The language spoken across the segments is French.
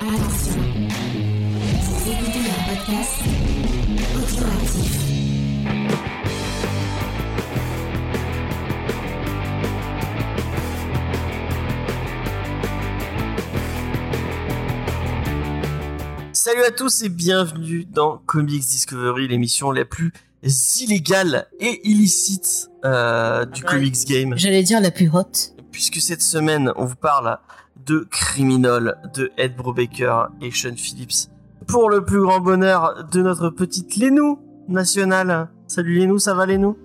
Attention, vous écoutez un podcast audioactif. Salut à tous et bienvenue dans Comics Discovery, l'émission la plus illégale et illicite euh, du Ah ouais. comics game. J'allais dire la plus haute. Puisque cette semaine, on vous parle de Criminal de Ed Brubaker et Sean Phillips. Pour le plus grand bonheur de notre petite Lénou nationale. Salut Lénou, ça va Lénou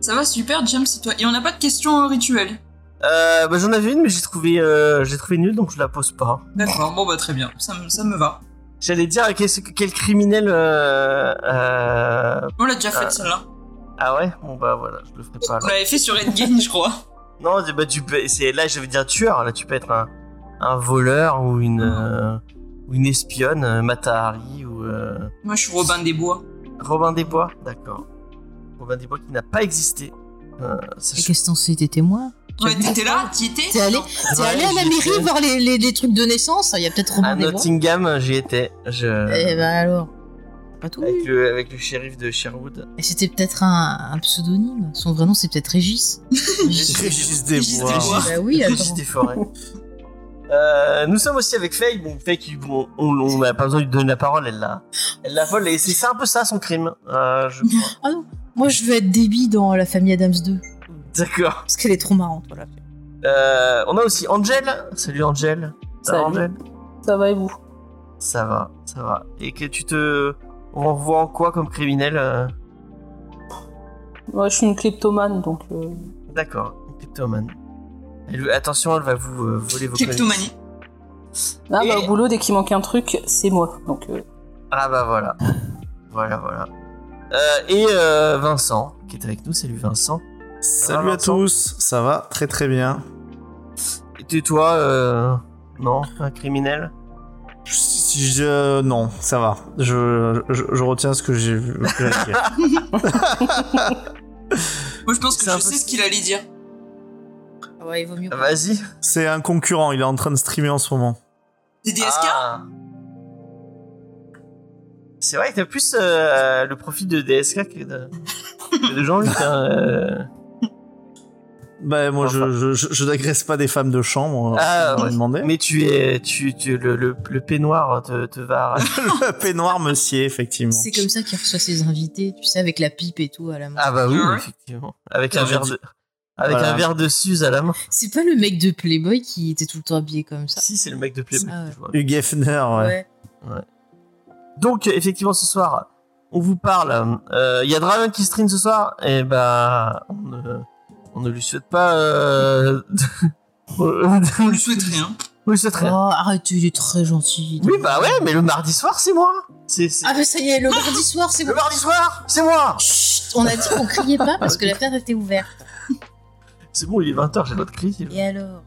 Ça va super, James, c'est toi. Et on n'a pas de questions euh, rituelles. euh, bah, J'en avais une, mais j'ai trouvé, euh, j'ai trouvé nulle, donc je la pose pas. D'accord, bon bah très bien, ça, me- ça me va. J'allais dire quel, quel criminel... euh, euh, On l'a déjà Euh, faite celle-là. Ah ouais Bon bah voilà, je le ferai pas. alors. On l'avait fait sur Endgame, je crois. Non, bah, tu peux, c'est là, je veux dire tueur. Là, tu peux être un, un voleur ou une, euh, ou une espionne, euh, Matahari ou euh, Moi je suis Robin des Bois. Robin des Bois. D'accord. Robin des Bois qui n'a pas existé. Euh, Et sachant- qu'est-ce qu'on s'était témoin Ouais, t'étais là T'y étais T'es allé, t'es Ouais, allé à la j'y mairie étais. voir les, les- les trucs de naissance Il y a peut-être Robin À des Bois. Nottingham, j'y étais. Je... Eh ben alors, pas tout. avec, vu. le, avec le shérif de Sherwood. Et C'était peut-être un, un pseudonyme. Son vrai nom, c'est peut-être Régis. Régis. Juste des Régis Bois. des Bois. bah oui, attends. Juste des forêts. Euh, nous sommes aussi avec Faye. Bon, Faye, qui- bon, on on n'a pas besoin de lui donner la parole, elle l'a. Elle la vole et c'est c'est un peu ça son crime. Euh, je crois. Moi, je veux être Debbie dans La Famille Adams 2. D'accord. Parce qu'elle est trop marrante, voilà. Euh, on a aussi Angel. Salut Angel. Ça va Salut. Angel Ça va et vous Ça va, ça va. Et que tu te renvoies en quoi comme criminel euh Moi, je suis une kleptomane, donc euh, D'accord, Cryptoman. Elle- attention, elle va vous euh, voler vos Kleptomanie. là, Et- bah, au boulot, dès qu'il manque un truc, c'est moi. Donc, euh, colis. Ah bah voilà. Voilà, voilà. Euh, et euh, Vincent, qui est avec nous. Salut Vincent. Salut va, à Vincent tous, ça va très très bien. Et t'es toi, euh, non, un criminel Je- Si je dis, euh, non, ça va. Je, je, je retiens ce que j'ai vu. ce que j'ai dit. Moi je pense que C'est je un peu- sais ce qu'il allait dire. Ah Ouais, il vaut mieux. Ah, Vas-y. C'est un concurrent, il est en train de streamer en ce moment. C'est DSK Ah. C'est vrai que t'as plus euh, le profil de DSK que de, que de Jean-Luc. hein, euh. Bah moi Enfin. je, je, je, je n'agresse pas des femmes de chambre, Ah, ah, on m'a ouais. demandé. Mais tu es, tu, tu- le, le, le peignoir te, te va. Le peignoir monsieur, effectivement. C'est comme ça qu'il reçoit ses invités, tu sais, avec la pipe et tout à la main. ah bah oui, Ouais. effectivement. Avec Comme un je verre dis. de, avec Voilà. un verre de Suze à la main. C'est pas le mec de Playboy qui était tout le temps habillé comme ça. Si, c'est le mec de Playboy. Ah ouais. je vois. Hugh Hefner, ouais. Donc effectivement, ce soir, on vous parle. euh, Il y a Draven qui stream ce soir. Et bah, on ne, on ne lui souhaite pas. Euh, On on lui souhaite rien. lui souhaite Oh, rien. arrête, il est très gentil. Oui, bah ouais, mais le mardi soir, c'est moi. C'est c'est- Ah bah ça y est, le mardi soir, c'est bon. le mardi soir, c'est moi. Chut, on a dit qu'on criait pas parce que la fenêtre était ouverte. C'est bon, il est 20h, j'ai l'autre crise. Et alors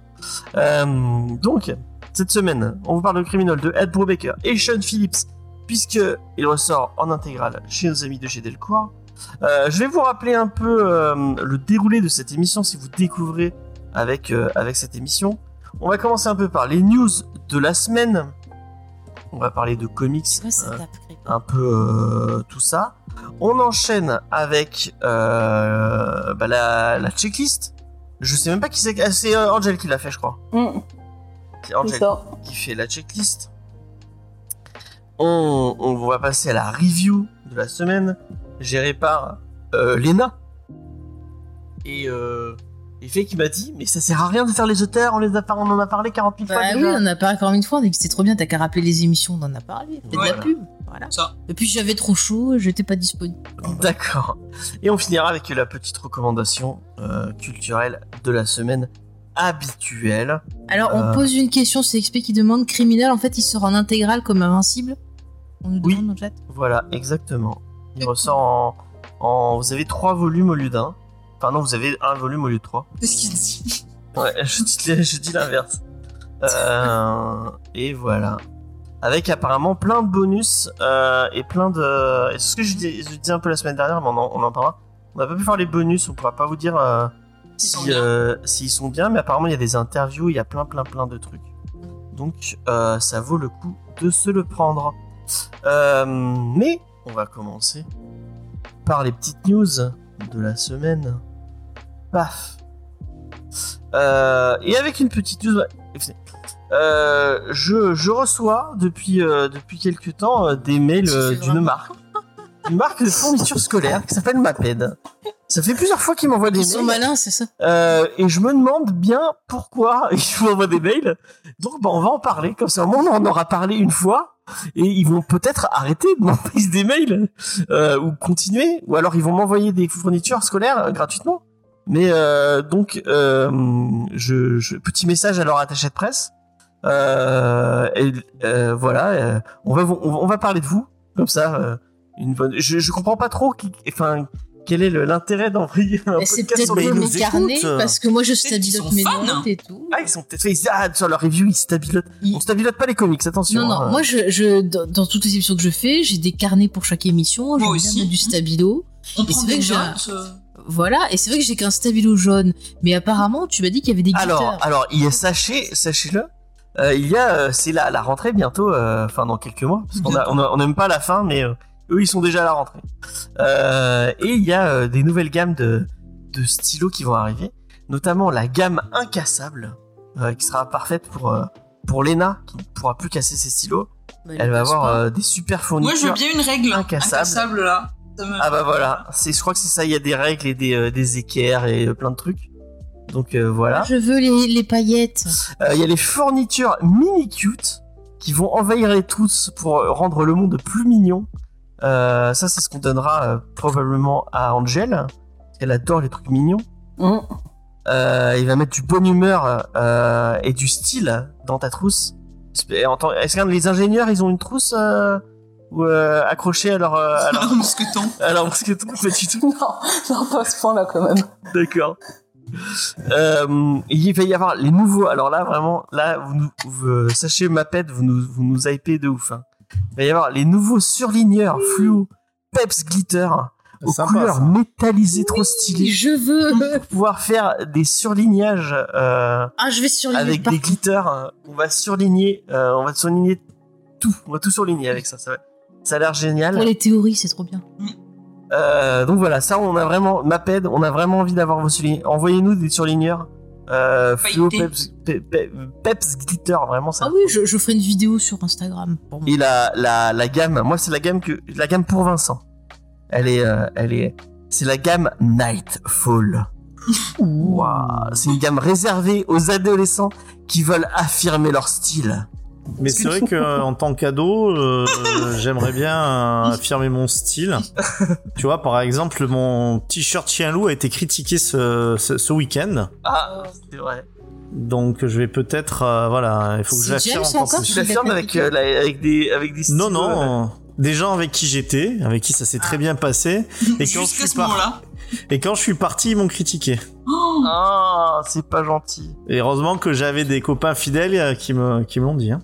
Euh, donc, cette semaine, on vous parle de Criminal de Ed Brubaker et Sean Phillips, puisque il ressort en intégrale chez nos amis de chez Delcourt. Euh, je vais vous rappeler un peu euh, le déroulé de cette émission si vous découvrez avec, euh, avec cette émission. On va commencer un peu par les news de la semaine. On va parler de comics, C'est quoi euh, cette tape Grégoire un peu euh, tout ça. On enchaîne avec euh, bah, la, la checklist. Je sais même pas qui c'est. ah, C'est euh, Angel qui l'a fait, je crois. hum, C'est c'est Angel ça. qui fait la checklist. On, on va passer à la review de la semaine, gérée par euh, Lena. Et euh, et Faye qui m'a dit Mais ça sert à rien de faire les auteurs, on, les a par- on en a parlé 40 000 fois Bah oui, déjà. on en a parlé encore une fois, on a dit que c'était trop bien, t'as qu'à rappeler les émissions, on en a parlé. Faites de Voilà. la pub. Voilà. Ça. Et puis j'avais trop chaud, j'étais pas disponible. D'accord. Et on finira avec la petite recommandation euh, culturelle de la semaine habituelle. Alors on Euh. pose une question, c'est XP qui demande criminel, en fait il sort en intégrale comme invincible. On nous Oui. demande dans le chat. Voilà, exactement. Il ressort en, en- Vous avez trois volumes au lieu d'un. Enfin, non, vous avez un volume au lieu de trois. Qu'est-ce qu'il dit Ouais, je dis, je dis l'inverse. Euh, et voilà. Avec apparemment plein de bonus euh, et plein de. et C'est ce que je, dis, je disais un peu la semaine dernière, mais on en, on en parlera. On n'a pas pu faire les bonus, on pourra pas vous dire euh, S'ils sont si, bien. euh, s'ils sont bien, mais apparemment il y a des interviews, il y a plein, plein, plein de trucs. Donc euh, ça vaut le coup de se le prendre. Euh, mais on va commencer par les petites news de la semaine. Paf. Euh, et avec une petite news, euh, je, je reçois depuis euh, depuis quelque temps euh, des mails Tu euh, fais d'une vraiment- marque, une marque de fourniture scolaire qui s'appelle Maped. Ça fait plusieurs fois qu'ils m'envoient des Ils sont mails. malins, c'est ça. Euh, et je me demande bien pourquoi ils m'envoient des mails. Donc, bah, on va en parler. Comme ça, au moins, on en aura parlé une fois. Et ils vont peut-être arrêter de m'envoyer des mails. euh, ou continuer. Ou alors, ils vont m'envoyer des fournitures scolaires euh, gratuitement. Mais euh, donc, euh, je, je- petit message à leur attaché de presse. Euh, et, euh, voilà, euh, on, va, vous- on, va- on va parler de vous. Comme ça, euh, une bonne. Je, je comprends pas trop. qui- enfin, quel est le- l'intérêt d'envoyer un Mais C'est podcast peut-être sur les pour ils nous m'écarner, écoutent. parce que moi je Peut-être qu'ils stabilote sont mes fans. notes et tout. Ah, ils sont peut-être fait. Ah, sur leur review, ils stabilotent. Ils- On stabilote pas les comics, attention. Non, non, hein. moi, je, je- dans, dans toutes les émissions que je fais, j'ai des carnets pour chaque émission, j'ai Moi bien aussi. mettre du stabilo. On Et prend c'est vrai des que j'ai notes. euh, Voilà, et c'est vrai que j'ai qu'un stabilo jaune. Mais apparemment, tu m'as dit qu'il y avait des Alors, guitares. alors, il y a, sachez, sachez-le, euh, il y a, euh, c'est la, la rentrée bientôt, euh, enfin dans quelques mois, parce qu'on a, on a- on n'aime pas la fin, mais euh, eux ils sont déjà à la rentrée. Euh, et il y a euh, des nouvelles gammes de, de stylos qui vont arriver, notamment la gamme incassable, euh, qui sera parfaite pour euh, pour Lena, qui ne pourra plus casser ses stylos. Bah, Elle va passe avoir pas. euh, des super Moi, je veux fournitures. bien une règle Incassable. incassable, là. Ça me- Ah bah voilà, c'est, je crois que c'est ça, il y a des règles et des, euh, des équerres et euh, plein de trucs. Donc euh, voilà. Je veux les, les paillettes. Euh, Il y a les fournitures mini cute qui vont envahir les tous pour euh, rendre le monde plus mignon. Euh, ça, c'est ce qu'on donnera euh, probablement à Angel. Elle adore les trucs mignons. Mmh. Euh, il va mettre du bonne humeur euh, et du style dans ta trousse. Et en tant- Est-ce que les ingénieurs, ils ont une trousse euh, ou euh, accrochée à leur, euh, à leur, Alors, mousqueton. à leur mousqueton Pas du tout. Non, non, pas à ce point-là quand même. D'accord. Euh, il va y avoir les nouveaux. Alors là, vraiment, là, vous, nous- vous, euh, sachez, ma pète, vous nous, vous nous hypez de ouf. hein. Il va y avoir les nouveaux surligneurs fluo Peps Glitter hein, aux Sympa. couleurs ça. métallisées trop stylées Je veux. pour pouvoir faire des surlignages euh, Ah, je vais sur les avec des glitters. euh, on va surligner, euh, on va surligner tout. On va tout surligner avec ça. Ça, va- ça a l'air génial. Pour les théories, c'est trop bien. Euh, donc voilà, ça on a vraiment, MAPED, on a vraiment envie d'avoir vos surligneurs. Envoyez-nous des surligneurs. Euh, fluo, Pailletés. peps, pe- pe- peps, glitter, vraiment ça. Ah oui, je, je ferai une vidéo sur Instagram. pour moi. Et la, la, la gamme, moi c'est la gamme que, la gamme pour Vincent. Elle est, euh, elle est, c'est la gamme Nightfall. Waouh, c'est une gamme réservée aux adolescents qui veulent affirmer leur style. Mais c'est vrai que en tant qu'ado, euh, j'aimerais bien euh, affirmer mon style. tu vois, par exemple, mon t-shirt Chien Loup a été critiqué ce, ce, ce week-end. Ah, c'est vrai. Donc je vais peut-être, euh, voilà, il faut que C'est James j'affirme encore encore plus. Tu l'affirmes avec, euh, la- avec des, avec des stylos, Non, euh, non, des gens avec qui j'étais, avec qui ça s'est Ah. très bien passé, Et quand je Jusqu'à suis ce par- moment-là. et quand je suis parti, ils m'ont critiqué. Oh, Ah, c'est pas gentil. Et heureusement que j'avais des copains fidèles euh, qui me, qui me l'ont dit. Hein.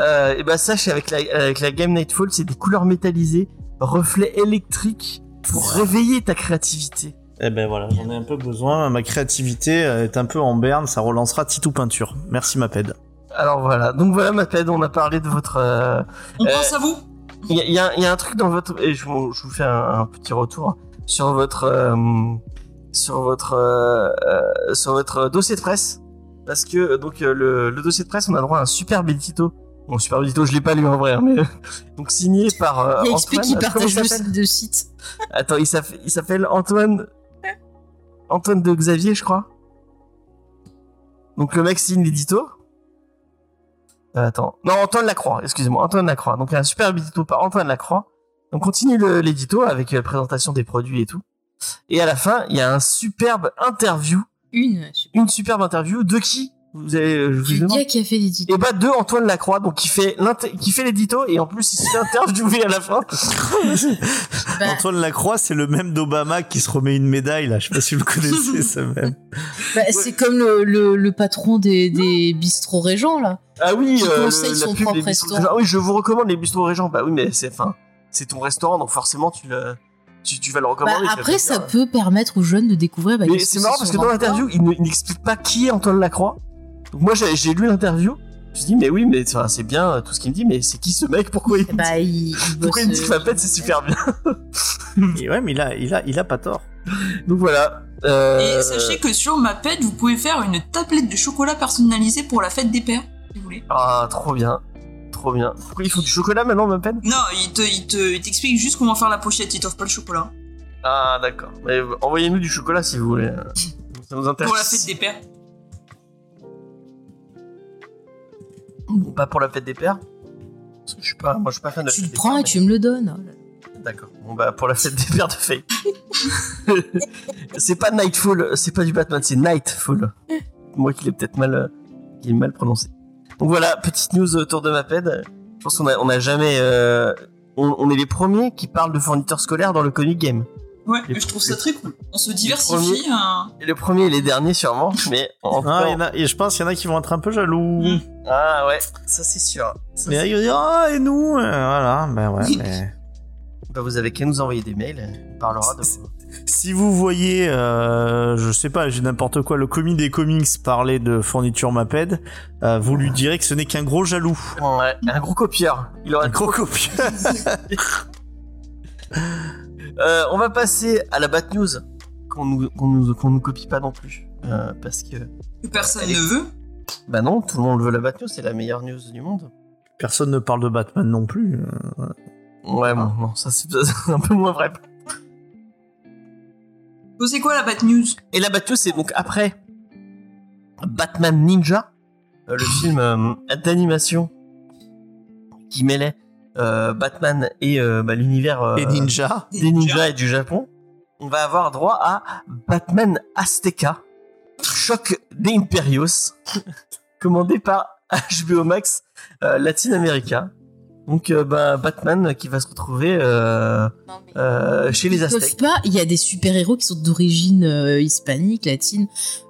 Euh, et bah sache avec la, avec la gamme Nightfall, c'est des couleurs métallisées, reflets électriques pour réveiller ta créativité. Eh ben voilà, j'en ai un peu besoin. Ma créativité euh, est un peu en berne, ça relancera Titou Peinture. Merci ma pède. Alors voilà, donc voilà ma pède, on a parlé de votre... euh, on Euh, pense à vous. Il y, a- il y a un- il y a un truc dans votre... Et je, vous- je vous fais un, un petit retour hein, sur votre... euh, sur votre... euh, euh, sur votre dossier de presse. Parce que euh, donc euh, le, le dossier de presse, on a droit à un superbe édito. Bon, superbe édito, je l'ai pas lu en vrai, hein, mais... donc signé par euh, Il y a XP Antoine. qui Comment il partage s'appelle le le site. Attends, il s'aff- il s'appelle Antoine. Antoine de Xavier, je crois. Donc le mec signe l'édito. Euh, attends. Non, Antoine Lacroix, excusez-moi. Antoine Lacroix. Donc un superbe édito par Antoine Lacroix. On continue le- l'édito avec euh, présentation des produits et tout. Et à la fin, il y a un superbe interview. Une. Une superbe interview de qui Vous avez, euh, je vous Du demande. gars qui a fait les titres. Et bah de Antoine Lacroix, donc qui fait l'inter- qui fait l'édito et en plus il se fait interviewer à la fin. Bah, Antoine Lacroix, c'est le même d'Obama qui se remet une médaille là. Je sais pas si vous le connaissez ce même. bah, c'est comme le, le, le patron des, des bistrots régents, là. Ah oui, Qui euh, conseille le- son la pub propre des bistrots restaurant. régents. Ah oui, je vous recommande les bistrots régents. Bah oui, mais c'est enfin, c'est ton restaurant, donc forcément tu le, tu, tu vas le Bah, recommander. après, ça ça veut dire. peut permettre aux jeunes de découvrir. Bah, Mais qu'est-ce c'est marrant son parce que dans rapport. l'interview, il ne- il n'explique pas qui est Antoine Lacroix. Donc moi, j'ai j'ai lu l'interview Je me dis, mais oui, mais enfin, c'est bien euh, tout ce qu'il me dit, mais c'est qui ce mec Pourquoi il, Eh bah, il, il pourquoi il me bosse, dit que ma euh, pète, c'est super bien Et ouais, mais il a, il a, il a pas tort. Donc voilà. euh, Et sachez que sur ma pète, vous pouvez faire une tablette de chocolat personnalisée pour la fête des pères, si vous voulez. Ah, trop bien. Trop bien. Pourquoi il faut du chocolat maintenant, ma peine Non, il te, il te, il t'explique juste comment faire la pochette. Il t'offre pas le chocolat hein, Ah, d'accord. Mais, euh, Envoyez-nous du chocolat si vous voulez. euh, Ça nous intéresse. pour la fête des pères. Pas pour la fête des pères Parce que je suis pas, moi, je suis pas fan de la Tu fête le des prends pères, et mais- tu me le donnes. D'accord. Bon bah pour la fête des pères de Faye. c'est pas Nightfall, c'est pas du Batman, c'est Nightfall. Moi qui l'ai peut-être mal, euh, qui l'ai mal prononcé. Donc voilà, petite news autour de Maped. Je pense qu'on a, on a jamais, euh, on, on est les premiers qui parlent de fournitures scolaires dans le comic game. Ouais, Les- mais je trouve ça les- très cool. On se diversifie. premiers- hein. Et le premier et les derniers sûrement, mais en Ah, tout il y en a- et je pense qu'il y en a qui vont être un peu jaloux. Mm. ah ouais, ça c'est sûr. Ça, Mais là, ils vont dire, ah, et nous euh, Voilà, ben ouais, mais... c'est- Bah vous avez qu'à nous envoyer des mails, on parlera de. Si vous voyez, euh, je sais pas, j'ai n'importe quoi, le commis des comics parler de fourniture Maped, euh, vous lui direz que ce n'est qu'un gros jaloux. Ouais, un gros copieur. Il aura Un gros copieur. Euh, on va passer à la Bat News qu'on nous, qu'on nous, qu'on nous copie pas non plus. Euh, parce que, que personne Allez. ne veut. bah non, tout le monde veut la Bat News, c'est la meilleure news du monde. Personne ne parle de Batman non plus. euh. Ouais, bon, non, ça c'est c'est un peu moins vrai. Bon, C'est quoi la bad news Et la Bat News, c'est donc après Batman Ninja, euh, le film euh, d'animation qui mêlait euh, Batman et euh, bah, l'univers euh, Et Ninja. des ninjas et du Japon. On va avoir droit à Batman Azteca, choc des Imperios, commandé par HBO Max euh, Latin America. Donc euh, bah, Batman qui va se retrouver euh, euh, chez les Ils peuvent Aztèques. pas. Il y a des super-héros qui sont d'origine euh, hispanique, latine.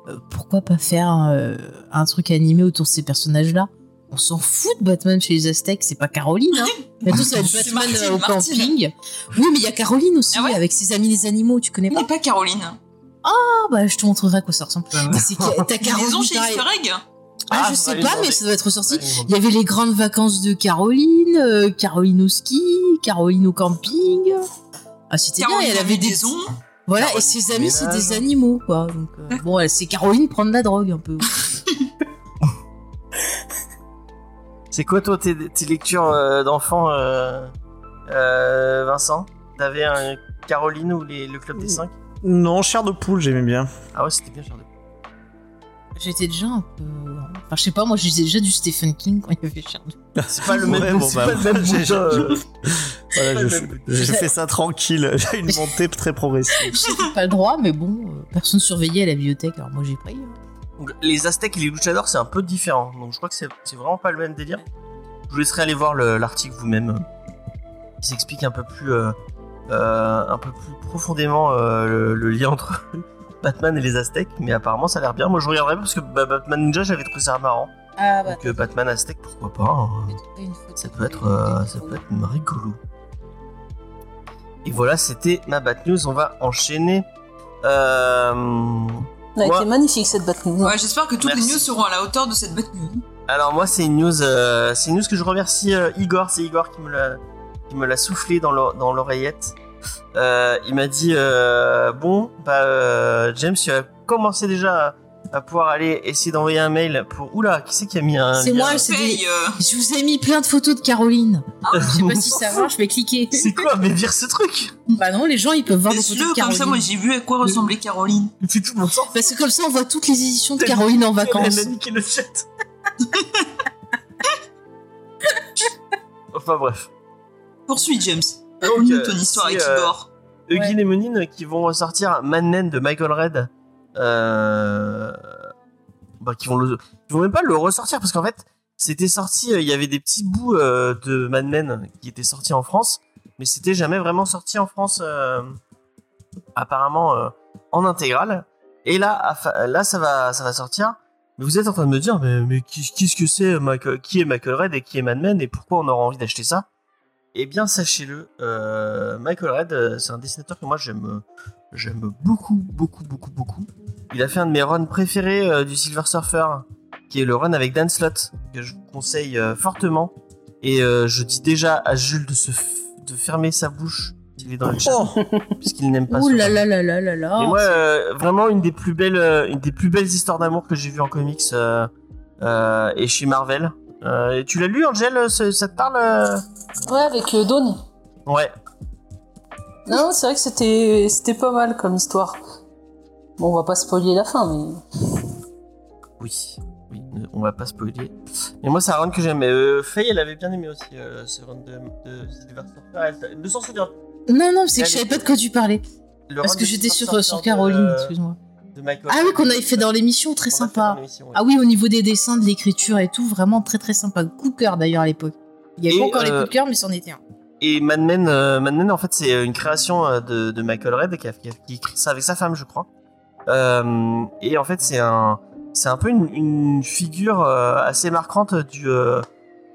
Euh, pourquoi pas faire euh, un truc animé autour de ces personnages-là On s'en fout de Batman chez les Aztèques, c'est pas Caroline. Hein. Mais tout ça va être C'est Batman Martine, euh, au Martine. camping. Oui, mais il y a Caroline aussi, Ah ouais avec ses amis les animaux, tu connais Il pas n'est pas Caroline. Ah bah je te montrerai à quoi ça ressemble. Ah ouais. C'est qu'il y a- T'as Ils les Caroline. ont chez pareil. Easter Egg. Ah, Ah, je faudrait sais lui pas, demander. mais ça doit être ressorti. Ouais, Il y avait les grandes vacances de Caroline, euh, Caroline au ski, Caroline au camping. Ah, c'était bien, Caroline elle avait des... ondes. Voilà, Caroline et ses au amis, c'est ménage. des animaux, quoi. Donc, euh, bon, elle- c'est Caroline prendre la drogue, un peu. C'est quoi toi tes, tes lectures euh, d'enfants, euh, euh, Vincent T'avais un Caroline ou les- le Club des Mm. 5 Non, chair de poule, j'aimais bien. Ah ouais, c'était bien, Charlie. J'étais déjà un peu... Enfin, je sais pas, moi, j'étais déjà du Stephen King quand il y avait Charles. C'est pas le même, Ouais, bon, c'est bah, pas le même j'ai- bouquin, j'ai- euh. Voilà, Ouais, je- mais- j'ai fait ça tranquille. J'ai une montée très progressive. J'avais pas le droit, mais bon, euh, personne surveillait à la bibliothèque, alors moi, j'ai pris. hein. Donc, les Aztèques et les Luchadors, c'est un peu différent. Donc, je crois que c'est c'est vraiment pas le même délire. Je vous laisserai aller voir le- l'article vous-même. euh, qui s'explique un peu plus, euh, euh, un peu plus profondément euh, le, le lien entre Batman et les Aztèques. Mais apparemment, ça a l'air bien. Moi, je regarderai pas parce que bah, Batman Ninja, j'avais trouvé ça marrant. Ah, Donc, euh, Batman Aztèque, pourquoi pas. hein. Ça peut être, euh, ça peut être rigolo. Et voilà, c'était ma Bat News. On va enchaîner. Euh, Elle a Moi- été magnifique cette Batman. Ouais, j'espère que toutes Merci. les news seront à la hauteur de cette bad news. Alors moi c'est une news, euh, c'est une news que je remercie euh, Igor, c'est Igor qui me l'a, qui me l'a soufflé dans, l'o- dans l'oreillette. Euh, il m'a dit euh, bon bah euh, James tu as commencé déjà à, à pouvoir aller essayer d'envoyer un mail pour oula qui c'est qui a mis un C'est lien moi, c'est des- Paye, euh, Je vous ai mis plein de photos de Caroline. Je sais pas si ça marche, je vais cliquer. c'est quoi mais vire ce truc Bah non, les gens ils peuvent voir des photos de laisse-le, comme Caroline. ça, moi j'ai vu à quoi ressemblait Caroline. c'est tout mon temps Parce que comme ça on voit toutes les éditions de Caroline en vacances. elle a niqué le chat enfin bref Poursuis, James. Donc, Raconte-nous euh, ton histoire c'est, avec euh, Igor. Hugin et Munin qui vont ressortir Madman de Michael Red. Euh... Bah, qui vont le... Ils vont même pas le ressortir parce qu'en fait, c'était sorti, euh, il y avait des petits bouts euh, de Mad Men qui étaient sortis en France, mais c'était jamais vraiment sorti en France, euh, apparemment euh, en intégrale. Et là, à fa- là ça, va, ça va sortir. Mais vous êtes en train de me dire, mais, mais qui- qu'est-ce que c'est, euh, Michael- qui est Michael Red et qui est Mad Men et pourquoi on aura envie d'acheter ça eh bien, sachez-le, euh, Michael Red, euh, c'est un dessinateur que moi j'aime, euh, j'aime beaucoup, beaucoup, beaucoup, beaucoup. Il a fait un de mes runs préférés euh, du Silver Surfer, qui est le run avec Dan Slott, que je vous conseille euh, fortement. Et euh, je dis déjà à Jules de se f- de fermer sa bouche s'il est dans le chat, puisqu'il n'aime pas Oh. Ouh ce là run. là là là là là. Mais moi, euh, vraiment une des plus belles, euh, une des plus belles histoires d'amour que j'ai vues en comics euh, euh, et chez Marvel. Euh, et tu l'as lu, Angel euh, ce- Ça te parle euh Ouais, avec euh, Dawn. Ouais. Non, c'est vrai que c'était c'était pas mal comme histoire. Bon, on va pas spoiler la fin, mais Oui. Oui. ne- On va pas spoiler. Mais moi, c'est un run que j'aime. Euh, Faye, elle avait bien aimé aussi euh, ce run de, de Silver Surfer. Ah, Elle, elle ne s'en souvient. Non, non, mais c'est que je savais pas de quoi tu parlais. Le Parce run que de j'étais Silver sur, euh, sur Surfer de- euh, Caroline, excuse-moi. de Michael Ah oui, qu'on avait fait dans l'émission, Qu'on a très fait dans sympa. l'émission, oui. Ah oui, au niveau des dessins, de l'écriture et tout, vraiment très très sympa. Coup de cœur d'ailleurs à l'époque. Il y avait Et, pas encore les euh, coups de cœur, mais c'en était un. Et Mad Men, euh, Mad Men, en fait, c'est une création euh, de, de Michael Red qui, a, qui a- qui écrit ça avec sa femme, je crois. Euh, et en fait, c'est un, c'est un peu une, une figure euh, assez marquante du, euh,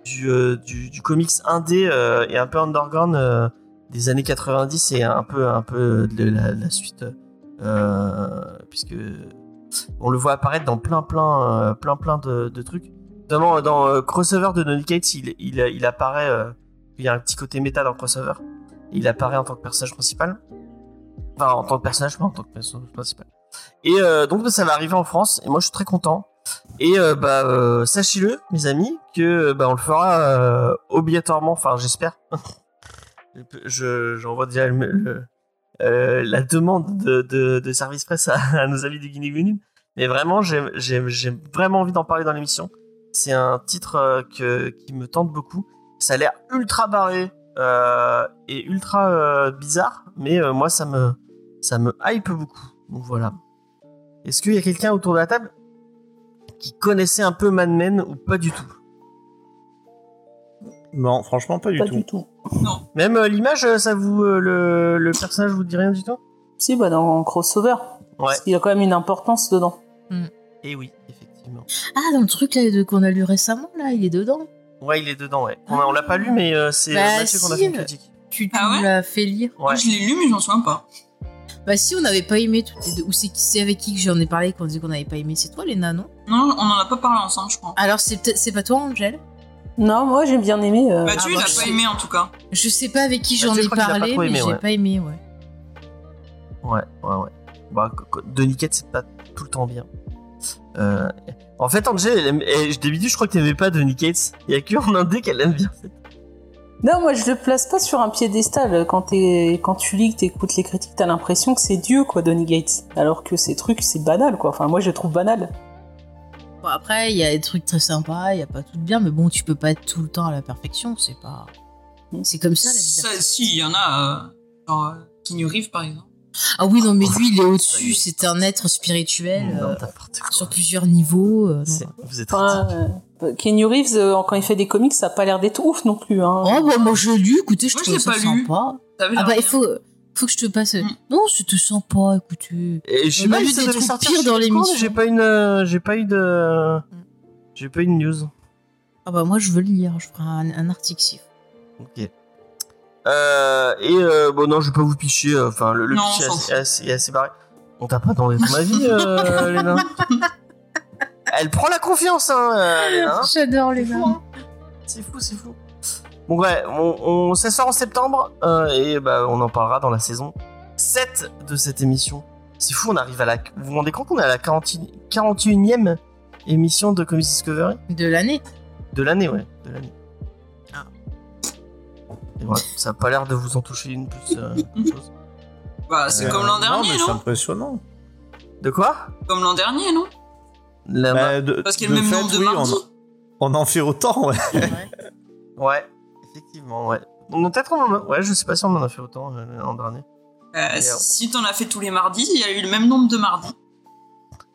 du, euh, du, du comics indé euh, et un peu underground euh, des années 90 et un peu, un peu de la, la suite, euh, puisque on le voit apparaître dans plein, plein, euh, plein, plein de, de trucs. Notamment dans euh, crossover de Donny Cates, il, il, il apparaît. euh, il y a un petit côté méta dans le crossover. Il apparaît en tant que personnage principal. Enfin, en tant que personnage, pas en tant que personnage principal. Et euh, donc, bah, ça va arriver en France. Et moi, je suis très content. Et euh, bah, euh, sachez-le, mes amis, que euh, bah, on le fera euh, obligatoirement. Enfin, j'espère. je, j'envoie déjà le- le- euh, la demande de, de- de service presse à, à nos amis du guinée Guinée. Mais vraiment, j'ai, j'ai- j'ai vraiment envie d'en parler dans l'émission. C'est un titre euh, que, qui me tente beaucoup. Ça a l'air ultra barré euh, et ultra euh, bizarre, mais euh, moi ça me ça me hype beaucoup. Donc voilà. Est-ce qu'il y a quelqu'un autour de la table qui connaissait un peu Mad Men ou pas du tout Non, franchement, pas du pas tout. du tout. Même euh, l'image, euh, ça vous euh, le, le personnage vous dit rien du tout Si, bah dans crossover. Ouais. Parce qu'il y a quand même une importance dedans. Et Eh oui, effectivement. Ah, dans le truc là, de- qu'on a lu récemment, là, il est dedans. Ouais, il est dedans. Ouais. On, a- on l'a pas lu, mais euh, c'est Ah. Bah, Mathieu qu'on a si. fait une critique. Tu, tu Ah ouais me l'as fait lire. Ouais. Je l'ai lu, mais j'en souviens pas. Bah si, on n'avait pas aimé toutes les deux. Ou c'est qui- c'est avec qui que j'en ai parlé qu'on disait qu'on n'avait pas aimé. C'est toi, Léna, non Non, on en a pas parlé ensemble, je crois. Alors c'est peut-être c'est pas toi, Angèle. Non, moi j'ai bien aimé. euh, Mathieu, ah, il moi, a je pas sais. aimé en tout cas. Je sais pas avec qui Mathieu, j'en je ai Bah, crois qu'il a pas parlé, trop aimé, mais j'ai ouais. pas aimé, ouais. Ouais, ouais, ouais. Bah, co- co- de Niquette, c'est pas tout le temps bien. Euh, en fait, Angel, elle aime- eh, d'habitude, je crois que t'aimais pas de Niquette. Il y a que en indé qu'elle aime bien. Non, moi je le place pas sur un piédestal. Quand, t'es- quand tu lis, que t'écoutes les critiques, t'as l'impression que c'est Dieu, quoi, Donny Gates. Alors que ces trucs, c'est banal, quoi. Enfin, moi je le trouve banal. Bon, après, il y a des trucs très sympas, il y a pas tout de bien, mais bon, tu peux pas être tout le temps à la perfection, c'est pas... C'est comme ça, la vie Ça, d'artiste. si, il y en a. euh, genre, euh, Keanu Reeves, par exemple. Ah oui, non, mais lui, il est au-dessus, Ça y est. c'est un être spirituel euh, Non, n'importe quoi. sur plusieurs niveaux. euh, non. C'est- Vous êtes Enfin, ridicule. euh, bah, Keanu Reeves, euh, quand il fait des comics, ça a pas l'air d'être ouf non plus. Hein. Oh, bah moi, je l'ai lu, écoutez, je Moi, je trouve l'ai ça pas lu. sympa. Ça avait Ah l'air bah, il bien. faut, faut que je te passe... Mm. Non, c'était sympa, écoutez. Et je sais on a pas vu si ça des devait trucs sortir, pires je suis dans con, l'émission. J'ai pas une, euh, j'ai pas eu de, Mm. j'ai pas eu de news. Ah bah, moi, je veux le lire, je ferai un, un article, si. Ok. Euh, et euh, bon non, je vais pas vous picher. euh, Enfin, le, le Non, pitch on est s'en assez, fout. assez- assez barré. On t'a pas demandé ton avis, euh, Léna. Elle prend la confiance, hein, euh, Léna. J'adore les fou, hein. C'est fou, c'est fou. Bon, ouais, on, on- ça sort en septembre euh, et bah, on en parlera dans la saison 7 de cette émission. C'est fou, on arrive à la. Vous vous rendez compte qu'on est à la 40 41e émission de Comics Discovery De l'année. De l'année, ouais, de l'année. Ah. Et voilà, ça a pas l'air de vous en toucher une plus. euh, autre chose. Bah, c'est Euh, comme l'an Non, dernier, mais non, c'est impressionnant. De quoi Comme l'an dernier, non La ma- Bah, de- Parce qu'il y a de le même fait, nombre de oui, mardis. on, on en fait autant, ouais. Ouais, effectivement, ouais. Donc, Peut-être on en a- Ouais, je sais pas si on en a fait autant euh, l'an dernier. Euh, si t'en as fait tous les mardis, il y a eu le même nombre de mardis.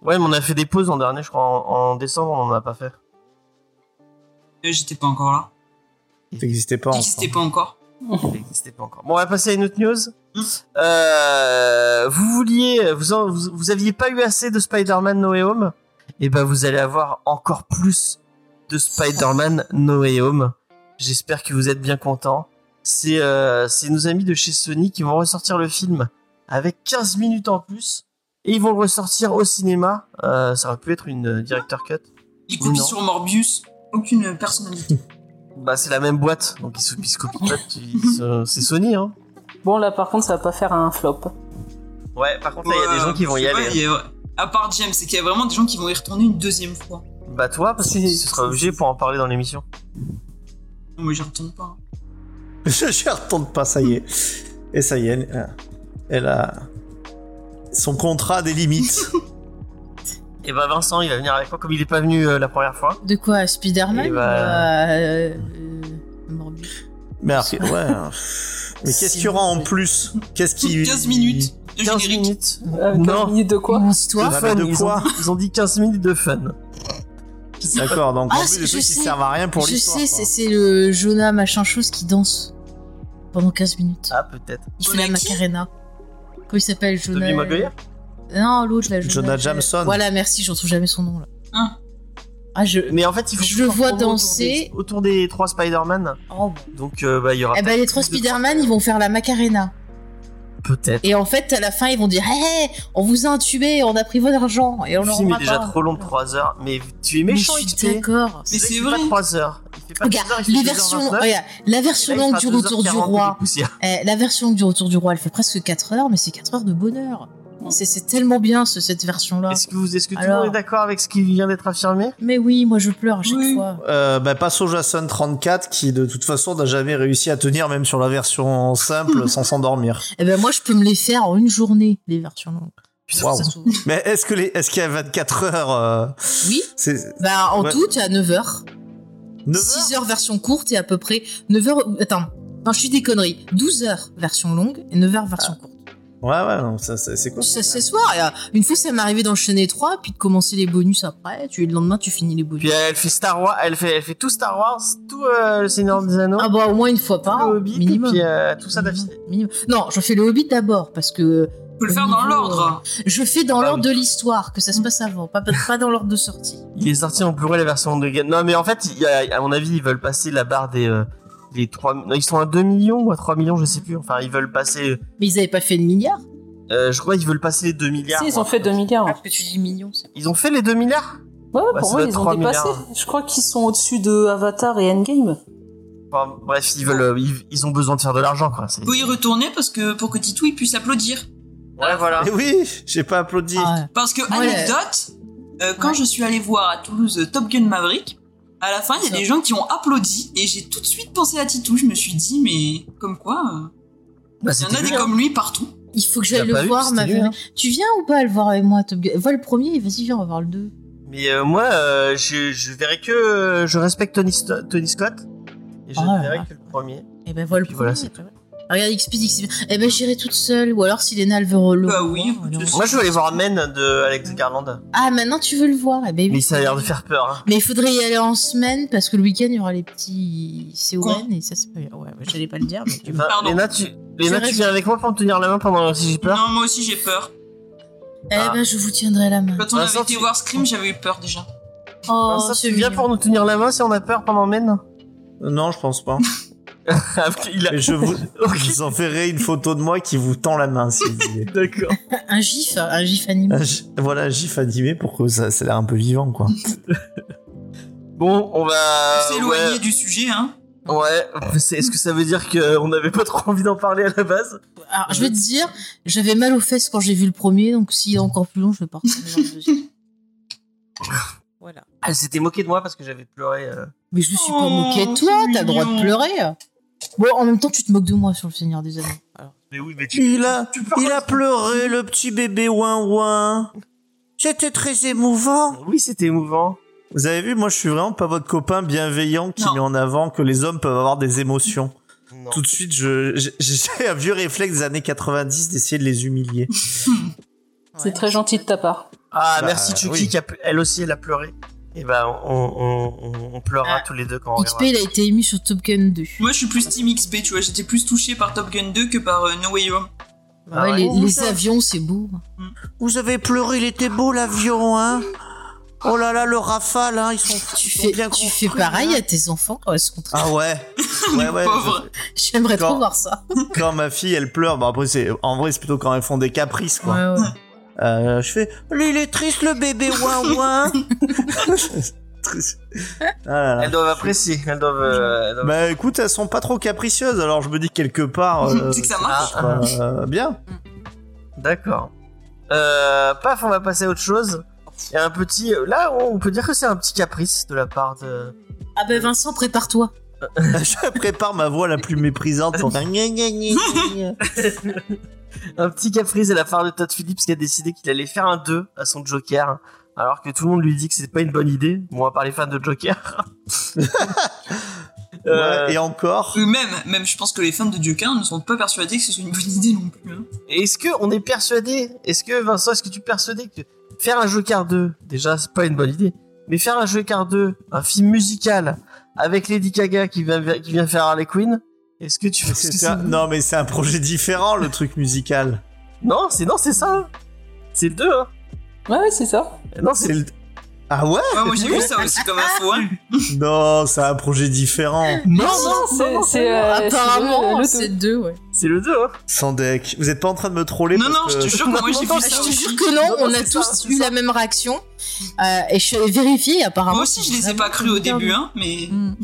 Ouais, mais on a fait des pauses l'an dernier, je crois. En, en décembre, on en a pas fait. Euh, J'étais pas encore là. Ça n'existait pas. J'existais pas encore. Il n'existait pas encore. Bon, on va passer à une autre news. Mm. Euh, vous vouliez, vous, en- vous, vous aviez pas eu assez de Spider-Man No Way Home Et ben, vous allez avoir encore plus de Spider-Man No Way Home. J'espère que vous êtes bien contents. C'est euh, c'est nos amis de chez Sony qui vont ressortir le film avec 15 minutes en plus et ils vont le ressortir au cinéma. Euh, ça aurait pu être une euh, director cut. Il copie Non. sur Morbius. Aucune personnalité. Bah, c'est la même boîte, donc ils se, ils se copient pas, ils se- c'est Sony, hein. Bon, là, par contre, ça va pas faire un flop. Ouais, par contre, là, il y a des Ouais, gens qui vont y ouais, aller. il y a- À part James, c'est qu'il y a vraiment des gens qui vont y retourner une deuxième fois. Bah, toi, parce que C'est- tu seras obligé pour en parler dans l'émission. Non, mais j'y retourne pas. Je ne retourne pas, ça y est. Et ça y est, elle, euh, elle a. Son contrat a des limites. Et bah, Vincent, il va venir avec moi, comme il est pas venu euh, la première fois. De quoi Spider-Man Eh ou ben- à, euh, euh, Morbius Mais après, ouais. hein. Mais qu'est-ce qu'il y aura en plus Qu'est-ce qui. 15 minutes de 15 Ah, générique. minutes. Euh, Non. 15 minutes de quoi Une de histoire Ah, fun, mais de ils quoi ont, ils ont dit 15 minutes de fun. D'accord, donc en Ah, plus, c'est- des je trucs qui sais. servent à rien pour Je l'histoire. sais, quoi. c'est c'est le Jonah machin chose qui danse pendant 15 minutes. Ah, peut-être. il fait Jonah la qui Macarena. Comment il s'appelle Jonah euh, Tobey Maguire Non, l'autre, la Jonah Jameson. Voilà, merci, je retrouve jamais son nom là. Hein Ah, je. Mais en fait, il faut Je tout le faire vois tourner autour danser. des- Autour des, trois Spider-Man. Oh, bon. Donc, euh, bah, il y aura. Eh ben, les trois plus de Spider-Man, trois- ils vont faire la Macarena. Ah, Peut-être. Et en fait, à la fin, ils vont dire Hé, hé, on vous a intubé, on a pris votre argent et on Le leur film aura est déjà pas. trop long de 3 heures. Mais tu es Mais méchant, je XP. suis d'accord. Mais c'est Il fait vrai. pas 3 heures. Il fait pas Regarde, trois heures, il fait les deux heures versions, vingt-neuf. regarde, la version Et là, il longue fera du deux retour heures du quarante et roi, des poussières. Eh, la version du Retour du Roi, elle fait presque 4 heures, mais c'est 4 heures de bonheur. C'est- C'est tellement bien ce- cette version-là. Est-ce que, vous, est-ce que tout le Ah. Alors- monde est d'accord avec ce qui vient d'être affirmé Mais oui, moi je pleure à chaque Oui. fois. Euh, bah, passe au Jason 34 qui de toute façon n'a jamais réussi à tenir même sur la version simple sans s'endormir. Eh ben moi je peux me les faire en une journée, les versions longues. Putain, Waouh. Ça s'ouvre. Mais est-ce que les est-ce qu'il y a 24 heures euh, Oui, c'est bah en Ouais. tout, tu as 9 heures. 9 heures 6 heures version courte et à peu près 9 heures. Attends, non, je suis des conneries. 12 heures version longue et 9 heures version courte. Ouais ouais, non, ça, ça- c'est quoi Ça s'asseoir. Et, euh, Une fois, ça m'est arrivé d'enchaîner 3, puis de commencer les bonus après. Tu, le lendemain, tu finis les Puis bonus. elle fait Star Wars, elle fait, elle fait tout Star Wars, tout euh, le Seigneur des Anneaux, Ah bah au moins une fois tout par an, le Hobbit, minimum. et puis euh, tout ça d'affilée. Minimum. Non, je fais le Hobbit d'abord parce que Il faut le faire dans l'ordre. je fais dans Ah bah l'ordre de l'histoire que ça se passe avant, pas, pas dans l'ordre de sortie. Il est sorti en Blu-ray la version de Game. Non, mais en fait, il y a- à mon avis, ils veulent passer la barre des. euh, des 3... non, ils sont à 2 millions ou à 3 millions, je sais plus. Enfin, ils veulent passer. Mais ils avaient pas fait le milliard. euh, je crois qu'ils veulent passer les 2 milliards. Si, ils moi. ont fait 2 milliards. que tu dis million, c'est Ils ont fait les 2 milliards Ouais, ouais, Bah, pour ça moi, doit ils être ont 3 dépassé. milliards. Je crois qu'ils sont au-dessus de Avatar et Endgame. Enfin, Bref, ils, veulent, euh, ils, ils ont besoin de faire de l'argent, quoi. C'est- Il faut y retourner parce que pour que Titou il puisse applaudir. Ouais, voilà. Eh oui, j'ai pas applaudi. Ah. Parce que, Ouais. anecdote, euh, quand Ouais. je suis allée voir à Toulouse euh, Top Gun Maverick, à la fin, il y a Ça. des gens qui ont applaudi et j'ai tout de suite pensé à Titou. Je me suis dit, mais comme quoi, euh, Bah, il y en c'était a des lui, hein. comme lui partout. Il faut que Tu l'as j'aille le pas vu, voir, c'était ma lui, hein. Tu viens ou pas le voir avec moi, Top Gun Va le premier, et vas-y, viens, on va voir le deux. Mais euh, moi, euh, je, je verrai que euh, je respecte Tony, Sto- Tony Scott. Et je Oh Ah, là ne verrai là. que le premier. Et ben, vois le Et puis premier. voilà, et puis voilà. Ah, Regarde, XP, XP. Eh ben, j'irai toute seule. Ou alors, si Léna, elle veut le Bah le oui, voir, je alors- sais. Moi, je veux aller voir Men de Alex Garland. Ah, maintenant, tu veux le voir. Eh ben, oui. Mais ça a l'air de faire peur. Hein. Mais il faudrait y aller en semaine parce que le week-end, il y aura les petits Quoi CON et ça, c'est pas bien. Ouais, ouais, j'allais pas le dire, mais tu Enfin, Pardon. Léna, tu, Léna, Je tu viens avec moi pour me tenir la main pendant si j'ai peur Non, moi aussi j'ai peur. Eh ben, je vous tiendrai la main. Quand Vincent, on avait été Bah, tu- voir Scream, j'avais eu peur déjà. Oh, Vincent, c'est tu viens mignon. pour nous tenir la main si on a peur pendant Men Non, je pense pas. Ah, Il a- Mais je vous, Ok. je vous enverrai une photo de moi qui vous tend la main si vous voulez. D'accord. Un gif, un gif animé. Un gi- Voilà, un gif animé pour que ça, ça a l'air un peu vivant quoi. Bon, on va. S'éloigner du sujet, hein. Ouais. ouais. C'est- Est-ce que ça veut dire qu'on n'avait pas trop envie d'en parler à la base Alors, je vais te dire, j'avais mal aux fesses quand j'ai vu le premier, donc s'il est encore plus long, je vais partir dans le deuxième. voilà. Ah, Elle s'était moquée de moi parce que j'avais pleuré. euh. Mais je me suis pas Oh, moquée de toi, c'est t'as le droit de mignon. pleurer. Bon, en même temps, tu te moques de moi sur le Seigneur des Anneaux. Alors, Mais oui, mais tu. Il a, pleures il a pleuré le petit bébé ouin ouin. C'était très émouvant. Oui, c'était émouvant. Vous avez vu, moi je suis vraiment pas votre copain bienveillant qui Non. met en avant que les hommes peuvent avoir des émotions. Non. Tout de suite, je- j'ai j'ai un vieux réflexe des années 90 d'essayer de les humilier. C'est très gentil de ta part. Ah, Bah, merci Chucky, oui. qui a pu- elle aussi, elle a pleuré. Et ben, on, on, on, on pleurera Ah. tous les deux quand on XP, reviendra. il a été ému sur Top Gun 2. Moi je suis plus Team XB, tu vois, j'étais plus touchée par Top Gun 2 que par euh, No Way Home. Ah Ouais, ouais. les, Oh, les ça- avions, c'est beau. Vous avez pleuré, il était beau l'avion, hein Oh là là, le rafale, hein, ils sont, Tu ils sont fais, bien tu construits, fais pareil hein. à tes enfants quand ils sont très- Ah ouais, ouais, ouais. pauvres. je- J'aimerais Quand- trop voir ça. Quand ma fille, elle pleure, bah après, c'est, en vrai, c'est plutôt quand elles font des caprices, quoi. Euh, je fais, il est triste le bébé, ouin ouin. Ah là là. Elles doivent apprécier. Elles doivent. euh, elles doivent- Bah écoute, elles sont pas trop capricieuses, alors je me dis quelque part. Oh euh, C'est que ça marche. c'est pas, euh, bien. Ah, D'accord. Euh, paf, on va passer à autre chose. Il y a un petit. euh, Là, on peut dire que c'est un petit caprice de la part de. Ah ben Vincent, prépare-toi. je prépare ma voix la plus méprisante pour faire gna gna gna gna gna. Un petit caprice de la part de Todd Phillips qui a décidé qu'il allait faire un 2 à son Joker. Alors que tout le monde lui dit que c'est pas une bonne idée. Bon, à part les fans de Joker. Euh, Ouais, Et encore. Eux-mêmes, même je pense que les fans de Dieu 1 ne sont pas persuadés que ce soit une bonne idée non plus. hein. Est-ce que on est persuadé Est-ce que Vincent, est-ce que tu es persuadé que faire un Joker 2, déjà c'est pas une bonne idée, mais faire un Joker 2, un film musical avec Lady Gaga qui vient qui vient faire Harley Quinn, est-ce que tu est-ce C'est que un- c'est- Non, mais c'est un projet différent, le truc musical. Non, c'est non, c'est ça. hein. C'est le 2 hein. Ouais, ouais, c'est ça. Non, C'est c'est le- Ah ouais Ouais, moi j'ai vu ça aussi comme info. Hein. Non, c'est un projet différent. non, c'est c'est, euh, c'est le- Apparemment, le- c'est deux, ouais. c'est le 2 hein. Sans deck. Vous êtes pas en train de me troller Non, parce non, je te que- jure que moi j'ai Non, vu je ça. te aussi. jure que non, on a c'est tous ça, c'est eu ça. la même réaction. Euh, et je suis allée vérifier, apparemment. Moi aussi je les ai pas cru au début, hein, mais. Mm.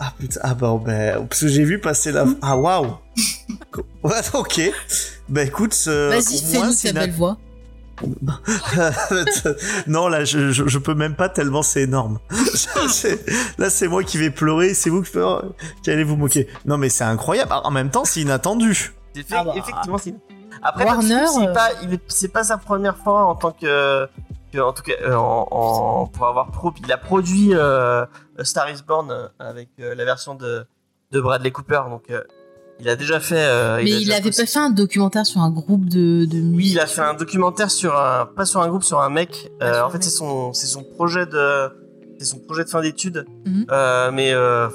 Ah putain, ah bah, bah, parce que j'ai vu passer Mm. la. Ah waouh Co- Ouais, Ok. Bah écoute, euh, hein. Vas-y, pour moi, fais-nous c'est ta une- belle voix. non, là, je, je, je peux même pas tellement c'est énorme. C'est- là, c'est moi qui vais pleurer, c'est vous qui, qui allez vous moquer. Non, mais c'est incroyable. Ah, En même temps, c'est inattendu. C'est fait- Ah bah. Effectivement, c'est. ah. Après, Warner, Todd Phillips, c'est euh, pas, il est- c'est pas sa première fois en tant que, que- en tout cas, euh, en, en- pour avoir pro, il a produit euh, Star Is Born euh, avec euh, la version de, de Bradley Cooper, donc euh, il a déjà fait. euh, Mais a il déjà avait posté- pas fait un documentaire sur un groupe de, de Oui, musique. il a fait un documentaire sur un, pas sur un groupe, sur un mec. Ah, Euh, sur en un fait, mec. c'est son, c'est son projet de, c'est son projet de fin d'études. Mhm. Euh, mais euh,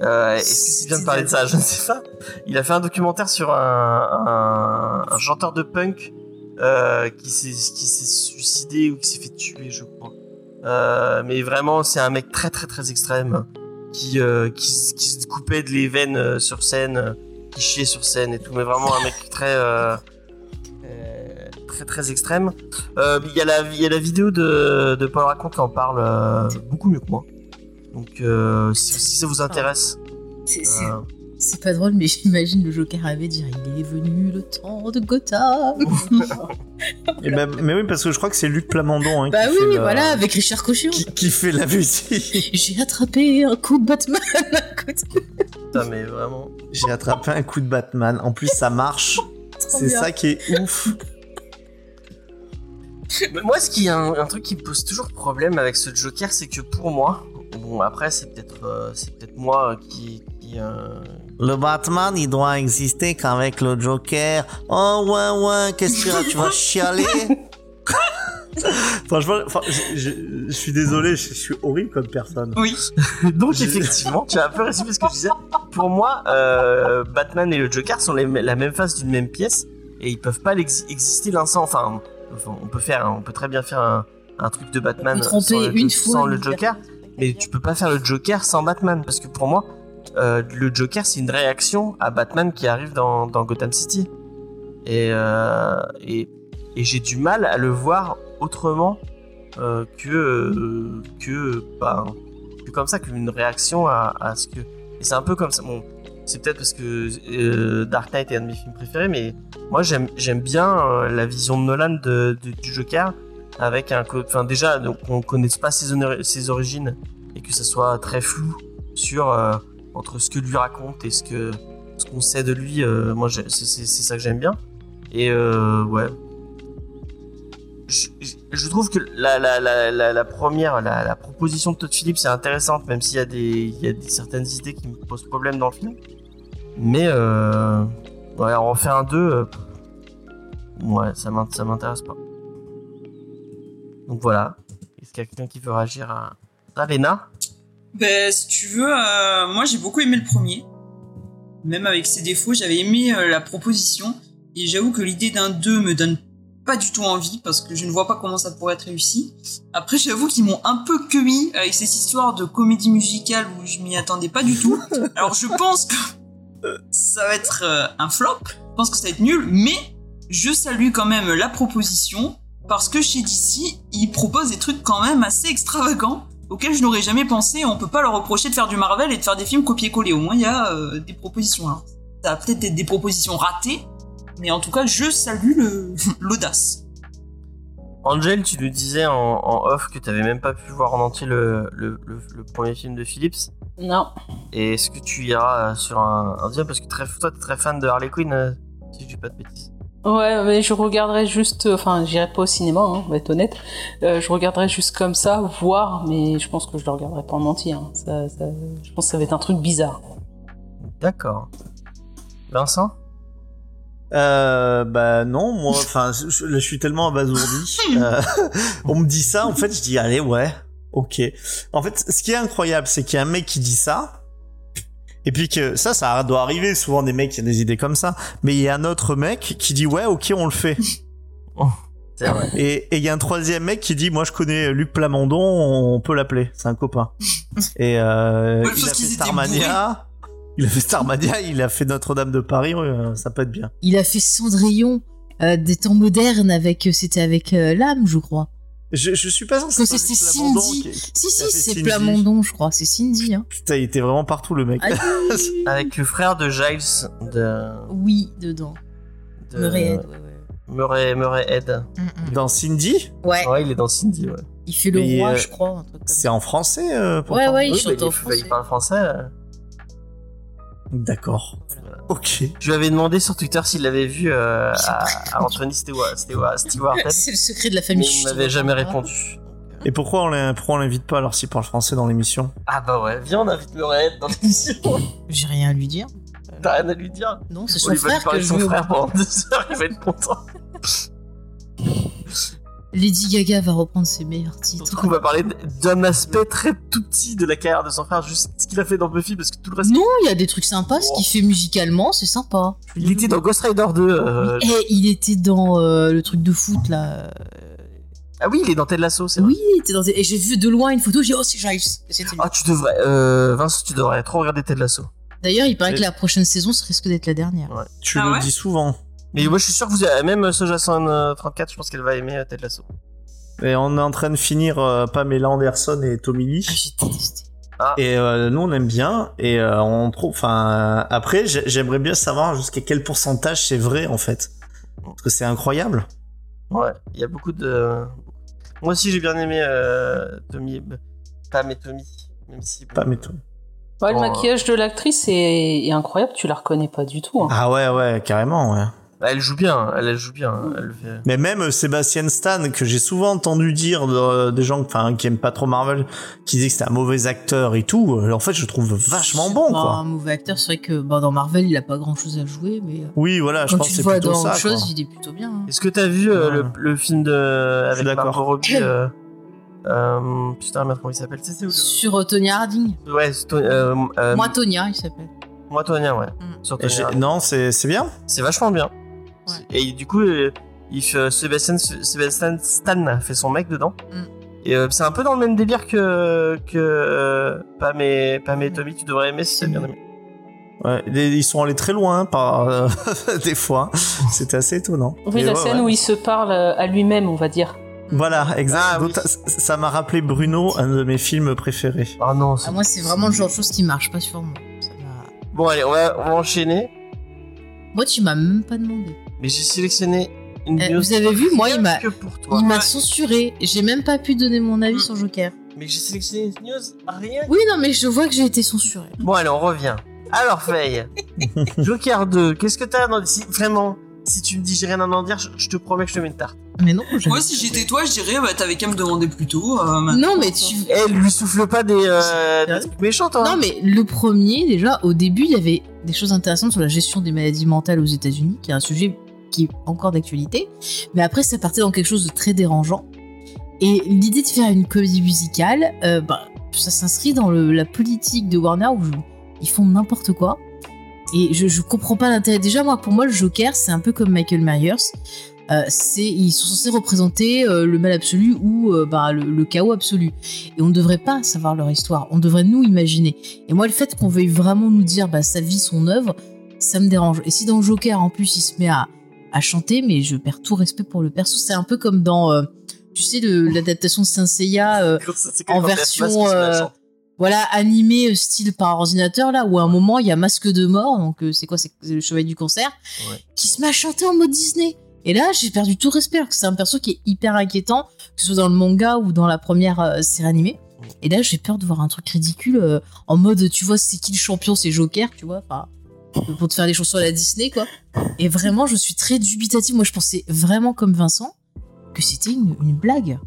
euh, est-ce que c'est bien de C'est parler de ça Je ne sais pas. Il a fait un documentaire sur un, un, un chanteur de punk euh, qui s'est, qui s'est suicidé ou qui s'est fait tuer, je crois. Euh, mais vraiment, c'est un mec très très très extrême qui, euh, qui, s- qui se coupait de les veines euh, sur scène, euh, qui chiait sur scène et tout, mais vraiment un mec très euh, euh, très très extrême. Euh, Il y, a la- il y a la vidéo de, de Paul Racon qui en parle euh, beaucoup mieux que moi. Donc euh, si, si ça vous intéresse, C'est- c'est- Ah. euh, C'est pas drôle, mais j'imagine le Joker avait dire il est venu le temps de Gotham. Oh, Et bah, mais oui, parce que je crois que c'est Luc Plamondon hein, bah qui, oui, fait la- voilà, avec Richard Cochion. qui, qui fait la musique. J'ai attrapé un coup de Batman. un coup de- putain, mais vraiment. J'ai attrapé un coup de Batman. En plus, ça marche. C'est bien. ça qui est ouf. Mais moi, ce qui est un, un truc qui me pose toujours problème avec ce Joker, c'est que pour moi, bon après c'est peut-être euh, c'est peut-être moi euh, qui, qui euh, Le Batman, il doit exister qu'avec le Joker. Oh ouais, ouais, qu'est-ce que tu as Tu vas chialer Franchement, enfin, je, je- je suis désolé, je, je suis horrible comme personne. Oui. Donc effectivement, tu as un peu résumé ce que je disais. Pour moi, euh, Batman et le Joker sont les- la même face d'une même pièce et ils peuvent pas l'exi- exister l'un sans. Enfin, enfin, on peut faire, on peut très bien faire un, un truc de Batman peut tromper sans, le, une sans fois, le une Joker, mais tu peux pas faire le Joker sans Batman parce que pour moi, euh, le Joker c'est une réaction à Batman qui arrive dans, dans Gotham City et euh, et, et j'ai du mal à le voir autrement euh, que euh, que bah, que comme ça qu'une réaction à, à ce que et c'est un peu comme ça bon c'est peut-être parce que euh, Dark Knight est un de mes films préférés mais moi j'aime j'aime bien euh, la vision de Nolan de, de- du Joker avec un co- enfin déjà donc on connaisse pas ses, honor- ses origines et que ça soit très flou sur euh, entre ce que lui raconte et ce que ce qu'on sait de lui euh, moi j'ai- c'est c'est- c'est ça que j'aime bien et euh, ouais je, je- je trouve que la, la, la, la, la première, la, la proposition de Todd Phillips est intéressante, même s'il y a, des, il y a des- certaines idées qui me posent problème dans le film. Mais euh, ouais, en refaire un euh, 2, ouais, ça m'int- ça m'intéresse pas. Donc voilà. Est-ce qu'il y a quelqu'un qui veut réagir à ça, Léna Ben, si tu veux, euh, moi j'ai beaucoup aimé le premier. Même avec ses défauts, j'avais aimé euh, la proposition. Et j'avoue que l'idée d'un 2 me donne pas du tout envie parce que je ne vois pas comment ça pourrait être réussi. Après, j'avoue qu'ils m'ont un peu cueilli avec cette histoire de comédie musicale où je m'y attendais pas du tout. Alors je pense que ça va être euh, un flop. Je pense que ça va être nul, mais je salue quand même la proposition. Parce que chez DC, ils proposent des trucs quand même assez extravagants auxquels je n'aurais jamais pensé. On peut pas leur reprocher de faire du Marvel et de faire des films copier-coller. Au moins, il y a euh, des propositions. Alors, ça va peut-être être des propositions ratées, mais en tout cas, je salue le- l'audace. Angel, tu nous disais en, en off que tu n'avais même pas pu voir en entier le, le- le- le premier film de Phillips. Non. Et est-ce que tu iras euh, sur un, un deuxième Parce que très, toi, tu es très fan de Harley Quinn, euh, si je dis pas de bêtises. Ouais, mais je regarderai juste. Enfin, j'irai pas au cinéma, hein, on va être honnête. Euh, je regarderai juste comme ça, voir, mais je pense que je le regarderai pas en entier. hein. Ça- ça- je pense que ça va être un truc bizarre. D'accord. Vincent Euh, bah non, moi, enfin, je, je- là, je suis tellement abasourdi. Euh, on me dit ça, en fait, je dis allez, ouais, ok. En fait, ce qui est incroyable, c'est qu'il y a un mec qui dit ça, et puis que ça, ça doit arriver souvent des mecs qui ont des idées comme ça, mais il y a un autre mec qui dit ouais, ok, on le fait. C'est vrai. Et et il y a un troisième mec qui dit moi, je connais Luc Plamondon, on peut l'appeler, c'est un copain. Et euh, Ouais, il parce a fait qu'ils étaient Starmania. Il a fait Starmania, il a fait Notre-Dame de Paris, ouais, euh, ça peut être bien. Il a fait Cendrillon euh, des temps modernes avec. euh, C'était avec euh, l'âme, je crois. Je, je suis pas sûr Parce que soit c'est Luc Plamondon Cindy. qui- Si, Il a si, fait c'est Cindy. Plamondon, je crois. C'est Cindy. Hein. Putain, il était vraiment partout le mec. Ah oui, Avec le frère de Giles de. oui, dedans. de- Murray Head, ouais, ouais. Murray, Murray Head. Mm, mm. Dans Cindy, Ouais, Ouais, il est dans Cindy, ouais. il fait le Mais, roi, euh, je crois. un truc comme ça. c'est en français euh, pourtant. Ouais, ouais, il Oui, chante bah, en il- bah, français. il parle français. euh. D'accord. Voilà. Ok. Je lui avais demandé sur Twitter s'il l'avait vu euh, à, à Anthony Stewart, Stewart, Stewart Head, C'est le secret de la mais famille. il je m'avait te jamais comprends pas. répondu. Et pourquoi on l'in- pourquoi on l'invite pas alors s'il parle français dans l'émission Ah bah ouais, viens, on invite Murray Head dans l'émission. J'ai rien à lui dire. T'as rien à lui dire. Non, c'est On son lui va lui frère que parler de je son veux. frère pendant deux heures, il va être content. Lady Gaga va reprendre ses meilleurs Surtout titres. qu'on va parler d'un aspect très tout petit de la carrière de son frère, juste ce qu'il a fait dans Buffy, parce que tout le reste... Non, il y a des trucs sympas. Ce qu'il fait musicalement, c'est sympa. Il était dans Ghost Rider 2. euh, Eh, il était dans euh, le truc de foot là. euh, Ah oui, il est dans Ted Lasso, c'est vrai. Oui, il était dans. Et j'ai vu de loin une photo. J'ai dit, oh c'est Giles. C'était lui. Ah, tu devrais... Euh, Vincent, tu devrais trop regarder Ted Lasso. D'ailleurs, il paraît mais- que la prochaine saison, ça risque d'être la dernière. Tu Ah le ouais dis souvent. Mais moi, je suis sûr que vous avez... Même euh, Soja 134, je pense qu'elle va aimer euh, Ted Lasso. Et on est en train de finir euh, Pamela Anderson et Tommy Ah, Lee. j'ai détesté. Et euh, nous on aime bien. Et euh, on trouve. Enfin, euh, après j'ai- j'aimerais bien savoir jusqu'à quel pourcentage c'est vrai en fait. Parce que c'est incroyable. Ouais, il y a beaucoup de. Moi aussi, j'ai bien aimé euh, Tommy. et- Pam et Tommy. Même si. bon, Pas mais tout. Ouais, Oh. le Bon, maquillage de l'actrice est, est incroyable, tu la reconnais pas du tout. hein. Ah ouais ouais carrément ouais. bah, elle joue bien, elle, elle joue bien. Elle le fait. Mais même euh, Sébastien Stan, que j'ai souvent entendu dire de, des gens enfin, qui aiment pas trop Marvel, qui disaient que c'était un mauvais acteur et tout, euh, en fait, je le trouve vachement C'est bon, pas quoi. Un mauvais acteur, c'est vrai que bah, dans Marvel, il a pas grand chose à jouer, mais euh, Oui, voilà, Ah, je quand pense tu le que c'est vois plutôt dans ça. autre chose, quoi. il est plutôt bien. hein. Est-ce que t'as vu euh, le, Ouais. le film de. Je Avec suis d'accord. Margot Robbie. euh, euh, putain, merde, comment il s'appelle Tu sais, c'est Sur euh, Tonya Harding. où le- Ouais, c'est Tony- euh, euh, Moi, Tonya, il s'appelle. moi, Tonya, ouais. Mm. Sur Et Tonya. Euh, j'ai- Non, c'est c'est bien. C'est vachement bien. Ouais. Et du coup, euh, il fait, Sébastien, Sébastien Stan fait son mec dedans. Mm. Et euh, c'est un peu dans le même délire que, que euh, Pam, et, Pam Mm. et Tommy, tu devrais aimer si t'as bien aimé. Ouais, les- ils sont allés très loin par euh, des fois. C'était assez étonnant. Oui, Et la ouais, scène ouais. où il se parle euh, à lui-même, on va dire. Mm. Voilà, exact. Ah, oui. D'autant- c- Ça m'a rappelé Bruno, un de mes films préférés. Ah non, c'est... Ah, moi, c'est vraiment le genre de chose qui marche pas sur moi. Ça m'a- Bon, allez, on va, on va enchaîner. Moi, tu m'as même pas demandé. Mais j'ai sélectionné une Eh, news vous avez vu, moi, il m'a- que pour toi. il m'a Ouais. censuré. J'ai même pas pu donner mon avis Mm. sur Joker. Mais j'ai sélectionné une news rien Oui, non, mais je vois que j'ai été censuré. Bon, allez, on revient. Alors, Faye, Joker 2, qu'est-ce que t'as dans... si- Vraiment, si tu me dis j'ai rien à en dire, je, je te promets que je te mets une tarte. Mais non, j'ai- Moi, si j'étais toi, je dirais, bah, t'avais qu'à me demander plus tôt. euh, maintenant. Non, mais tu. Eh, lui souffle pas des, euh, des trucs méchants, toi. Non, mais le premier, déjà, au début, il y avait des choses intéressantes sur la gestion des maladies mentales aux États-Unis, qui est un sujet qui est encore d'actualité. Mais après, ça partait dans quelque chose de très dérangeant. Et l'idée de faire une comédie musicale, euh, bah, ça s'inscrit dans le- la politique de Warner où je- ils font n'importe quoi. Et je, je comprends pas l'intérêt. Déjà, moi, pour moi, le Joker, c'est un peu comme Michael Myers. Euh, c'est, ils sont censés représenter euh, le mal absolu ou euh, bah, le, le chaos absolu. Et on ne devrait pas savoir leur histoire. On devrait nous imaginer. Et moi, le fait qu'on veuille vraiment nous dire bah, sa vie, son œuvre, ça me dérange. Et si dans Joker, en plus, il se met à à chanter, mais je perds tout respect pour le perso. C'est un peu comme dans, euh, tu sais, le- l'adaptation de Saint Seiya, euh, C'est en quand il y a version, Mask qui se hein. met à euh, chanter. voilà, animé euh, style par ordinateur, là, où à un moment, il y a Masque de mort, donc euh, c'est quoi, c'est c'est le chevalier du concert, Ouais. qui se met à chanter en mode Disney. Et là, j'ai perdu tout respect, alors que c'est un perso qui est hyper inquiétant, que ce soit dans le manga ou dans la première euh, série animée. Et là, j'ai peur de voir un truc ridicule, euh, en mode, tu vois, c'est qui le champion, c'est Joker, tu vois, enfin, pour te faire des chansons à la Disney, quoi. Et vraiment, je suis très dubitative. Moi, je pensais vraiment, comme Vincent, que c'était une, une blague.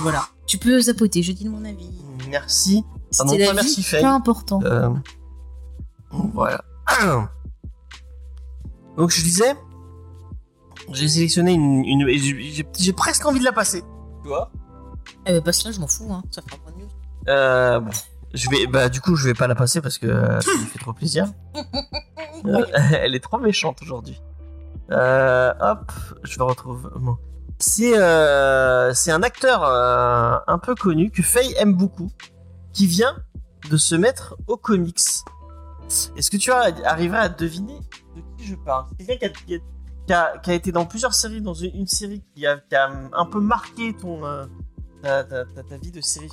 Voilà. Tu peux zapoter, je dis de mon avis. Merci. Ah non, C'était pas la merci, vie, Faye. pas important. Euh, Voilà. Donc je disais, j'ai sélectionné une, une- et j'ai- j'ai- j'ai presque envie de la passer. Tu vois Eh ben, passe là, je m'en fous, hein. Ça fera moins de news. Euh, bon, je vais, bah, du coup, je vais pas la passer parce que euh, ça me fait trop plaisir. Euh, elle est trop méchante aujourd'hui. Euh, hop, je le retrouve. Bon. C'est euh, c'est un acteur euh, un peu connu que Faye aime beaucoup, qui vient de se mettre aux comics. Est-ce que tu as, arriveras à deviner de qui je parle C'est quelqu'un qui a, qui a- qui a été dans plusieurs séries, dans une, une série qui a, qui a un peu marqué ton, euh, ta, ta- ta- ta vie de série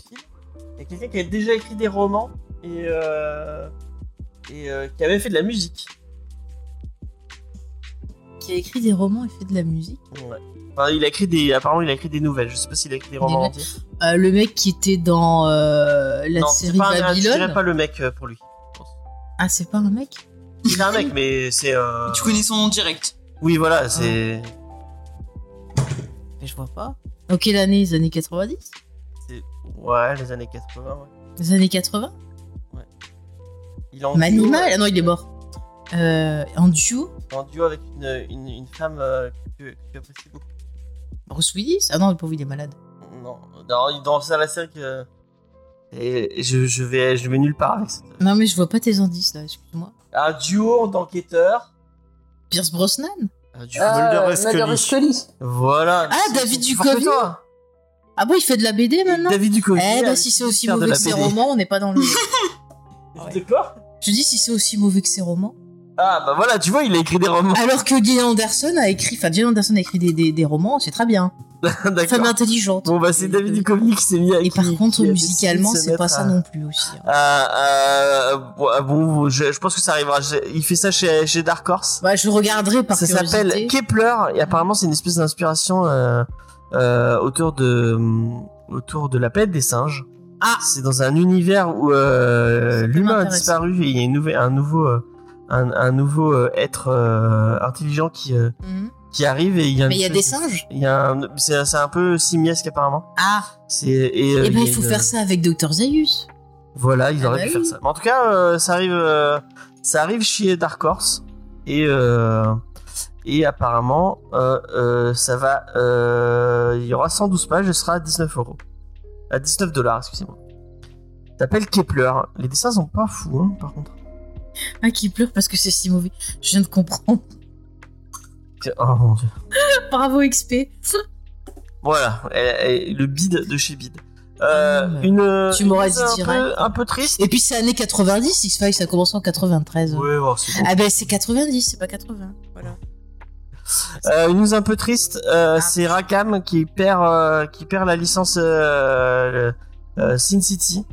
il y a quelqu'un qui a déjà écrit des romans et, euh, et euh, qui avait fait de la musique. Qui a écrit des romans et fait de la musique. Ouais. Enfin, il a écrit des, apparemment, il a écrit des nouvelles. Je sais pas s'il a écrit des romans nouvelles. entiers. Euh, le mec qui était dans euh, la non, c'est série pas, un- je dirais Babylone. pas le mec euh, pour lui. Ah, c'est pas un mec C'est un mec, mais c'est. euh, Tu connais son nom direct. Oui, voilà, c'est. Mais je vois pas. En quelle année Les années 90 c'est- Ouais, les années 80. Ouais. Les années 80 Il est en duo, Manimal avec- Ah non, il est mort. Euh, en duo En duo avec une, une, une femme euh, que, que tu apprécies beaucoup. Bruce Willis Ah non, le pauvre, il est malade. Non, dans, dans ça, la série que. Et je, je vais, je vais nulle part avec ça. Non, mais je vois pas tes indices, là, excuse-moi. Un duo d'enquêteurs. Pierce Brosnan Un duo Ah, Mulder et Scully. Mulder et Scully. Voilà. Ah, C'est- David c'est Duchovny. pour toi. Ah bon, il fait de la BD maintenant David Duchovny. Eh bah, avec si c'est une aussi sphère de mauvais la que ses BD. romans, on n'est pas dans le. De quoi je dis si c'est aussi mauvais que ses romans. Ah, bah voilà, tu vois, il a écrit des romans. Alors que Jane Anderson a écrit, enfin Jane Anderson a écrit des, des, des romans, c'est très bien. Femme D'accord. intelligente. Bon, bah, c'est David Duchovny qui s'est mis à Et par qui- contre, qui a décidé de musicalement, se c'est mettre pas ça à- non plus aussi. hein. à- à- bon, ah, bon, je, je pense que ça arrivera. Je- il fait ça chez, chez Dark Horse. Bah, je regarderai par ça s'appelle curiosité. Mhm. Kepler. Et apparemment, c'est une espèce d'inspiration euh, euh, autour de hum, autour de la planète des singes. Ah. C'est dans un univers où euh, Ça peut l'humain a m'intéresser. disparu et il y a une nouvelle, un nouveau euh, un, un nouveau euh, être euh, intelligent qui euh, Mhm. qui arrive et il y a une Mais il y a des espèce- singes. il y a un- c'est c'est un peu simiesque apparemment. Ah, C'est et, euh, et ben y a il faut une- faire ça avec Dr Zaius. Voilà, ils Ah auraient bah pu oui. faire ça. Mais en tout cas, euh, ça arrive, euh, ça arrive chez Dark Horse et euh, et apparemment euh, euh, ça va, euh, il y aura 112 pages et ce sera à 19 euros, à 19 dollars, excusez-moi. Ça S'appelle Kepler. Les dessins sont pas fous, hein, par contre. Ah, qui pleure parce que c'est si mauvais. Je viens de comprendre. Oh mon dieu. Bravo XP. Voilà, et- et le bid de chez bid. Euh, Mmh. une Tu m'aurais une dit un direct. peu, un peu triste. Et puis c'est années 90, X-Files, ça commence en 93. Ouais, bon, c'est bon. Ah ben c'est 90, c'est pas 80. Voilà. Euh, une news un peu triste, euh, c'est Rakam qui perd, euh, qui perd la licence euh, le- euh, Sin City.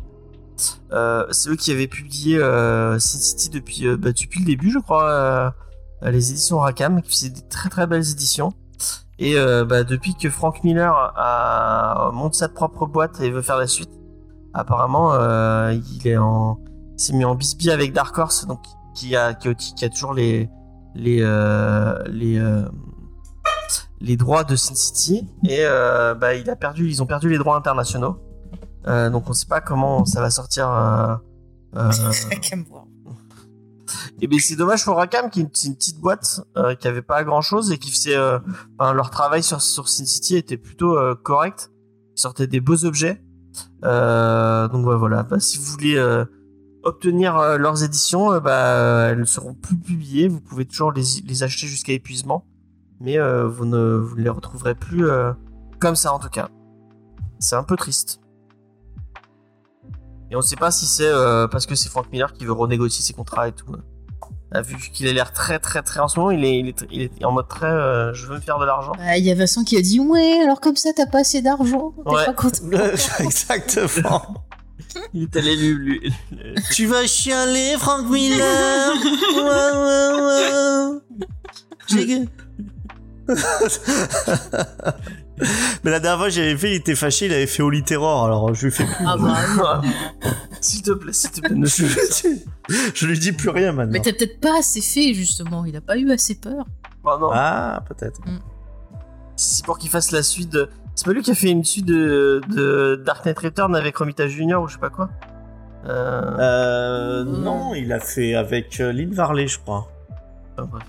Euh, c'est eux qui avaient publié euh, Sin City depuis, euh, bah, depuis le début, je crois, euh, euh, les éditions Rakam, qui faisaient des très très belles éditions. Et euh, bah, depuis que Frank Miller a, monte sa propre boîte et veut faire la suite, apparemment euh, il est en, il s'est mis en bisbille avec Dark Horse, donc qui a, qui a, qui a toujours les, les euh, les euh, les droits de Sin City et euh, bah, il a perdu ils ont perdu les droits internationaux Euh, donc on sait pas comment ça va sortir euh, euh, et ben c'est dommage pour Rakam qui est une- c'est une petite boîte euh, qui avait pas grand chose et qui faisait euh, enfin, leur travail sur sur Sin City était plutôt euh, correct ils sortaient des beaux objets Euh, donc ouais, voilà Bah, si vous voulez euh, obtenir euh, leurs éditions, euh, bah, euh, elles ne seront plus publiées. Vous pouvez toujours les, les acheter jusqu'à épuisement, mais euh, vous, ne, vous ne les retrouverez plus euh, comme ça en tout cas. C'est un peu triste. Et on ne sait pas si c'est euh, parce que c'est Frank Miller qui veut renégocier ses contrats et tout. euh. Euh, vu qu'il a l'air très très très en ce moment, il est, il est, il est en mode très euh, je veux me faire de l'argent. Bah, Il y a Vincent qui a dit Ouais, alors comme ça, t'as pas assez d'argent. T'es Ouais. pas content. hein. Exactement. Il est allé lui, lui- lui- tu vas chialer, Frank Miller. Ouais, ouais, ouais. J'ai- Mais la dernière fois que j'avais fait, il était fâché, il avait fait Holy Terror, alors je lui fais plus. Ah bah, S'il te plaît, s'il te plaît, ne je, fais pas ça. je lui dis plus rien maintenant. mais t'as peut-être pas assez fait, justement. Il a pas eu assez peur. Bah, non. Ah, peut-être. Si C'est pour qu'il fasse la suite de. C'est pas lui qui a fait une suite de, de Dark Knight Return avec Romita Junior ou je sais pas quoi. Euh... Euh, non, il a fait avec euh, Lynn Varley, je crois. enfin, bref.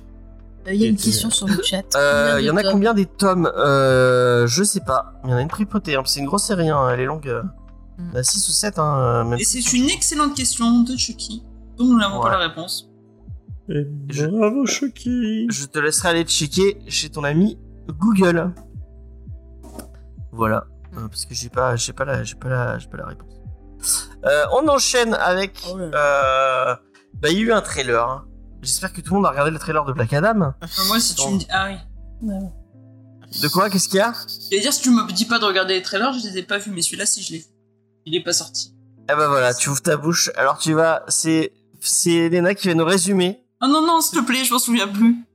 Euh, Il y a une Et- question sur le chat. Combien Euh, de il y en a tomes combien des tomes euh, Je sais pas. Il y en a une tripotée. hein, C'est une grosse série, hein, elle est longue. euh. Mm. Il y en a 6 ou 7, hein, euh, même Et c'est une excellente question de Chucky, dont nous n'avons Ouais. pas la réponse. Et Je- Bravo, Chucky. Je te laisserai aller checker chez ton ami Google. Voilà, Euh, parce que j'ai pas, j'ai pas la, j'ai pas la, j'ai pas la réponse. Euh, on enchaîne avec. Oh là euh, bah, il y a eu un trailer. hein. J'espère que tout le monde a regardé le trailer de Black Adam. Enfin, moi, si tu Bon. me dis. Ah oui. De quoi Qu'est-ce qu'il y a J'allais dire, si tu me dis pas de regarder les trailers, je les ai pas vus, mais celui-là, si je l'ai vu. Il est pas sorti. Eh ben voilà, tu ouvres ta bouche. Alors tu vas, c'est, c'est Elena qui va nous résumer. Ah non, non, s'il te plaît, je m'en souviens plus.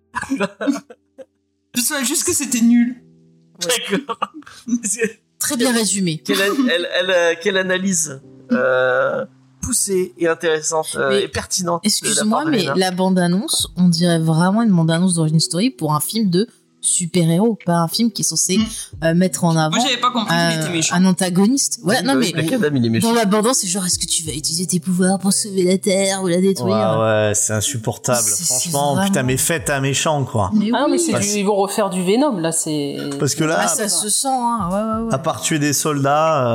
je me souviens juste que c'était nul. D'accord. Très bien résumé. quelle, an- elle- elle, euh, quelle analyse euh, poussée et intéressante euh, Mais- et pertinente. de la part Excuse-moi, de mais Elena. la bande-annonce, on dirait vraiment une bande-annonce d'origine story pour un film de super-héros, pas un film qui est censé Mm. euh, mettre en avant Moi, j'avais pas compris Ah, qu'il euh, était méchant. un antagoniste. Voilà, Oui, non bah mais oui, Black Adam, il est méchant. dans l'abondance, c'est genre est-ce que tu vas utiliser tes pouvoirs pour sauver la Terre ou la Ouais, détruire ouais, c'est insupportable. hein. C'est- c'est Franchement, vraiment- putain, mais faites un méchant, quoi. Ah non, mais c'est Bah, du- c'est- ils vont refaire du Venom là, c'est. Parce que là, Ah, ça se sent, hein. ouais, ouais, ouais. à part tuer des soldats,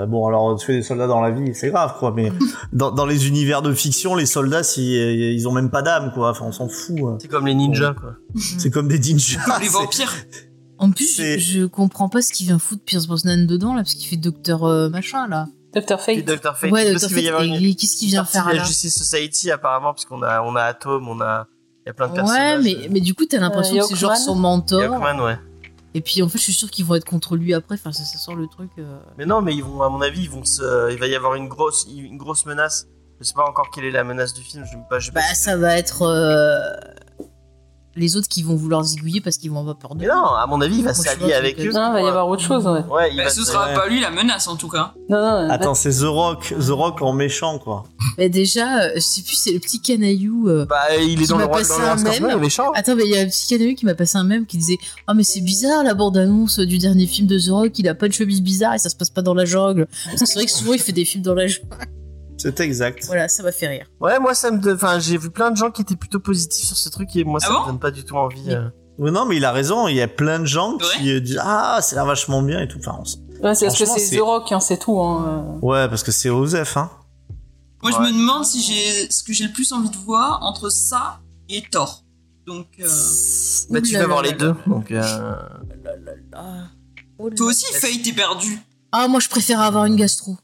euh, bon, alors tuer des soldats dans la vie, c'est grave, quoi. Mais dans, dans les univers de fiction, les soldats, si, euh, ils ont même pas d'âme, quoi. Enfin, on s'en fout. hein. C'est comme les ninjas, quoi. C'est comme des ninjas. les c'est- vampires. En plus, je, c'est- je comprends pas ce qui vient foutre Pierce Brosnan dedans là, parce qu'il fait docteur euh, machin là. Docteur Et Fate. Dr. Fate, ouais, parce docteur qu'il va y Fate, avoir et- une et qu'est-ce qu'il vient partie faire de la là Justice Society, apparemment, parce qu'on a, on a Atom, on a... Il y a plein de Ouais, personnages. mais, mais du coup, t'as l'impression Euh, que c'est genre Hawkman son mentor. Et Hawkman, ouais. Et puis en fait, je suis sûr qu'ils vont être contre lui après. Enfin, ça, ça sort le truc. euh. Mais non, mais ils vont, à mon avis, ils vont se... il va y avoir une grosse, une grosse menace. Je sais pas encore quelle est la menace du film, je ne pas... je sais pas Bah, si- ça va être euh, les autres qui vont vouloir zigouiller parce qu'ils vont avoir peur de Mais non, à mon avis, il va Moi, je s'allier vois, avec c'est que- eux. euh, Non, il Ah, va y avoir autre chose. Ouais. Ouais, il Bah, va ce se- sera ouais. pas lui la menace, en tout cas. Non, non. là- Attends, c'est The Rock. The Rock en méchant, quoi. Mais déjà, euh, je sais plus, c'est le petit canaillou. euh. Bah, il est Tu dans le m'as rôle passé dans un le Scorpion, mème. Ah. il est méchant. Attends, mais il y a un petit canaillou qui m'a passé un mème qui disait Ah, mais c'est bizarre la bande-annonce du dernier film de The Rock, il a pas de chemise bizarre et ça se passe pas dans la jungle. Parce que C'est vrai que souvent il fait des films dans la jungle. C'est exact. Voilà, ça m'a fait rire. Ouais, moi, ça me... donne- Enfin, j'ai vu plein de gens qui étaient plutôt positifs sur ce truc, et moi, ça Ah me bon donne pas du tout envie. euh. Mais non, mais il a raison. Il y a plein de gens Ouais. qui euh, disent Ah, c'est l'air vachement bien et tout. Enfin, on s- Ouais, c'est parce que Franchement, c'est c'est- The Rock, hein, c'est tout. Hein. Ouais, parce que c'est Osef, hein. Moi, je Ouais. me demande si j'ai ce que j'ai le plus envie de voir entre ça et Thor. Donc, euh, Bah, tu vas voir les deux, Oulala. donc... euh, Ah. Oh là toi là. aussi, Fate est perdu. Ah, moi je préfère avoir une gastro.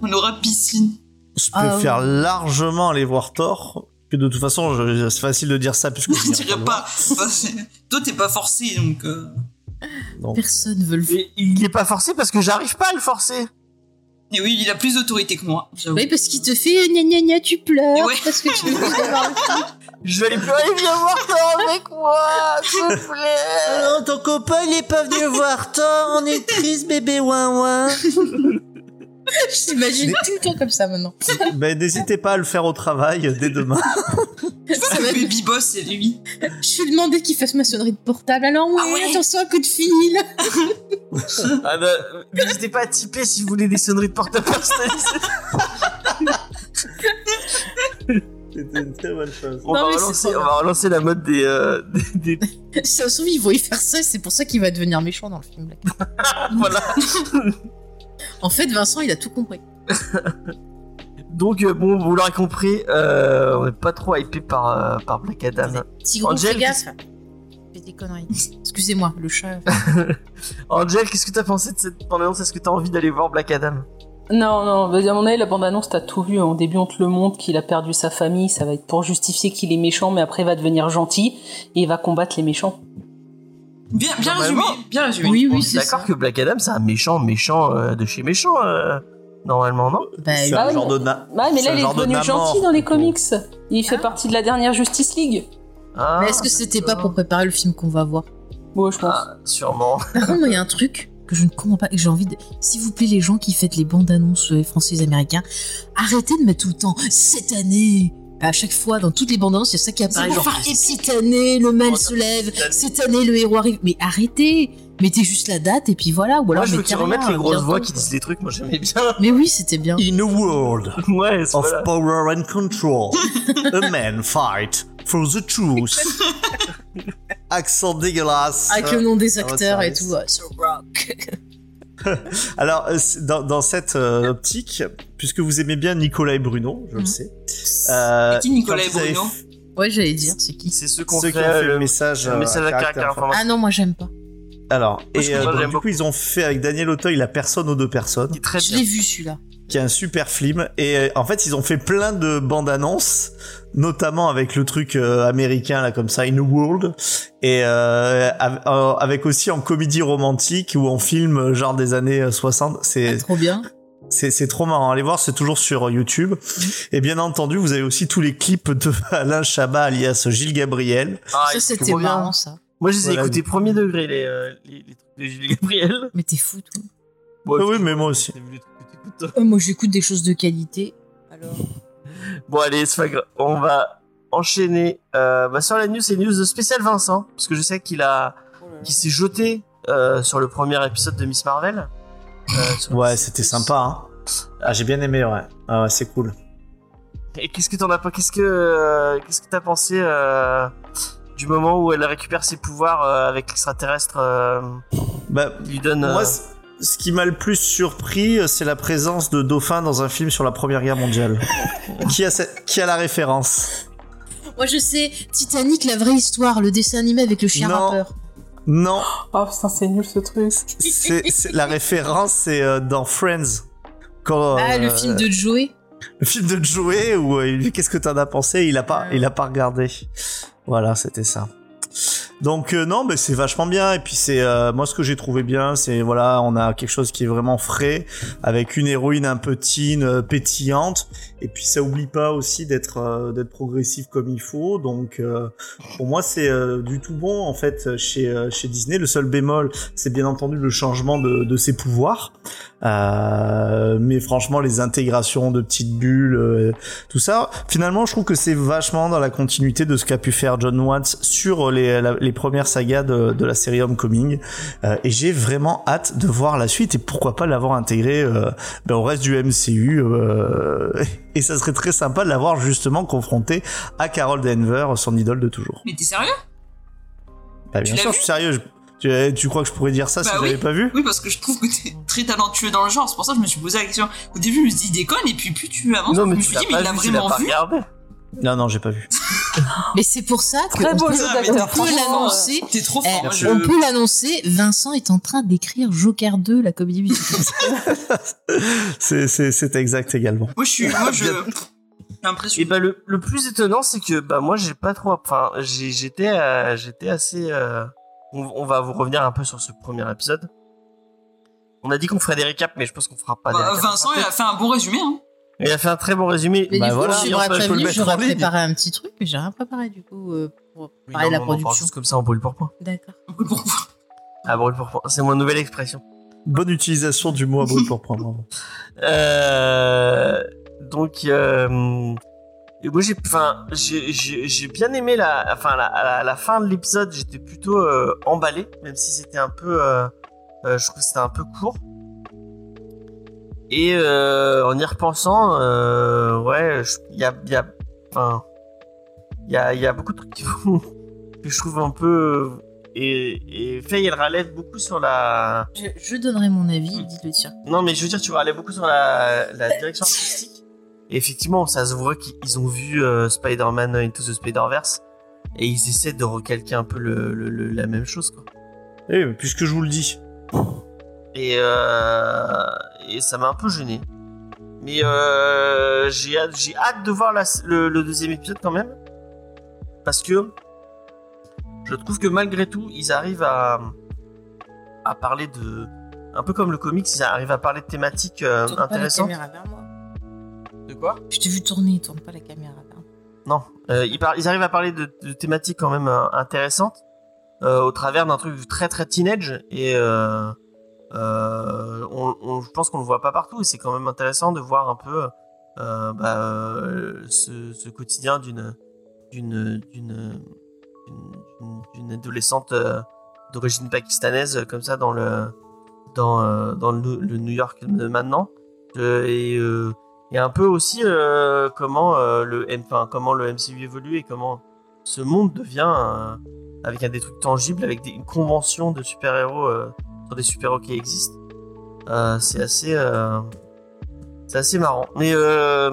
On aura piscine. Je Ah, préfère ouais. largement aller voir Thor. Que de toute façon, je- je- c'est facile de dire ça puisque je Je n'irai dirais le pas. Enfin, c'est- toi, t'es pas forcé, donc. euh, voir. Donc, Personne veut le faire. Et il est pas forcé parce que j'arrive pas à le forcer. Et oui, il a plus d'autorité que moi, j'avoue. Oui, parce qu'il te fait euh, gna gna gna, tu pleures Ouais. parce que tu veux pas voir le film. Je vais aller pleurer, viens voir Thor avec moi, s'il te plaît. Alors, ton copain, il est pas venu voir Thor, on est triste, bébé ouin ouin. Je t'imagine tout le temps comme ça maintenant. Ben, n'hésitez pas à le faire au travail euh, dès demain. Ça va Le être- baby boss, c'est lui. Je lui demandais qu'il fasse ma sonnerie de portable. Alors oui, Ah ouais. attention, un coup de fil. Ah bah, n'hésitez pas à typer si vous voulez des sonneries de porte personnalisées. C'était une très bonne chose. On, Non, va mais c'est relancer- pas on va relancer la mode des... euh, des, des- Ça se trouve, ils vont y faire ça. C'est pour ça qu'il va devenir méchant dans le film. Black Panther. voilà. En fait, Vincent, il a tout compris. Donc, euh, bon, vous l'aurez compris, euh, on est pas trop hypé par, euh, par Black Adam. Si gros, Angel, fais gaffe. Fais des conneries. Excusez-moi, le chat. Angel, qu'est-ce que t'as pensé de cette bande-annonce Est-ce que t'as envie d'aller voir Black Adam Non, non, vas-y, à mon avis, la bande-annonce, t'as tout vu. En début, on te le montre qu'il a perdu sa famille, ça va être pour justifier qu'il est méchant, mais après, il va devenir gentil et il va combattre les méchants. Bien, bien résumé, Normalement. bien résumé. Oui, On oui, est c'est ça. D'accord que Black Adam, c'est un méchant, méchant euh, de chez méchant, euh, normalement, non Bah, C'est bah un oui, genre mais- de na- Ouais, mais C'est là, un il est genre de devenu Namor. gentil dans les comics. Il fait partie de la dernière Justice League. Ah, mais est-ce que c'était pas pour préparer le film qu'on va voir Ouais, je pense. Ah, sûrement. Par contre, moi, il y a un truc que je ne comprends pas et que j'ai envie de. S'il vous plaît, les gens qui faites les bandes annonces euh, français et américains, arrêtez de mettre tout le temps cette année. Bah, À chaque fois, dans toutes les bandes annonces, il y a ça qui apparaît. pour Genre, et cette année, le mal se lève. Oh, Cette année, le héros arrive. Mais arrêtez Mettez juste la date et puis voilà. hein, Ou alors, Moi, je veux mettez qu'ils rien, remettent les grosses bientôt, voix quoi. qui disent les trucs, moi j'aimais bien. Mais oui, c'était bien. In a world ouais, c'est of voilà. power and control, a man fight for the truth. Accent dégueulasse. Avec le nom des Ah, ouais, acteurs et ça tout. euh, The Rock. Alors, euh, c'est- dans, dans cette euh, optique, puisque vous aimez bien Nicolas et Bruno, je le Mhm. sais. euh, qui, Nicolas quand et vous avez Bruno f- Ouais, j'allais dire, c'est qui C'est ceux, Ceux qui ont fait le message, le euh, message à caractère informatif. Ah non, moi, j'aime pas. Alors, Parce et que euh, moi, donc, j'aime du coup, ils ont fait avec Daniel Auteuil la personne aux deux personnes, qui est très Je bien. l'ai vu, celui-là. qui est un super film. Et euh, en fait, ils ont fait plein de bandes annonces, notamment avec le truc euh, américain là comme ça, In a World, et euh, av- euh, avec aussi en comédie romantique ou en film euh, genre des années euh, 60. Ah, C'est trop bien. C'est, c'est trop marrant. Allez voir, c'est toujours sur YouTube. Mm-hmm. Et bien entendu, vous avez aussi tous les clips de Alain Chabat alias Gilles Gabriel. Ah, ça, ils sont c'était trop bien. marrant, ça. Moi, je les ai Voilà. écoutés premier degré, les, euh, les, les trucs de Julie Gabriel. Mais t'es fou, toi. Oh, Bon, Ah oui, mais moi aussi. T'as vu les trucs que t'écoutes, toi Euh, moi, j'écoute des choses de qualité. Alors. Bon, allez, c'est pas grave. On va enchaîner euh, bah, sur la news, c'est une news de spécial Vincent, parce que je sais qu'il a, qu'il s'est jeté euh, sur le premier épisode de Miss Marvel. Euh, sur- Ouais, c'était sympa. Hein. Ah, j'ai bien aimé, ouais. Ah ouais, c'est cool. Et qu'est-ce que t'en as pas Qu'est-ce que euh, qu'est-ce que t'as pensé euh, du moment où elle récupère ses pouvoirs euh, avec l'extraterrestre euh, Bah, qui lui donne euh, moi, c- ce qui m'a le plus surpris, euh, c'est la présence de Dauphin dans un film sur la Première Guerre mondiale. qui, a cette- qui a la référence Moi, je sais, Titanic, la vraie histoire, le dessin animé avec le chien Non. rappeur. Non, Oh putain, c'est nul ce truc. c'est, c'est- la référence, c'est euh, dans Friends. Quand, Ah, le euh, film de Joey. le film de Joey où euh, il lui dit, qu'est-ce que t'en as pensé il a pas il a pas regardé voilà c'était ça donc euh, non mais c'est vachement bien et puis c'est euh, moi ce que j'ai trouvé bien c'est voilà on a quelque chose qui est vraiment frais avec une héroïne un peu teen euh, pétillante et puis ça oublie pas aussi d'être euh, d'être progressif comme il faut donc euh, pour moi c'est euh, du tout bon en fait chez euh, chez Disney le seul bémol c'est bien entendu le changement de, de ses pouvoirs euh, mais franchement, les intégrations de petites bulles, euh, tout ça, finalement, je trouve que c'est vachement dans la continuité de ce qu'a pu faire John Watts sur les, la- les premières sagas de, de la série Homecoming. Euh, et j'ai vraiment hâte de voir la suite et pourquoi pas l'avoir intégré euh, ben, au reste du MCU. euh, et ça serait très sympa de l'avoir justement confronté à Carol Denver, son idole de toujours. Mais t'es sérieux Bah, Tu bien l'as sûr, vu je suis sérieux. je- tu, tu crois que je pourrais dire ça Bah si je oui. l'avais pas vu Oui, parce que je trouve que t'es très talentueux dans le genre. C'est pour ça que je me suis posé la question. Au début, je me suis dit, il déconne, et puis plus tu avances, Non, mais plus je tu me suis l'as dit, mais il pas l'a vu, tu l'as vraiment pas vu. regardé. Non, non, j'ai pas vu. Mais c'est pour ça qu'on Très beau peut, jeu euh, Ah, mais d'acteur. t'as- on peut franchement, l'annoncer. T'es trop Eh, fort. moi, je- On peut l'annoncer, Vincent est en train d'écrire Joker 2, la comédie musicale. C'est- C'est c'est exact également. Moi, je suis. Moi, je. J'ai Eh l'impression. ben, Et bah le, le plus étonnant c'est que bah moi j'ai pas trop enfin j'ai- j'étais euh, j'étais assez euh, on, on va vous revenir un peu sur ce premier épisode. On a dit qu'on ferait des récaps mais je pense qu'on fera pas des Bah, récaps. Vincent, il a fait un bon résumé. Hein. Il a fait un très bon résumé. Mais Bah du coup, voilà, tu on m'aurais peut- je peux prévenu, le mettre j'aurais en ligne. préparé un petit truc, mais j'ai rien préparé du coup euh, pour Oui, parler non, de la mais on en parle production. juste comme ça on brûle pour point. D'accord. Pourquoi Ah brûle pour point, c'est mon nouvelle expression. Bonne utilisation du mot à brûle pour prendre. Euh, donc, euh, et moi j'ai, enfin, j'ai, j'ai, j'ai bien aimé la, enfin, la, à la, à la fin de l'épisode, j'étais plutôt euh, emballé, même si c'était un peu, euh, euh, je trouve que c'était un peu court. Et euh, en y repensant, euh, ouais, je- il y a, il y a, enfin, il y a, il y a beaucoup de trucs qui font- que je trouve un peu. Et, et Faye, elle râlait beaucoup sur la. Je, je donnerai mon Hmm. avis, dites-le tiens. Non, mais je veux dire, tu vas aller beaucoup sur la, la direction artistique. Et effectivement, ça se voit qu'ils ont vu euh, Spider-Man Into the Spider-Verse. Et ils essaient de recalquer un peu le, le- le- la même chose, quoi. Eh, puisque je vous le dis. Et, euh, et ça m'a un peu gêné. Mais euh, j'ai hâte, j'ai hâte de voir la- le, le deuxième épisode quand même. Parce que je trouve que malgré tout, ils arrivent à, à parler de. Un peu comme le comics, ils arrivent à parler de thématiques euh, Tourne pas la intéressantes. caméra vers moi. De quoi Je t'ai vu tourner, tourne pas la caméra vers moi. Non. Euh, ils, par- ils arrivent à parler de, de thématiques quand même euh, intéressantes euh, au travers d'un truc très très teenage et euh, euh, on, on- je pense qu'on le voit pas partout et c'est quand même intéressant de voir un peu euh, bah, euh, ce, ce quotidien d'une d'une d'une d'une- d'une- d'une adolescente euh, d'origine pakistanaise euh, comme ça dans le dans, euh, dans le, le New York de maintenant Euh, et euh, et un peu aussi euh, comment, euh, le M- enfin, comment le MCU évolue et comment ce monde devient euh, avec un des trucs tangibles, avec des, une convention de super-héros euh, sur des super-héros qui existent. Euh, c'est assez, euh, c'est assez marrant. Mais euh,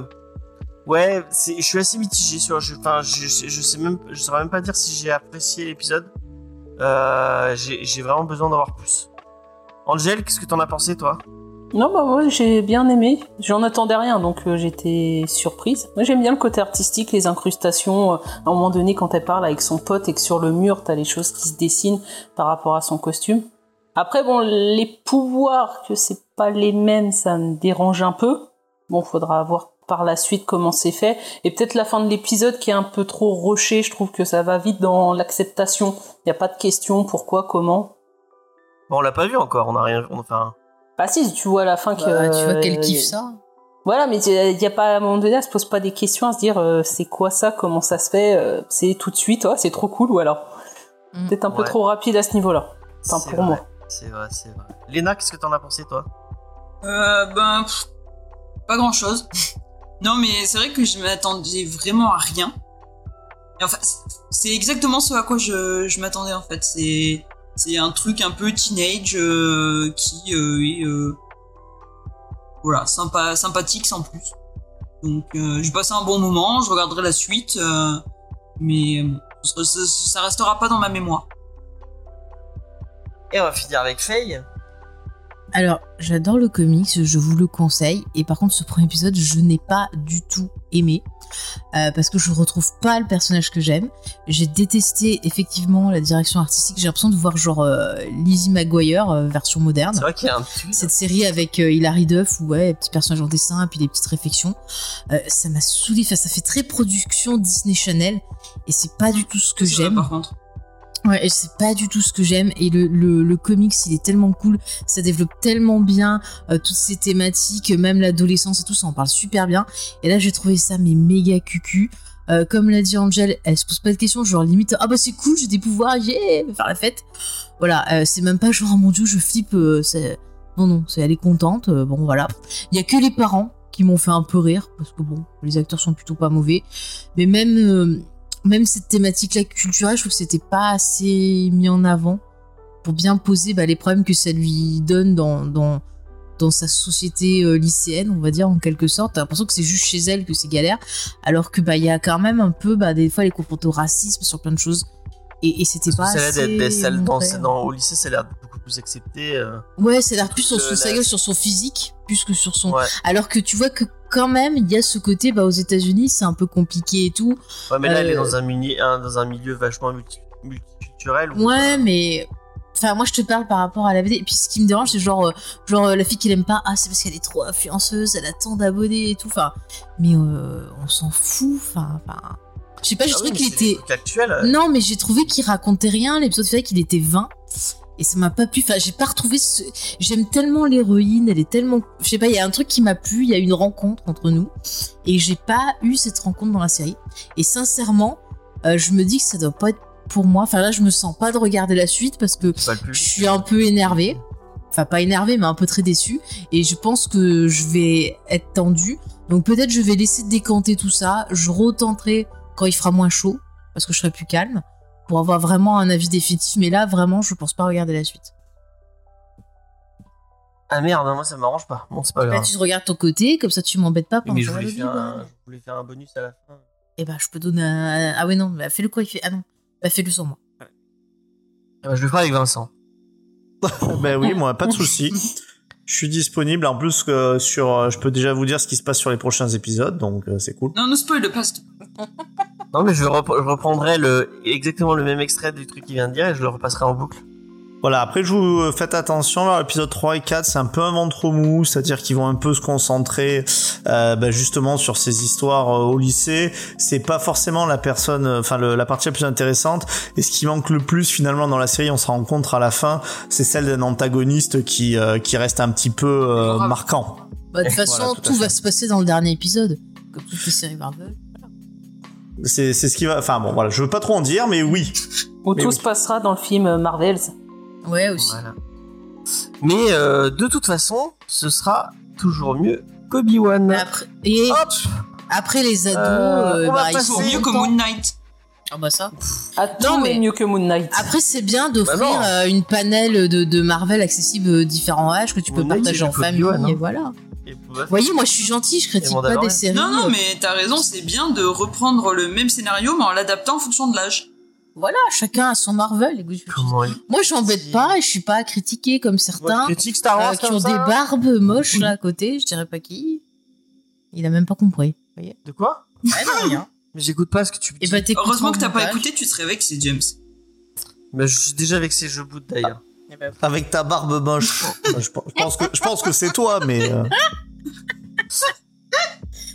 ouais, c'est- je suis assez mitigé sur. Je, enfin, je, je, je sais même, je saurais même pas dire si j'ai apprécié l'épisode. Euh, j'ai j'ai vraiment besoin d'avoir plus. Angèle, qu'est-ce que t'en as pensé toi Non, bah moi j'ai bien aimé. J'en attendais rien, donc euh, j'étais surprise. Moi j'aime bien le côté artistique, les incrustations. euh, à un moment donné, quand elle parle avec son pote et que sur le mur, t'as les choses qui se dessinent par rapport à son costume. Après, bon, les pouvoirs, que c'est pas les mêmes, ça me dérange un peu. Bon, faudra voir par la suite comment c'est fait. Et peut-être la fin de l'épisode qui est un peu trop rushée, je trouve que ça va vite dans l'acceptation. Il n'y a pas de question pourquoi, comment. Bon, on l'a pas vu encore. On a rien. On, enfin, Bah si, tu vois à la fin que... Bah, tu vois qu'elle euh, kiffe ça. voilà, mais il n'y a pas à un moment donné, elle se pose pas des questions à se dire euh, c'est quoi ça, comment ça se fait, euh, c'est tout de suite, oh, c'est trop cool ou alors Mm. peut-être un peu Ouais. trop rapide à ce niveau-là. Enfin, c'est pour vrai. moi. C'est vrai, c'est vrai. Léna, qu'est-ce que t'en as pensé, toi Euh, ben, pff, pas grand chose. Non, mais c'est vrai que je m'attendais vraiment à rien. Et enfin, c'est- c'est exactement ce à quoi je, je m'attendais en fait. C'est c'est un truc un peu teenage euh, qui euh, est euh, voilà sympa, sympathique sans plus. Donc, euh, j'ai passé un bon moment. Je regarderai la suite, euh, mais bon, ça, ça- ça restera pas dans ma mémoire. Et on va finir avec Faye. Alors, j'adore le comics, je vous le conseille. Et par contre, ce premier épisode, je n'ai pas du tout aimé. euh, parce que je retrouve pas le personnage que j'aime. J'ai détesté effectivement la direction artistique. J'ai l'impression de voir genre euh, Lizzie McGuire euh, version moderne C'est vrai qu'il y a un petit. cette série avec euh, Hilary Duff où ouais les petits personnages en dessin et puis des petites réflexions Euh, ça m'a saoulé Enfin, ça fait très production Disney Channel et c'est pas du tout ce que Ça, j'aime Par contre, ouais et c'est pas du tout ce que j'aime et le, le, le comics il est tellement cool ça développe tellement bien euh, toutes ces thématiques même l'adolescence et tout ça en parle super bien et là j'ai trouvé ça mais méga cucu Euh, comme l'a dit Angel, elle se pose pas de questions, genre limite ah bah c'est cool, j'ai des pouvoirs, yeah, faire la fête. Voilà, euh, c'est même pas genre oh mon dieu, je flippe, euh, c'est- non, non, c'est elle est contente. euh, bon, voilà. Il y a que les parents qui m'ont fait un peu rire parce que bon, les acteurs sont plutôt pas mauvais, mais même euh, même cette thématique-là culturelle, je trouve que c'était pas assez mis en avant pour bien poser bah, les problèmes que ça lui donne dans dans dans sa société euh, lycéenne, on va dire en quelque sorte. T'as l'impression que c'est juste chez elle que c'est galère, alors que bah il y a quand même un peu bah des fois les confrontés au racisme sur plein de choses. Et, et c'était pas Ça a l'air assez hein. d'être des salles dans, montré. dans- au lycée, ça a l'air beaucoup plus accepté. euh, Ouais, ça a l'air plus sur, Euh, sur sa la- gueule, sur son physique, plus que sur son. Ouais. Alors que tu vois que quand même, il y a ce côté, bah, aux États-Unis, c'est un peu compliqué et tout. Ouais, mais là, elle est Euh, dans un, muni- un- dans un milieu vachement multi- multiculturel. où- euh, Ouais, mais. Enfin, moi, je te parle par rapport à la BD. Et puis, ce qui me dérange, c'est genre, euh, genre euh, la fille qu'il aime pas, ah, c'est parce qu'elle est trop influenceuse, elle a tant d'abonnés et tout. Enfin, mais euh, on s'en fout. Enfin, enfin. Je sais pas, j'ai Ah oui, trouvé mais qu'il c'est des était. trucs actuels, euh, Non, mais j'ai trouvé qu'il racontait rien. L'épisode fait qu'il était vain. Et ça m'a pas plu. Enfin, j'ai pas retrouvé ce. J'aime tellement l'héroïne. Elle est tellement. Je sais pas, il y a un truc qui m'a plu. Il y a une rencontre entre nous. Et j'ai pas eu cette rencontre dans la série. Et sincèrement, euh, je me dis que ça doit pas être pour moi. Enfin, là, je me sens pas de regarder la suite parce que c'est pas le plus- je suis un peu énervée. Enfin, pas énervée, mais un peu très déçue. Et je pense que je vais être tendue. Donc peut-être je vais laisser décanter tout ça. Je retenterai quand il fera moins chaud, parce que je serai plus calme, pour avoir vraiment un avis définitif. Mais là, vraiment, je pense pas regarder la suite. Ah merde, moi ça m'arrange pas. Bon, c'est pas Là, grave. Bah, tu te regardes ton côté, comme ça tu m'embêtes pas Oui, pendant mais que je voulais, regarde le hein. faire film. un... je voulais faire un bonus à la fin. Eh ben, je peux donner un... Ah ouais, non, bah, fais-le quoi il fait... Ah non, bah, fais-le sans moi. Eh ben, Ah bah, je le ferai avec Vincent. ben oui, moi, pas de souci. Je suis disponible. En plus, que sur, euh, je peux déjà vous dire ce qui se passe sur les prochains épisodes, donc euh, c'est cool. Non, ne spoil pas. s'il te plaît. Non, mais je, repre- je reprendrai le, exactement le même extrait du truc qu'il vient de dire et je le repasserai en boucle. Voilà, après, je vous euh, faites attention. Alors, l'épisode 3 et 4, c'est un peu un ventre mou, c'est-à-dire qu'ils vont un peu se concentrer euh, bah, justement sur ces histoires euh, au lycée. C'est pas forcément la personne, euh, enfin le- la partie la plus intéressante. Et ce qui manque le plus finalement dans la série, on se rencontre à la fin, c'est celle d'un antagoniste qui euh, qui reste un petit peu euh, Adorable. marquant. Bah, de toute Voilà, façon, tout à tout, fait. va se passer dans le dernier épisode, comme toutes les séries Marvel. C'est c'est ce qui va. Enfin bon, voilà, je veux pas trop en dire, mais oui. Où Mais tout oui. se passera dans le film euh, Marvels. Ouais, aussi. Voilà. Mais euh, de toute façon, ce sera toujours mieux qu'Obi-Wan. Mais après, et Hop après les ados, Euh, euh, on va bah, ils passer- sont Pour mieux que contents. Moon Knight. Ah bah ça. À tout mais- est mieux que Moon Knight. Après, c'est bien d'offrir Bah non. euh, une panel de, de Marvel accessible aux différents âges que tu peux Mon avis, partager en j'ai le famille. Obi-Wan, hein. Et voilà. Et bref. Vous voyez, moi, je suis gentil, je critique pas Mandalorian. des séries. Non, non, euh, mais t'as raison, c'est bien de reprendre le même scénario, mais en l'adaptant en fonction de l'âge. Voilà, chacun a son Marvel. écoute, je- Comment il... Moi, je m'embête pas et je suis pas à critiquer comme certains critique Star euh, Wars qui comme ont ça, hein. des là barbes moches là à côté. Je dirais pas qui. Il a même pas compris. Vous voyez De quoi Ouais, non, rien. Mais j'écoute pas ce que tu me Et dis. bah, t'écouteras Heureusement que au t'as pas montage. écouté, tu serais avec, c'est James. Mais Bah, je suis déjà vexé, je boot d'ailleurs. Avec ta barbe moche. Bah, je pense- je pense que je pense que c'est toi, mais. euh,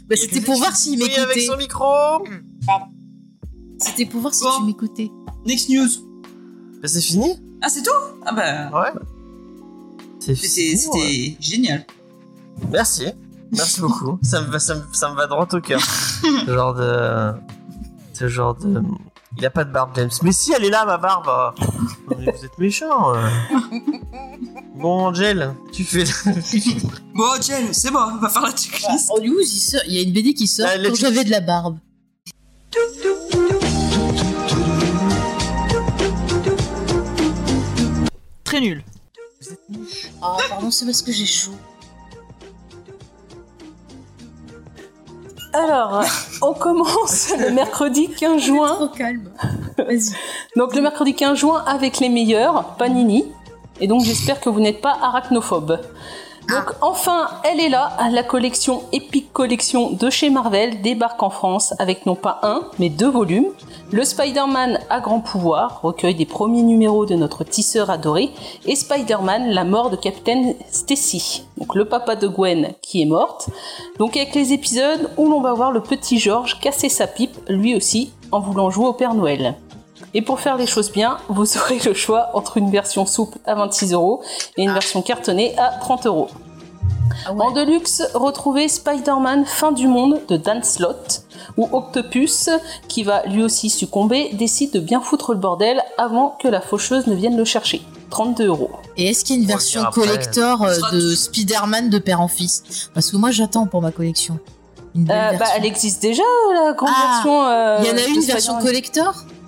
Bah, c'était pour voir s'il Oui, avec m'écoutait. Mm. son micro C'était pour voir si Bon. tu m'écoutais. Next news. Bah, c'est fini Ah, c'est tout Ah bah, Ouais. C'est c'était fini, c'était ouais. génial. Merci. Merci beaucoup. ça, me va, ça, me, ça me va droit au cœur. Ce genre de. Ce genre de. Il a pas de barbe, James. Mais si, elle est là, ma barbe. Non, mais Vous êtes méchant. euh. Bon, Angel, tu fais. Bon, Jen, c'est bon, on va faire la checklist. En news, il, sort- il y a une BD qui sort Ah, le- quand j'avais de la barbe. Très nul. Oh, pardon, c'est parce que j'ai chaud. Alors, on commence le mercredi 15 juin. Trop calme. Vas-y. Donc le mercredi 15 juin avec les meilleurs, Panini. Et donc j'espère que vous n'êtes pas arachnophobe. Donc enfin, elle est là, la collection Epic Collection de chez Marvel débarque en France avec non pas un, mais deux volumes. Le Spider-Man à grand pouvoir, recueil des premiers numéros de notre tisseur adoré, et Spider-Man, la mort de Captain Stacy, donc le papa de Gwen qui est morte. Donc avec les épisodes où l'on va voir le petit George casser sa pipe, lui aussi, en voulant jouer au Père Noël. Et pour faire les choses bien, vous aurez le choix entre une version souple à 26 euros et une version cartonnée à 30 euros. Ah En deluxe, retrouvez Spider-Man Fin du Monde de Dan Slott, où Octopus, qui va lui aussi succomber, décide de bien foutre le bordel avant que la faucheuse ne vienne le chercher. 32 euros. Et est-ce qu'il y a une On le version dira après. collector euh, Ce sera de tout- Spider-Man de père en fils Parce que moi, j'attends pour ma collection. Une belle Euh, bah, version. elle existe déjà, la grande Ah, version. euh, Il y en a de une version Spider-Man. collector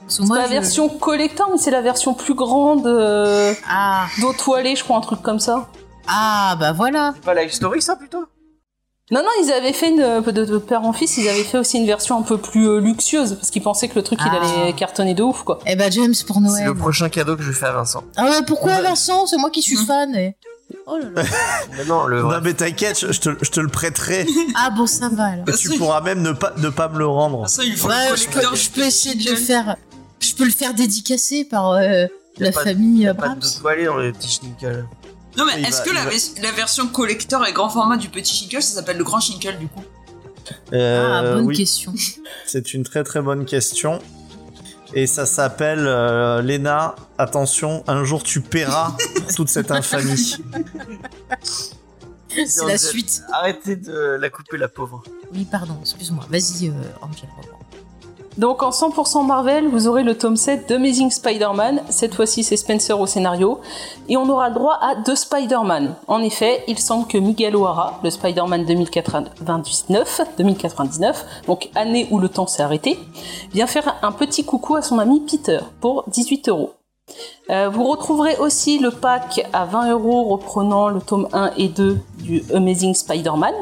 Parce que C'est moi, pas la je- version collector, mais c'est la version plus grande euh, Ah, d'eau toilée, je crois, un truc comme ça. ah, bah voilà. C'est pas la story, ça, plutôt Non, non, ils avaient fait une, euh, de, de père en fils, ils avaient fait aussi une version un peu plus euh, luxueuse, parce qu'ils pensaient que le truc Ah. il allait cartonner de ouf, quoi. Eh bah, James pour C'est Noël. le prochain cadeau que je fais à Vincent. Ah, bah pourquoi Vincent C'est moi qui suis fan. eh. Oh là là. Mais non, le vrai. Non mais t'inquiète, je je te, je te le prêterai. Ah, bon, ça va alors. Et tu pourras même ne pas ne pas me le rendre. Ça, il faut Ouais, le je peux, collecteur. je peux essayer de le faire. Je peux le faire dédicacer par euh, la pas de- famille Y a pas Abrams. de toilé dans les petits schnickels. Non, mais Il est-ce va- que il la, va- vers- la version collector et grand format du petit Shinkle, ça s'appelle le grand Shinkle du coup Ah, Euh, bonne oui, question. c'est une très très bonne question. Et ça s'appelle euh, Léna. Attention, un jour tu paieras pour toute cette infamie. C'est la suite. Arrêtez de la couper, la pauvre. Oui, pardon, excuse-moi. Vas-y, euh, Angel, reprends. Donc en 100% Marvel, vous aurez le tome 7 d'Amazing Spider-Man, cette fois-ci c'est Spencer au scénario, et on aura le droit à deux Spider-Man. En effet, il semble que Miguel O'Hara, le Spider-Man 2099, 2099, donc année où le temps s'est arrêté, vient faire un petit coucou à son ami Peter pour 18 euros. Euh, vous retrouverez aussi le pack à 20 euros reprenant le tome 1 et 2 du Amazing Spider-Man.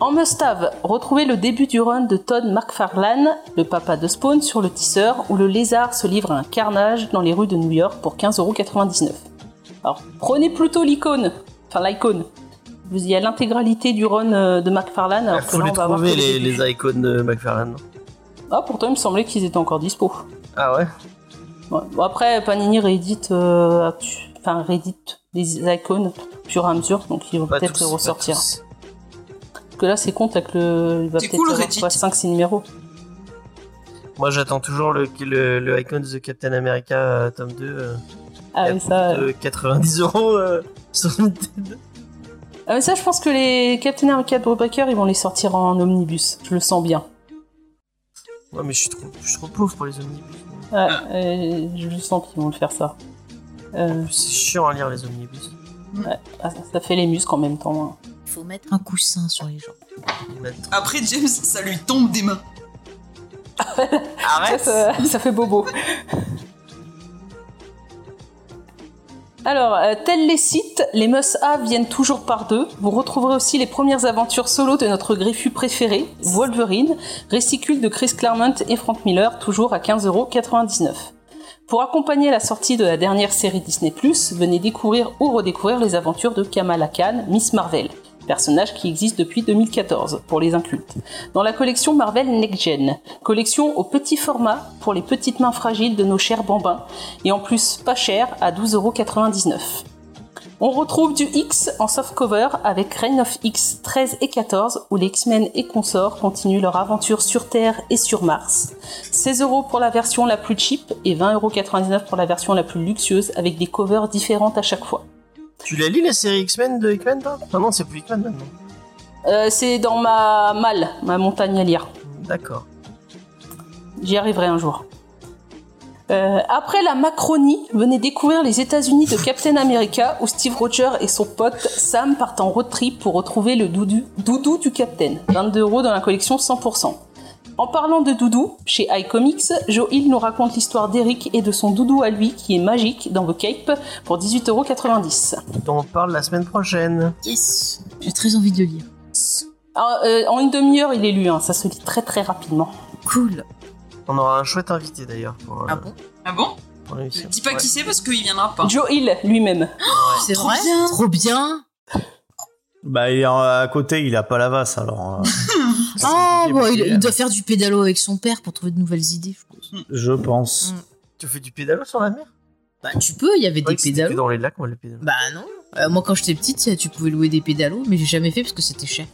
En must-have, retrouvez le début du run de Todd McFarlane, le papa de Spawn, sur le tisseur où le lézard se livre à un carnage dans les rues de New York pour 15,99€. Alors, prenez plutôt l'icône. Enfin, l'icône. Vous- Il y a l'intégralité du run euh, de McFarlane. Alors Il que faut là, les on va avoir trouver, que les, le début. les icônes de McFarlane. Ah, pourtant, il me semblait qu'ils étaient encore dispo. Ah ouais Ouais. Bon, après, Panini réédite, euh, enfin, réédite des icônes au fur et à mesure, donc ils vont Pas peut-être tous, pas ressortir. tous. Parce que là, c'est compte avec le. Il va C'est peut-être cool, avoir Reddit. 5-6 numéros. Moi j'attends toujours le, le, le icon de Captain America euh, tome 2 euh, Ah, Yep. oui, ça. euh. de 90 euros euh, sur Nintendo. Ah, mais ça, je pense que les Captain America de Brubaker, ils vont les sortir en omnibus. Je le sens bien. Ouais, mais je suis trop, je suis trop pauvre pour les omnibus. Ouais, Ah. euh, je le sens qu'ils vont le faire ça. Euh, C'est chiant à lire les omnibus. ah, ça- ça fait les muscles en même temps. hein. Il faut mettre un coussin sur les gens. Après, James, ça lui tombe des mains. Ça, Arrête ça, ça fait bobo. Alors, euh, tels les sites, les must-have viennent toujours par deux. Vous retrouverez aussi les premières aventures solo de notre greffu préféré, Wolverine, récicule de Chris Claremont et Frank Miller, toujours à 15,99€. Pour accompagner la sortie de la dernière série Disney+, venez découvrir ou redécouvrir les aventures de Kamala Khan, Miss Marvel, personnage qui existe depuis 2014 pour les incultes, dans la collection Marvel Next Gen, collection au petit format pour les petites mains fragiles de nos chers bambins, et en plus pas cher à 12,99€. On retrouve du X en softcover avec Reign of X 13 et 14 où les X-Men et consorts continuent leur aventure sur Terre et sur Mars. 16€ pour la version la plus cheap et 20,99€ pour la version la plus luxueuse avec des covers différentes à chaque fois. Tu la lis la série X-Men de Hickman toi Ah non, c'est plus Hickman maintenant. Euh, c'est dans ma malle, ma montagne à lire. D'accord. J'y arriverai un jour. Euh, après la Macronie, venez découvrir les États-Unis de Captain America où Steve Rogers et son pote Sam partent en road trip pour retrouver le doudou, doudou du Captain. 22 euros dans la collection 100%. En parlant de doudou, chez iComics, Joe Hill nous raconte l'histoire d'Eric et de son doudou à lui qui est magique dans The Cape pour 18,90€. Dont on parle la semaine prochaine. Yes J'ai très envie de le lire. Ah, euh, en une demi-heure, il est lu, hein, ça se lit très très rapidement. Cool On aura un chouette invité d'ailleurs pour, euh, Ah bon Ah bon pour l'émission. Dis pas Ouais. qui c'est parce qu'il viendra pas. Joe Hill lui-même. C'est trop vrai bien. Trop bien Bah, il est en- à côté, il a pas la vasse, alors. euh, c'est Ah, compliqué, bon, il, mais, il doit faire du pédalo avec son père pour trouver de nouvelles idées, je pense. Je pense. Mm. Tu fais du pédalo sur la mer Bah, tu peux, il y avait Ouais, des c'était pédalos. dans les lacs, moi, le pédalo. Bah non. Euh, moi, quand j'étais petite, tu pouvais louer des pédalos, mais j'ai jamais fait parce que c'était cher.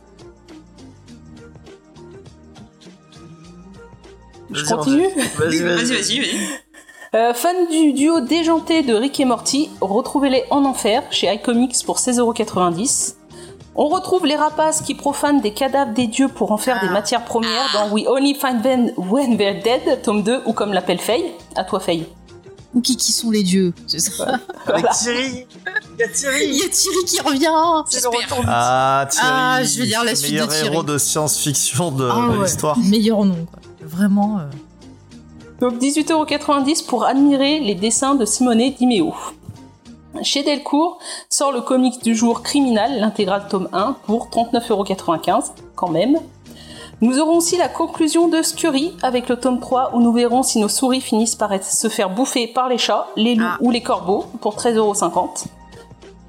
Je Vas-y, continue Vas-y, Vas-y, vas-y. vas-y, vas-y. Euh, fan du duo déjanté de Rick et Morty, retrouvez-les en enfer chez iComics pour 16,90€. On retrouve les rapaces qui profanent des cadavres des dieux pour en faire des matières premières dans We Only Find Them When They're Dead, tome 2, ou comme l'appelle Faye. À toi, Faye. Ou qui, qui sont les dieux C'est ça. Avec Voilà. Thierry Il y a Il Thierry y a Thierry qui revient C'est le retour de- Ah, Thierry. Ah, je vais lire la le suite de meilleur Thierry. héros de science-fiction de, Ah de ouais. l'histoire. Meilleur nom, quoi. Vraiment. euh, Donc 18,90€ pour admirer les dessins de Simone Di Meo. Chez Delcourt sort le comics du jour Criminal, l'intégrale tome 1, pour 39,95€, quand même. Nous aurons aussi la conclusion de Scurry avec le tome 3 où nous verrons si nos souris finissent par être- se faire bouffer par les chats, les loups Ah. ou les corbeaux pour 13,50€.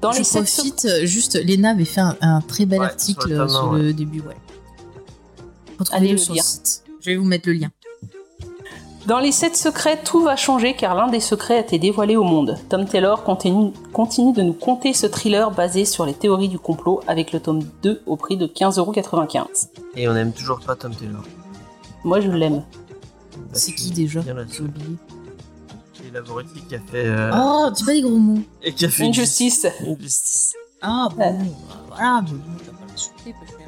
Dans je les sept profite, euh, juste, Léna avait fait un, un très bel Ouais, article euh, sur sur le le, tome un, début, ouais. Allez Retrouvez-le le sur lire. le site. Je vais vous mettre le lien. Dans les 7 secrets, tout va changer car l'un des secrets a été dévoilé au monde. Tom Taylor continue, continue de nous conter ce thriller basé sur les théories du complot avec le tome 2 au prix de 15,95€. Et on aime toujours pas Tom Taylor. Moi je l'aime. Bah, C'est tu- qui déjà bien là-dessus. J'ai oublié. C'est la Boretti qui a fait. euh, Oh, dis pas des gros mots. Et qui a fait. Injustice. Injustice. Ah, bon, Ouais. bah, voilà, mais bon, t'as pas insulté, pas cher.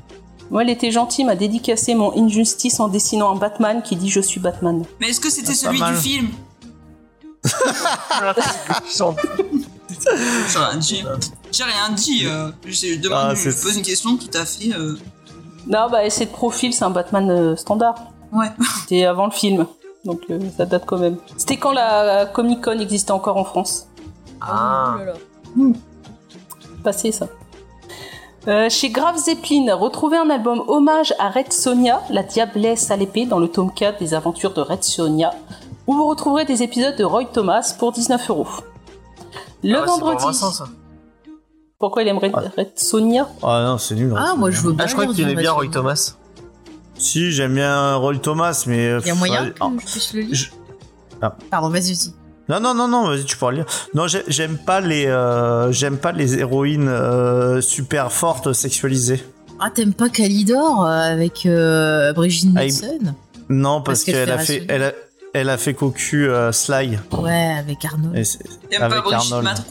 Moi elle était gentille, m'a dédicacé mon Injustice en dessinant un Batman qui dit je suis Batman. Mais est-ce que c'était Ah, pas celui du mal. film Chante. J'ai rien dit. J'ai rien dit. euh, J'ai demandé, Ah, je c'est- pose une question tout à fait. euh, Non, bah c'est de profil, c'est un Batman euh, standard. Ouais. C'était avant le film, donc euh, ça date quand même. C'était quand la Comic Con existait encore en France. Ah. Oh là là. passé ça. Euh, chez Grave Zeppelin, retrouvez un album hommage à Red Sonia, la diablesse à l'épée, dans le tome 4 des aventures de Red Sonia, où vous retrouverez des épisodes de Roy Thomas pour 19 euros. Le Ah ouais, c'est pour vendredi. Vincent, ça. Pourquoi il aimerait Ouais. Red Sonia Ah non, c'est nul. Ah, moi Roy Thomas. je veux Bah bien. Ah, je crois voir qu'il aimait Vendredi. bien Roy Thomas. Si, j'aime bien Roy Thomas, mais. euh, Il y a moyen pff, que je puisse le lire je- Ah. Pardon, vas-y, vas-y. Non, non, non, non, vas-y, tu pourras le lire. Non, j'ai- j'aime pas les, euh, j'aime pas les héroïnes euh, super fortes sexualisées. Ah, t'aimes pas Calidor euh, avec euh, Brigitte Ah, il- Nielsen Non, parce, Parce qu'elle qu'elle a fait fait, rationner. elle a, elle a fait cocu euh, Sly. Ouais, avec Arnaud. Et c'est- T'aimes pas Avec Brigitte Arnold. Macron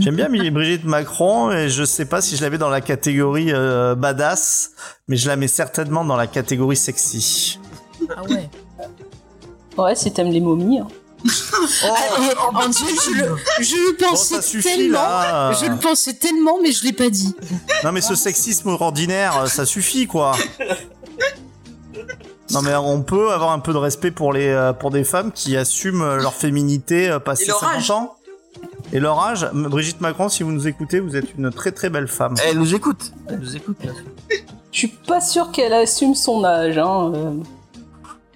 J'aime bien Brigitte Macron et je sais pas si je la mets dans la catégorie euh, badass, mais je la mets certainement dans la catégorie sexy. Ah ouais. Ouais, si t'aimes les momies. hein. Oh, Ah, en Dieu, je le, je le bon, pensais ça suffit tellement. là. Je le pensais tellement, mais je l'ai pas dit. Non mais ce sexisme ordinaire, euh, ça suffit quoi. Non mais on peut avoir un peu de respect pour les euh, pour des femmes qui assument euh, leur féminité euh, passé Et leur 50 âge. ans et leur âge. M- Brigitte Macron, si vous nous écoutez, vous êtes une très très belle femme. Eh. Elle nous écoute. Elle nous écoute. bien sûr. Je suis pas sûr qu'elle assume son âge. Hein. euh.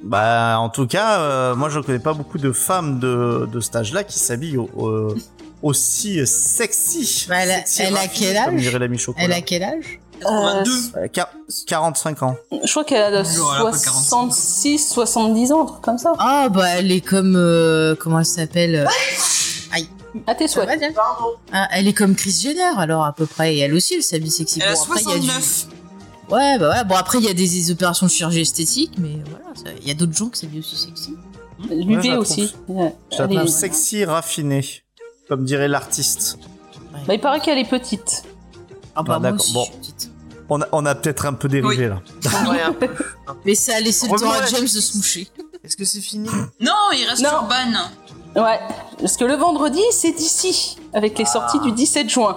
Bah en tout cas, euh, moi je connais pas beaucoup de femmes de de cet âge-là qui s'habillent au- au- aussi sexy. Bah, elle a- Sexy elle a raffiné, quel âge comme dirait l'ami Chocolat. Elle a quel âge Euh, 82. Euh, quar- 45 ans. je crois qu'elle a Genre, elle a pas 66, 70 ans, un truc comme ça. Ah bah elle est comme euh, comment elle s'appelle euh, À tes ça va, souhaits. Diane Ah, Elle est comme Chris Jenner alors à peu près et elle aussi elle s'habille sexy. Elle a Bon, après, il y a du- 69. Ouais bah ouais bon après il y a des, des opérations de chirurgie esthétique mais voilà ça- il y a d'autres gens qui s'habillent aussi sexy. Ouais, je L'UV la aussi. Ouais, Je la elle est- trouve sexy raffinée, comme dirait l'artiste. Bah, il paraît qu'elle est petite. Ah bah moi Ah, d'accord, aussi bon. je suis petite. On a, on a peut-être un peu dérivé là. Ouais, un peu. Mais ça a laissé le temps à Revenons à- James de se moucher. Est-ce que c'est fini Non, il reste Non. Urban. Ouais, parce que le vendredi, c'est d'ici, avec Ah. les sorties du 17 juin.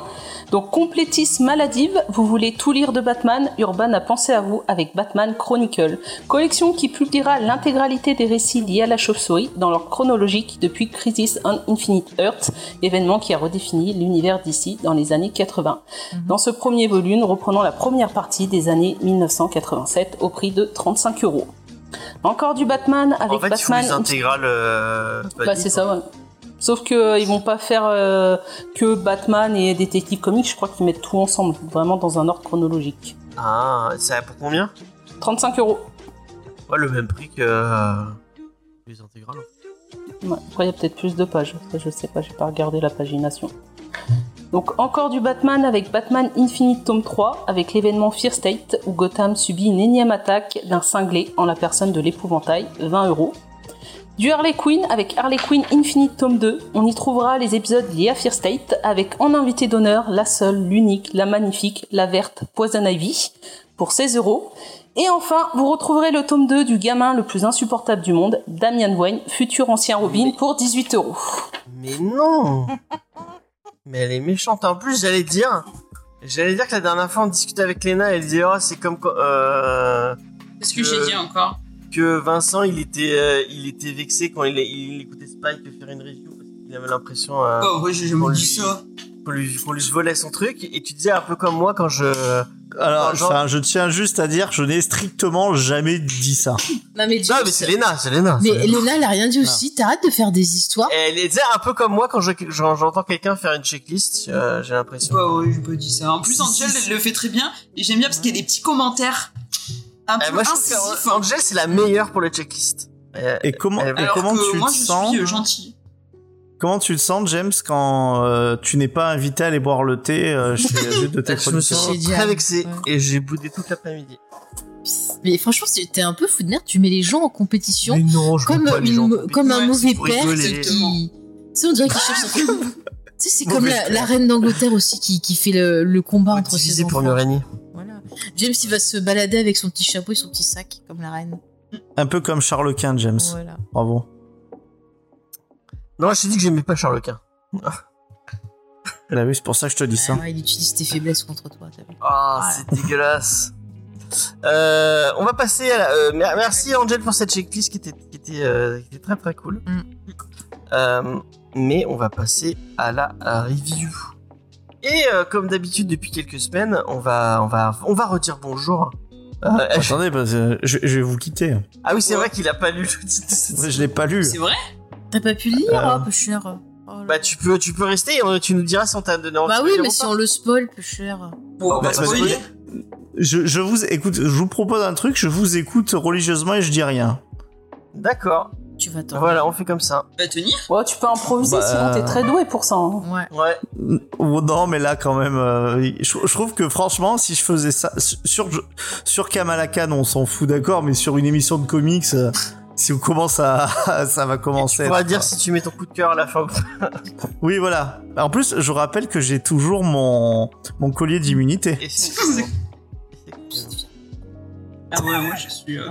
Donc, complétiste maladive, vous voulez tout lire de Batman, Urban a pensé à vous avec Batman Chronicle, collection qui publiera l'intégralité des récits liés à la chauve-souris dans leur chronologique depuis Crisis on Infinite Earth, événement qui a redéfini l'univers d'ici dans les années 80. Mhm. Dans ce premier volume, reprenant la première partie des années 1987 au prix de 35 euros. Encore du Batman avec En fait, il faut Batman les intégrales. euh, bah, c'est ça, ouais. Sauf que euh, ils vont pas faire euh, que Batman et Détective Comics, je crois qu'ils mettent tout ensemble, vraiment dans un ordre chronologique. Ah, ça pour combien 35 euros. Ouais, le même prix que euh, les intégrales. Ouais, Après, il y a peut-être plus de pages. Ça, je sais pas, j'ai pas regardé la pagination. Donc, encore du Batman avec Batman Infinite tome 3, avec l'événement Fear State, où Gotham subit une énième attaque d'un cinglé en la personne de l'épouvantail, 20 euros. Du Harley Quinn avec Harley Quinn Infinite tome 2, on y trouvera les épisodes liés à Fear State, avec en invité d'honneur la seule, l'unique, la magnifique, la verte Poison Ivy, pour 16 euros. Et enfin, vous retrouverez le tome 2 du gamin le plus insupportable du monde, Damian Wayne, futur ancien Robin, pour 18 euros. Mais non Mais elle est méchante. En plus, j'allais dire. J'allais dire que la dernière fois, on discutait avec Léna, elle disait Oh, c'est comme. quand- Euh, Qu'est-ce que Euh, j'ai dit encore que Vincent, il était, euh, il était vexé quand il, il écoutait Spike faire une review. Parce qu'il avait l'impression. euh, Oh, ouais, j'ai on jamais dit lui- ça. qu'on lui, qu'on lui volait son truc. Et tu disais un peu comme moi quand je. Alors, Bonjour. enfin, je tiens juste à dire, je n'ai strictement jamais dit ça. Non mais Non, James, mais c'est Ah. Léna, c'est Léna. c'est mais Léna. Léna elle a rien dit aussi. T'arrêtes de faire des histoires. Et Elle disait un peu comme moi quand je- j'en- j'entends quelqu'un faire une checklist, euh, j'ai l'impression. Bah ouais, j'ai pas dit ça. En plus, Angel, elle le fait très bien. Et j'aime bien parce qu'il y a des petits commentaires un Eh, peu moi, je trouve incisifs. que hein. Angel, c'est la meilleure pour le checklist. Euh, Et comment, Eh et ben, hein. Alors comment que tu moi, te je sens suis euh, gentille. Comment tu te sens, James, quand euh, tu n'es pas invité à aller boire le thé euh, chez juste de tes Bah, je me productions suis productions. très vexé Ouais. et j'ai boudé toute l'après-midi. Mais franchement c'est- t'es un peu fou de merde. Tu mets les gens en compétition. non, je comme, une- comme un Ouais, mauvais c'est pour père rigoler. qui. Tu sais, on dirait qu'il cherche un truc. Tu sais, c'est comme Mauvais la, père. la reine d'Angleterre aussi qui, qui fait le, le combat entre ses Utilisé enfants. pour mieux régner. Voilà. James, il va se balader avec son petit chapeau et son petit sac, comme la reine. Un peu comme Charles Quint, James. Voilà. Bravo. Non, je t'ai dit que j'aimais pas hein. Charles Quint. Bah oui, c'est pour ça que je te dis ça. Ouais, ouais, il utilise tes faiblesses contre toi. t'as vu. Ah, c'est dégueulasse. Euh, on va passer à la- euh, mer- merci Angel pour cette checklist qui était, qui était, euh, qui était très très cool. Mm. Euh, mais on va passer à la review. Et euh, comme d'habitude depuis quelques semaines, on va, on va, on va redire bonjour. Euh, Attendez, parce que je, je vais vous quitter. ah oui, c'est vrai qu'il a pas lu le titre. Je l'ai pas lu. C'est vrai T'as pas pu le lire, Euh. oh, peu cher. Oh là Bah, tu peux, tu peux rester, euh, tu nous diras si on t'a donné envie. Bah de oui, regarder mais ou si pas. on le spoil, plus cher. Bon, bah, bah, parce spoiler. Je, je vous écoute, je vous propose un truc, je vous écoute religieusement et je dis rien. D'accord. Tu vas t'en. Voilà, on fait comme ça. Tu vas Bah, tenir Ouais, tu peux improviser, Bah, sinon t'es très doué pour ça. hein. Ouais. Ouais. Oh, non, mais là quand même, euh, je, je trouve que franchement, si je faisais ça sur sur Kamala Khan, on s'en fout, d'accord, mais sur une émission de comics, euh, si on commence à, ça va commencer. Tu à pourras être- dire si tu mets ton coup de cœur à la fin. Oui, voilà. En plus, je rappelle que j'ai toujours mon mon collier d'immunité. Et c'est- c'est- Ah ouais, moi je suis. euh,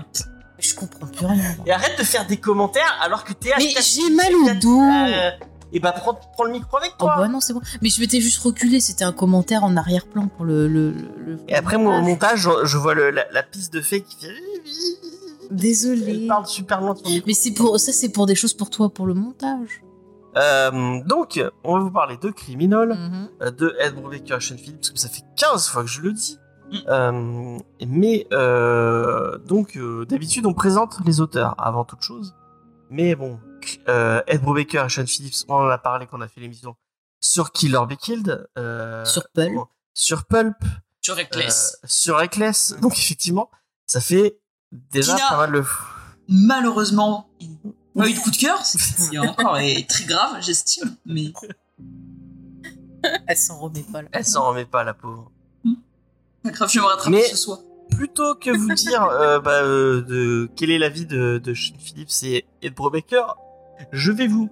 Je comprends plus rien. Et arrête de faire des commentaires alors que t'es Mais hashtag- j'ai mal au hashtag- dos. Euh, Et bah, prends, prends le micro avec Oh toi. bah non, c'est bon. Mais je m'étais juste reculé, c'était un commentaire en arrière-plan pour le. le, le- le- Et après, moi, au montage, je, je vois le- la, la piste de fée qui fait. Elle Désolé. parle super lentement. Mais c'est pour ça, c'est pour des choses pour toi, pour le montage. Euh, donc, on va vous parler de Criminal, Mhm. euh, de Ed Brubaker et Sean Phillips, comme ça fait 15 fois que je le dis. Mm. Euh, mais, euh, donc, euh, d'habitude, on présente les auteurs avant toute chose. Mais bon, euh, Ed Brubaker et Sean Phillips, on en a parlé quand on a fait l'émission sur Killer Be Killed. euh, Sur Pulp. Sur Pulp. Je reclaisse. euh, sur Reckless. Donc, effectivement, ça fait déjà Tina. pas mal le Malheureusement, pas eu de coup de cœur. C'est hein, encore et très grave, j'estime. Mais Elle s'en remet pas là. Elle s'en remet pas, la pauvre. pas grave, je vais me rattraper Mais- ce soir. plutôt que vous dire euh, bah, euh, de, quel est l'avis de, de Sean Phillips et, et de Brubaker, je vais vous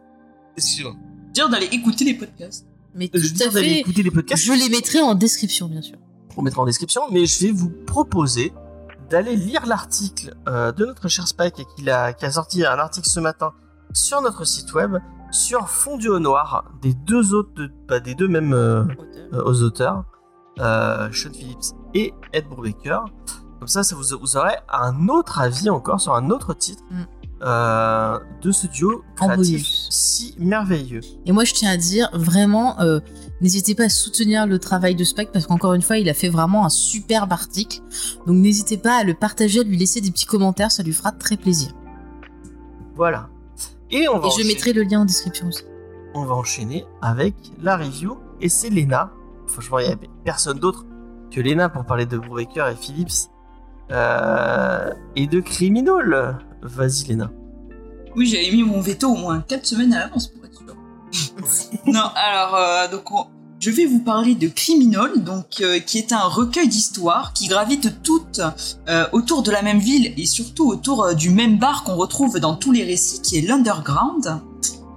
Dire d'aller écouter les podcasts. Mais tout Euh, je vais à vous allez fait. écouter les podcasts. Je les mettrai en description, bien sûr. On mettra en description, mais je vais vous proposer d'aller lire l'article euh, de notre cher Spike qui a, qui a sorti un article ce matin sur notre site web sur Fondu au Noir des deux autres, de- bah, des deux mêmes euh, euh, aux auteurs, euh, Sean Phillips et Ed Brubaker. Comme ça, ça vous, vous aurez un autre avis encore sur un autre titre Mm. euh, de ce duo créatif bonus. si merveilleux. Et moi, je tiens à dire, vraiment, euh, n'hésitez pas à soutenir le travail de Spike parce qu'encore une fois, il a fait vraiment un superbe article. Donc, n'hésitez pas à le partager, à lui laisser des petits commentaires, ça lui fera très plaisir. Voilà. Et on va, Et je enchaîner, mettrai le lien en description aussi. on va enchaîner avec la review. Et c'est Lena. Franchement, il n'y a personne d'autre que Lena pour parler de Brubaker et Phillips. euh, et de Criminal. Vas-y, Lena. Oui, j'avais mis mon veto au moins 4 semaines à l'avance pour être sûr. non, alors, euh, donc, on- je vais vous parler de Criminol, donc, euh, qui est un recueil d'histoires qui gravitent toutes euh, autour de la même ville et surtout autour euh, du même bar qu'on retrouve dans tous les récits, qui est l'Underground.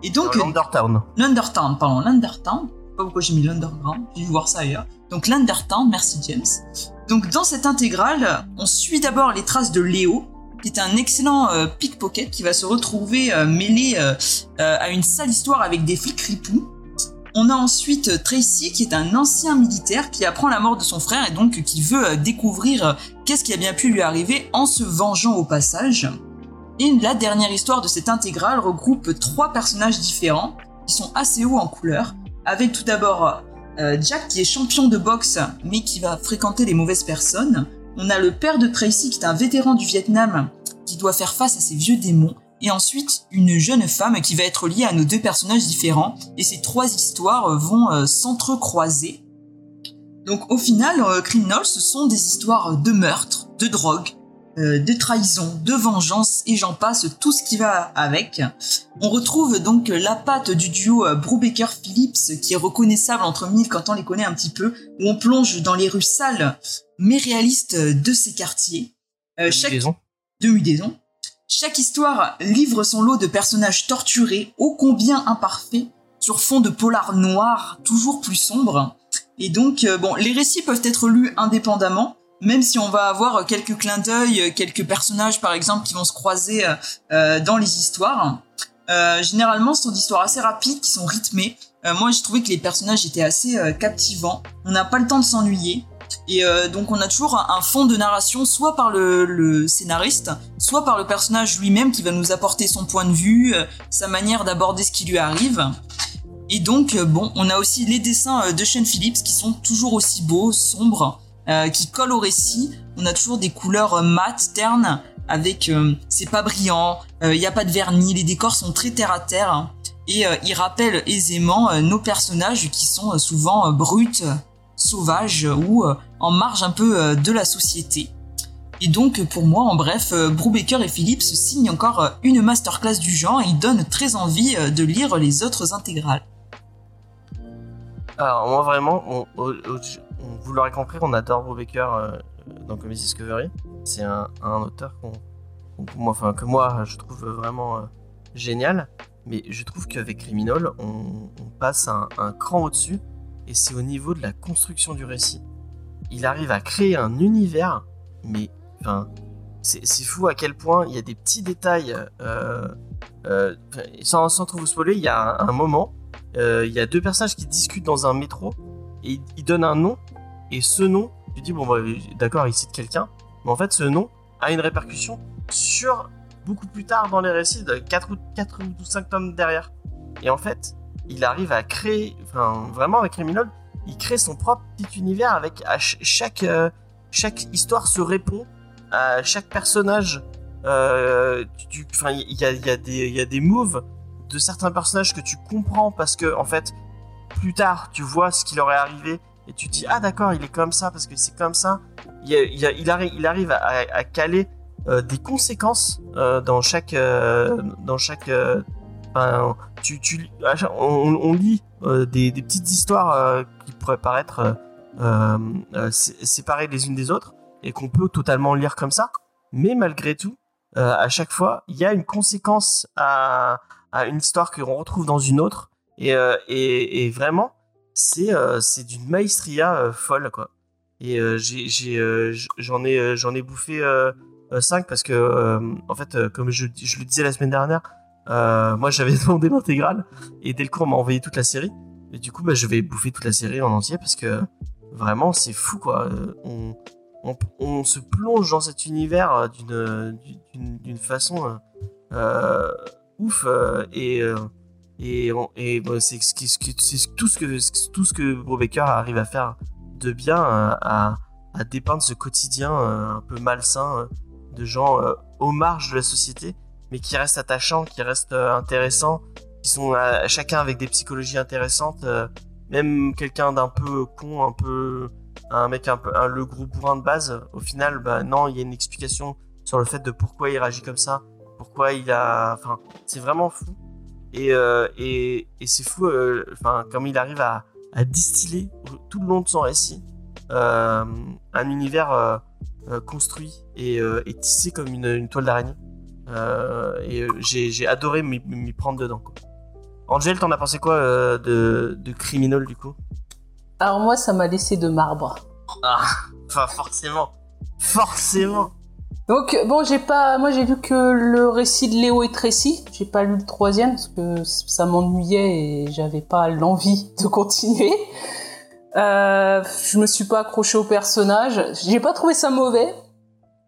Et donc, Dans Undertown. l'Undertown, pardon, l'Undertown. Je sais pas pourquoi j'ai mis l'Underground, j'ai dû voir ça ailleurs. Donc l'Undertown, merci James. Donc dans cette intégrale, on suit d'abord les traces de Léo, qui est un excellent euh, pickpocket qui va se retrouver euh, mêlé euh, euh, à une sale histoire avec des flics ripoux. On a ensuite euh, Tracy, qui est un ancien militaire qui apprend la mort de son frère et donc euh, qui veut euh, découvrir euh, qu'est-ce qui a bien pu lui arriver en se vengeant au passage. Et la dernière histoire de cette intégrale regroupe trois personnages différents qui sont assez hauts en couleur, avec tout d'abord euh, Jack qui est champion de boxe mais qui va fréquenter les mauvaises personnes. On a le père de Tracy qui est un vétéran du Vietnam qui doit faire face à ses vieux démons. Et ensuite, une jeune femme qui va être liée à nos deux personnages différents. Et ces trois histoires euh, vont euh, s'entrecroiser. Donc au final, euh, Criminal, ce sont des histoires de meurtre, de drogue, euh, de trahison, de vengeance, et j'en passe tout ce qui va avec. On retrouve donc la patte du duo euh, Brubaker-Phillips qui est reconnaissable entre mille quand on les connaît un petit peu, où on plonge dans les rues sales mais réalistes euh, de ces quartiers. Euh, chaque- Liaison. de Mudaison. Chaque histoire livre son lot de personnages torturés, ô combien imparfaits, sur fond de polar noir toujours plus sombre. Et donc, euh, bon, les récits peuvent être lus indépendamment, même si on va avoir quelques clins d'œil, euh, quelques personnages par exemple qui vont se croiser euh, euh, dans les histoires. Euh, généralement, ce sont des histoires assez rapides qui sont rythmées. Euh, moi, j'ai trouvé que les personnages étaient assez euh, captivants. On n'a pas le temps de s'ennuyer. Et euh, donc, on a toujours un, un fond de narration, soit par le- le scénariste, soit par le personnage lui-même qui va nous apporter son point de vue, euh, sa manière d'aborder ce qui lui arrive. Et donc, euh, bon, on a aussi les dessins euh, de Shane Phillips qui sont toujours aussi beaux, sombres, euh, qui collent au récit. On a toujours des couleurs euh, mates, euh, ternes, avec euh, c'est pas brillant, il n'y a pas de vernis, les décors sont très terre à terre. Et euh, il rappelle aisément euh, nos personnages qui sont euh, souvent euh, bruts, euh, sauvages euh, ou euh, en marge un peu euh, de la société. Et donc, euh, pour moi, en bref, euh, Brubaker et Phillips signent encore euh, une masterclass du genre et ils donnent très envie euh, de lire les autres intégrales. Alors, Ah, moi, vraiment, on, on- on- vous l'aurez compris, on adore Bob Baker euh, dans Comics Discovery. C'est un, un auteur qu'on, qu'on- qu'on- moi, enfin, que moi, je trouve vraiment euh, génial. Mais je trouve qu'avec Criminal, on, on passe un, un cran au-dessus. Et c'est au niveau de la construction du récit. Il arrive à créer un univers, mais enfin, c'est, c'est fou à quel point il y a des petits détails. euh, euh, enfin, sans, sans trop vous spoiler, il y a un- un moment euh, il y a deux personnages qui discutent dans un métro et ils, ils donnent un nom et ce nom, tu dis bon bah, d'accord ils citent quelqu'un, mais en fait ce nom a une répercussion sur beaucoup plus tard dans les récits, de 4 ou, 4 ou 5 tomes derrière. Et en fait, il arrive à créer, enfin vraiment avec Criminologue, il crée son propre petit univers avec à ch- chaque, euh, chaque histoire se répond à chaque personnage. Euh, tu- tu- Enfin, il y a, il y a des- il y a des moves de certains personnages que tu comprends parce que en fait plus tard tu vois ce qui leur est arrivé et tu te dis ah d'accord il est comme ça parce que c'est comme ça il, y a- il y a- il arri- il arrive à, à- à caler euh, des conséquences euh, dans chaque euh, dans chaque euh, enfin, tu, tu- à chaque- on, on lit euh, des, des petites histoires euh, qui pourraient paraître euh, euh, euh, sé- séparées les unes des autres et qu'on peut totalement lire comme ça mais malgré tout euh, à chaque fois il y a une conséquence à, à une histoire qu'on retrouve dans une autre. Et, euh, et, et vraiment, c'est euh, c'est d'une maestria euh, folle, quoi. Et euh, j'ai- j'ai, euh, j- j'en ai, euh, j'en ai, bouffé 5 parce que, euh, en fait, euh, comme je, je le disais la semaine dernière, euh, moi j'avais demandé l'intégrale et Delcourt m'a envoyé toute la série. Et du coup, bah, je vais bouffer toute la série en entier parce que vraiment, c'est fou, quoi. Euh, On, on, on se plonge dans cet univers euh, d'une- d'une d'une façon. euh, euh, ouf euh, et euh, et, on- et bon, c'est ce qui- ce qui- c'est tout ce que c'est tout ce que Brubaker arrive à faire de bien euh, à, à dépeindre ce quotidien euh, un peu malsain euh, de gens euh, aux marges de la société mais qui restent attachants qui restent euh, intéressants qui sont euh, chacun avec des psychologies intéressantes euh, même quelqu'un d'un peu con un peu un mec un peu un, le gros bourrin de base au final bah non il y a une explication sur le fait de pourquoi il réagit comme ça pourquoi il a. Enfin, c'est vraiment fou. Et, euh, et, et c'est fou, euh, enfin, comme il arrive à, à distiller tout le long de son récit euh, un univers euh, euh, construit et, euh, et tissé comme une, une toile d'araignée. Euh, et euh, j'ai j'ai adoré m'y- m'y prendre dedans. Quoi. Angel, t'en as pensé quoi euh, de, de Criminal du coup Alors moi, ça m'a laissé de marbre. Enfin, forcément. Forcément. Donc bon, j'ai pas, moi j'ai lu que le récit de Léo et Tracy. J'ai pas lu le troisième parce que ça m'ennuyait et j'avais pas l'envie de continuer. Euh, je me suis pas accrochée au personnage. J'ai pas trouvé ça mauvais,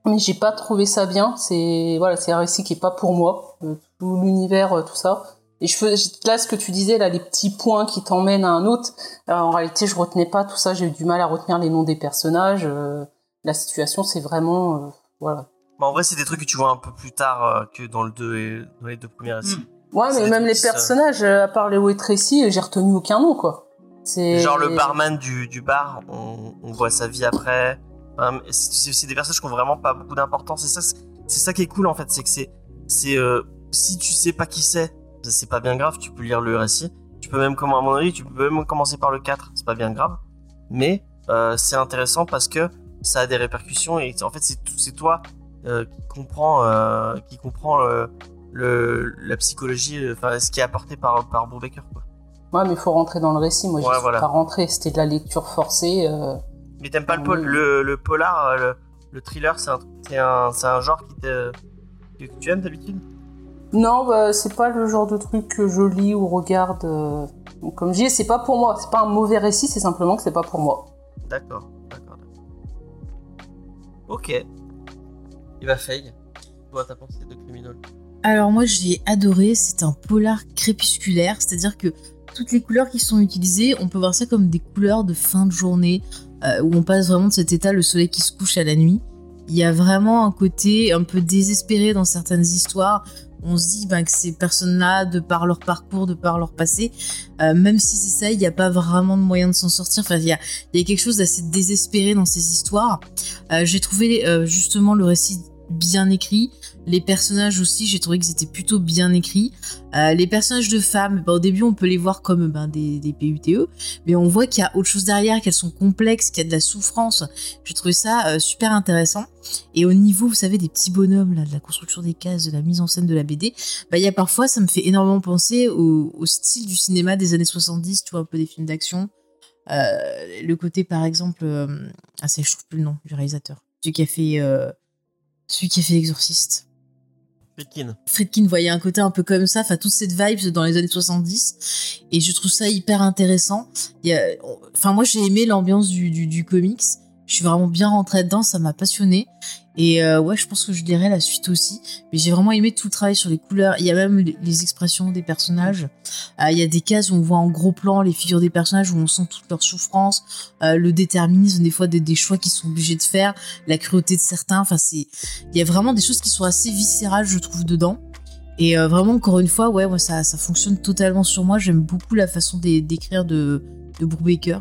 mais j'ai pas trouvé ça bien. C'est voilà, c'est un récit qui est pas pour moi. Euh, Tout l'univers, euh, tout ça. Et je fais là ce que tu disais là, les petits points qui t'emmènent à un autre. Euh, en réalité, je retenais pas tout ça. J'ai eu du mal à retenir les noms des personnages. Euh, la situation, c'est vraiment euh, voilà. Mais Bah, en vrai, c'est des trucs que tu vois un peu plus tard euh, que dans, le deux et, dans les deux premiers récits. Mm. Ouais, C'est mais des même trucs les qui se- personnages, euh, à part Léo et Tracy, euh, j'ai retenu aucun nom, quoi. C'est Genre le barman du, du bar, on, on voit sa vie après. Enfin, c'est c'est des personnages qui ont vraiment pas beaucoup d'importance. C'est ça, c'est- c'est ça qui est cool en fait, c'est que c'est, c'est euh, si tu sais pas qui c'est, c'est pas bien grave. Tu peux lire le récit. Tu peux même comment à mon avis, tu peux même commencer par le 4, c'est pas bien grave. Mais euh, c'est intéressant parce que ça a des répercussions et en fait c'est tout- c'est toi euh, qui comprends euh, qui comprend euh, le, la psychologie, euh, enfin ce qui est apporté par par Brubaker, quoi. Ouais, mais faut rentrer dans le récit. Moi, je Ouais, suis voilà. pas rentré. C'était de la lecture forcée. euh. Mais t'aimes pas le, Ah pol- oui. le, le polar, euh, le, le thriller, c'est un, c'est un, c'est un genre qui te, que que tu aimes d'habitude Non, bah, c'est pas le genre de truc que je lis ou regarde. euh. Donc, Comme je dis, c'est pas pour moi. C'est pas un mauvais récit. C'est simplement que c'est pas pour moi. D'accord, d'accord, d'accord. Ok. Et bah Faye, toi t'as pensé de Criminal Alors moi j'ai adoré, c'est un polar crépusculaire, c'est-à-dire que toutes les couleurs qui sont utilisées, on peut voir ça comme des couleurs de fin de journée, euh, où on passe vraiment de cet état, le soleil qui se couche à la nuit. Il y a vraiment un côté un peu désespéré dans certaines histoires, on se dit ben, que ces personnes-là, de par leur parcours, de par leur passé, euh, même s'ils essayent, il n'y a pas vraiment de moyen de s'en sortir. Enfin, il y a, il y a quelque chose d'assez désespéré dans ces histoires. Euh, j'ai trouvé euh, justement le récit bien écrit. Les personnages aussi, j'ai trouvé qu'ils étaient plutôt bien écrits. Euh, les personnages de femmes, ben, au début, on peut les voir comme ben, des, des PUTE, mais on voit qu'il y a autre chose derrière, qu'elles sont complexes, qu'il y a de la souffrance. J'ai trouvé ça euh, super intéressant. Et au niveau, vous savez, des petits bonhommes, là, de la construction des cases, de la mise en scène de la BD, ben, il y a parfois, ça me fait énormément penser au, au style du cinéma des années 70, tu vois, un peu des films d'action. Euh, le côté, par exemple, euh, ah, c'est, je trouve plus le nom du réalisateur, celui qui a fait, euh, celui qui a fait l'exorciste. Pékin. Friedkin voyait un côté un peu comme ça, enfin toute cette vibe dans les années 70, et je trouve ça hyper intéressant. Il y a- Enfin moi j'ai aimé l'ambiance du, du, du comics, je suis vraiment bien rentrée dedans, ça m'a passionné, et euh, ouais je pense que je lirai la suite aussi, mais j'ai vraiment aimé tout le travail sur les couleurs, il y a même les- les expressions des personnages, Euh, il y a des cases où on voit en gros plan les figures des personnages, où on sent toute leur souffrance, euh, le déterminisme des fois des, des choix qu'ils sont obligés de faire, la cruauté de certains, enfin c'est il y a vraiment des choses qui sont assez viscérales, je trouve, dedans. Et euh, vraiment, encore une fois, ouais, moi, ça, ça fonctionne totalement sur moi. J'aime beaucoup la façon d'é- d'écrire de, de Brubaker.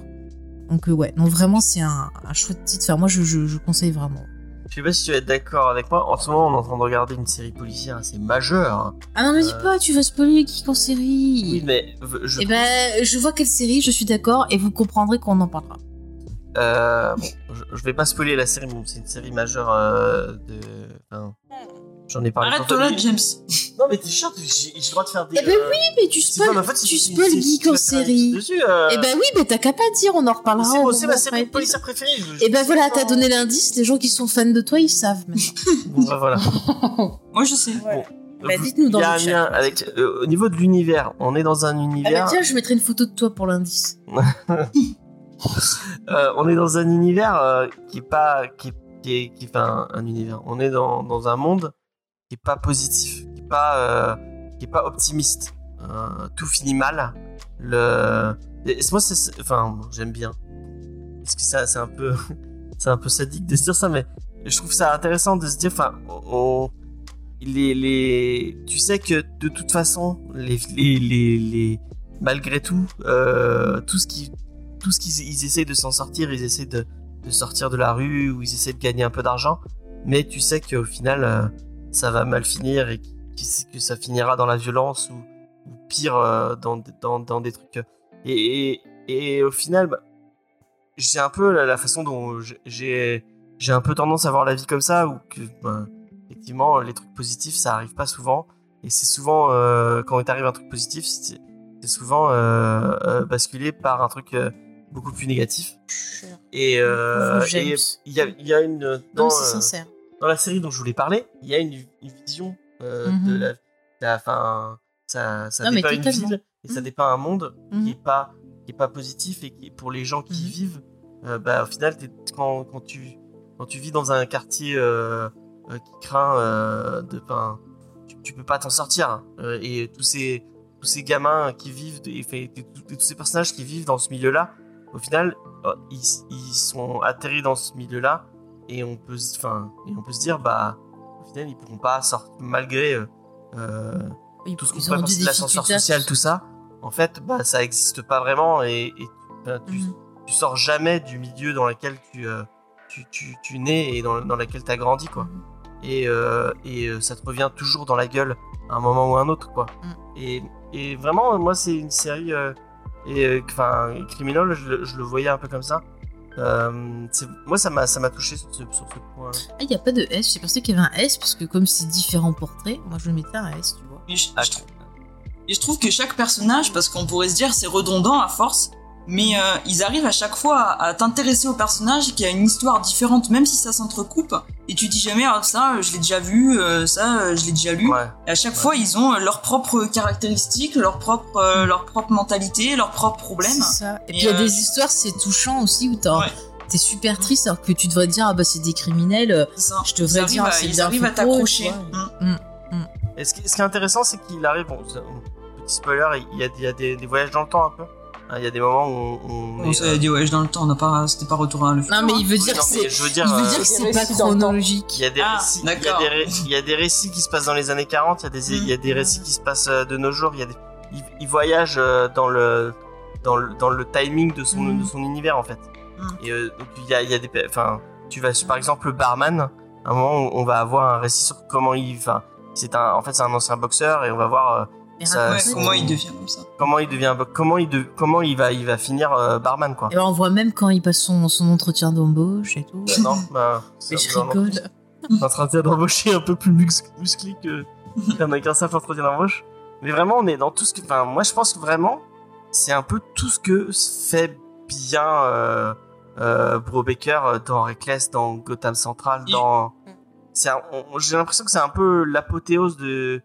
Donc, euh, ouais, non, vraiment, c'est un, un chouette titre. Enfin, moi, je, je, je conseille vraiment. Je sais pas si tu vas être d'accord avec moi. En ce moment, on est en train de regarder une série policière assez majeure. Ah non, me dis Euh. pas, tu vas spoiler qui en série Oui, mais v- je. Eh ben, je vois quelle série, je suis d'accord, et vous comprendrez qu'on en parlera. euh, bon, je, je vais pas spoiler la série, mais bon, c'est une série majeure euh, de. enfin, J'en ai parlé. Arrête-toi tantôt. là, James. Non, mais t'es chiante, j'ai j'ai le droit de faire des. Eh ben euh, Oui, mais tu c'est pas spoil, ma faute si tu si- spoil si- si geek tu en vas faire un série. truc Dessus, euh, Eh ben oui, mais t'as qu'à pas dire, on en reparlera. c'est au bon, c'est ma moment série de la policière préférée. je- je- Eh ben voilà, t'as euh, donné l'indice, les gens qui sont fans de toi, ils savent maintenant. Bon, bah, voilà. Moi, je sais. Bah, dites-nous dans Il y a le un chat. lien avec. euh, au niveau de l'univers, on est dans un Ah bah univers. tiens, je mettrai une photo de toi pour l'indice. euh, on est dans un univers euh, qui est pas. Qui, est- qui est, qui est- enfin, un univers. On est dans, dans un monde qui est pas positif, qui est pas, euh, qui est pas optimiste. Euh, tout finit mal. Le. et c'est- moi, c'est- c'est. Enfin, j'aime bien. Parce que ça, c'est un peu. c'est un peu sadique de se dire ça, mais je trouve ça intéressant de se dire, enfin, on- les, les, tu sais que de toute façon, les, les, les, les- malgré tout, euh, tout ce qui, tout ce qu'ils ils essaient de s'en sortir, ils essaient de, de sortir de la rue ou ils essaient de gagner un peu d'argent, mais tu sais qu'au final, euh, ça va mal finir et que, que ça finira dans la violence ou, ou pire euh, dans, dans, dans des trucs. Et, et, et au final, bah, j'ai un peu la, la façon dont j'ai- j'ai j'ai un peu tendance à voir la vie comme ça où que ben, effectivement les trucs positifs ça arrive pas souvent et c'est souvent euh, quand il t'arrive un truc positif c'est c'est souvent euh, euh, basculé par un truc euh, beaucoup plus négatif et euh, Pauvre James. et il y a, il y a une dans, Non, c'est euh, sincère. dans la série dont je voulais parler il y a une, une vision euh, Mhm. de la, de la fin ça ça Non, mais dépeint une totalement. ville et ça Mhm. dépeint un monde qui Mhm. est pas qui est pas positif et qui pour les gens qui y Mhm. vivent euh, bah au final t'es- quand, quand tu quand tu vis dans un quartier euh, euh, qui craint euh, de ben, tu, tu peux pas t'en sortir Euh, et tous ces tous ces gamins qui vivent et, fait- et tous- et tous ces personnages qui vivent dans ce milieu là au final euh, ils, ils sont atterris dans ce milieu là et on peut se- enfin et on peut se dire bah au final ils pourront pas sortir malgré euh, euh, Ils, tout ce qu'on ils pourrait auront des penser de l'ascenseur difficultés à- social, tout ça, en fait, bah, ça n'existe pas vraiment et, et, bah, tu, Mhm. tu sors jamais du milieu dans lequel tu, euh, tu, tu, tu nais et dans, dans lequel tu as grandi, quoi. Et, euh, et euh, ça te revient toujours dans la gueule à un moment ou à un autre, quoi. Mhm. Et, et vraiment, moi, c'est une série. euh, et euh, enfin, criminel, je, le- je le voyais un peu comme ça. Euh, c'est- moi, ça m'a ça m'a touché sur ce, sur ce point. Ah, il n'y a pas de S. J'ai pensé qu'il y avait un S parce que comme c'est différents portraits, moi je mettais un S, tu vois. Mais Ah. je, je trouve- et je trouve que chaque personnage, parce qu'on pourrait se dire c'est redondant à force, mais euh, ils arrivent à chaque fois à, à t'intéresser au personnage qui a une histoire différente, même si ça s'entrecoupe. Et tu dis jamais ah ça euh, je l'ai déjà vu, euh, ça euh, je l'ai déjà lu. Ouais. Et à chaque fois ils ont euh, leurs propres caractéristiques, leur propre euh, leur propre mentalité, leurs propres C'est problèmes. ça. Et Et puis il y a euh, des histoires, c'est touchant aussi où t'as- Ouais. t'es super triste alors que tu devrais te dire ah bah c'est des criminels. euh, C'est ça. Je Ils devrais arrivent dire à- c'est ils bien arrivent à fait pour eux, t'accrocher. tu vois. Mm. Et ce qui, ce qui est intéressant, c'est qu'il arrive, bon, c'est un petit spoiler, il y a, il y a des, des voyages dans le temps un peu, Hein, Il y a des moments où on, on On est, s'est dit, ouais, dans le temps, on n'a pas, c'était pas retour à le futur. euh, Non, mais il veut Oui, dire non, que mais c'est. je veux Il dire, veut euh, dire que des c'est pas récits dans le temps. chronologique. il y a des Ah, récits, il y a d'accord. des, ré- il y a des récits qui se passent dans les années 40, il y a des, il y a des Mm. récits qui se passent euh, de nos jours, il y a des, il, il voyage euh, dans le, dans le, dans le timing de son, Mm. de son univers en fait. Mm. Et euh, donc il y a, il y a des, pe- enfin, tu vas, par exemple, le barman, à un moment, on va avoir un récit sur comment il, enfin, c'est un, en fait, c'est un ancien boxeur et on va voir euh, Mais Ça- Ouais, raconte- comment il devient comme ça comment il devient, un bo- comment il, de, comment il va, il va finir euh, barman quoi. Et ben, on voit même quand il passe son, son entretien d'embauche et tout. Euh, non, bah, Mais c'est- je non, non. rigole. en train de dire d'embaucher un peu plus mus- musclé que qu'un qu'un simple entretien d'embauche. Mais vraiment, on est dans tout ce que. Enfin, moi, je pense que vraiment, c'est un peu tout ce que fait bien euh, euh, Brubaker euh, dans Reckless, dans Gotham Central, Il- dans. c'est un- on- J'ai l'impression que c'est un peu l'apothéose de.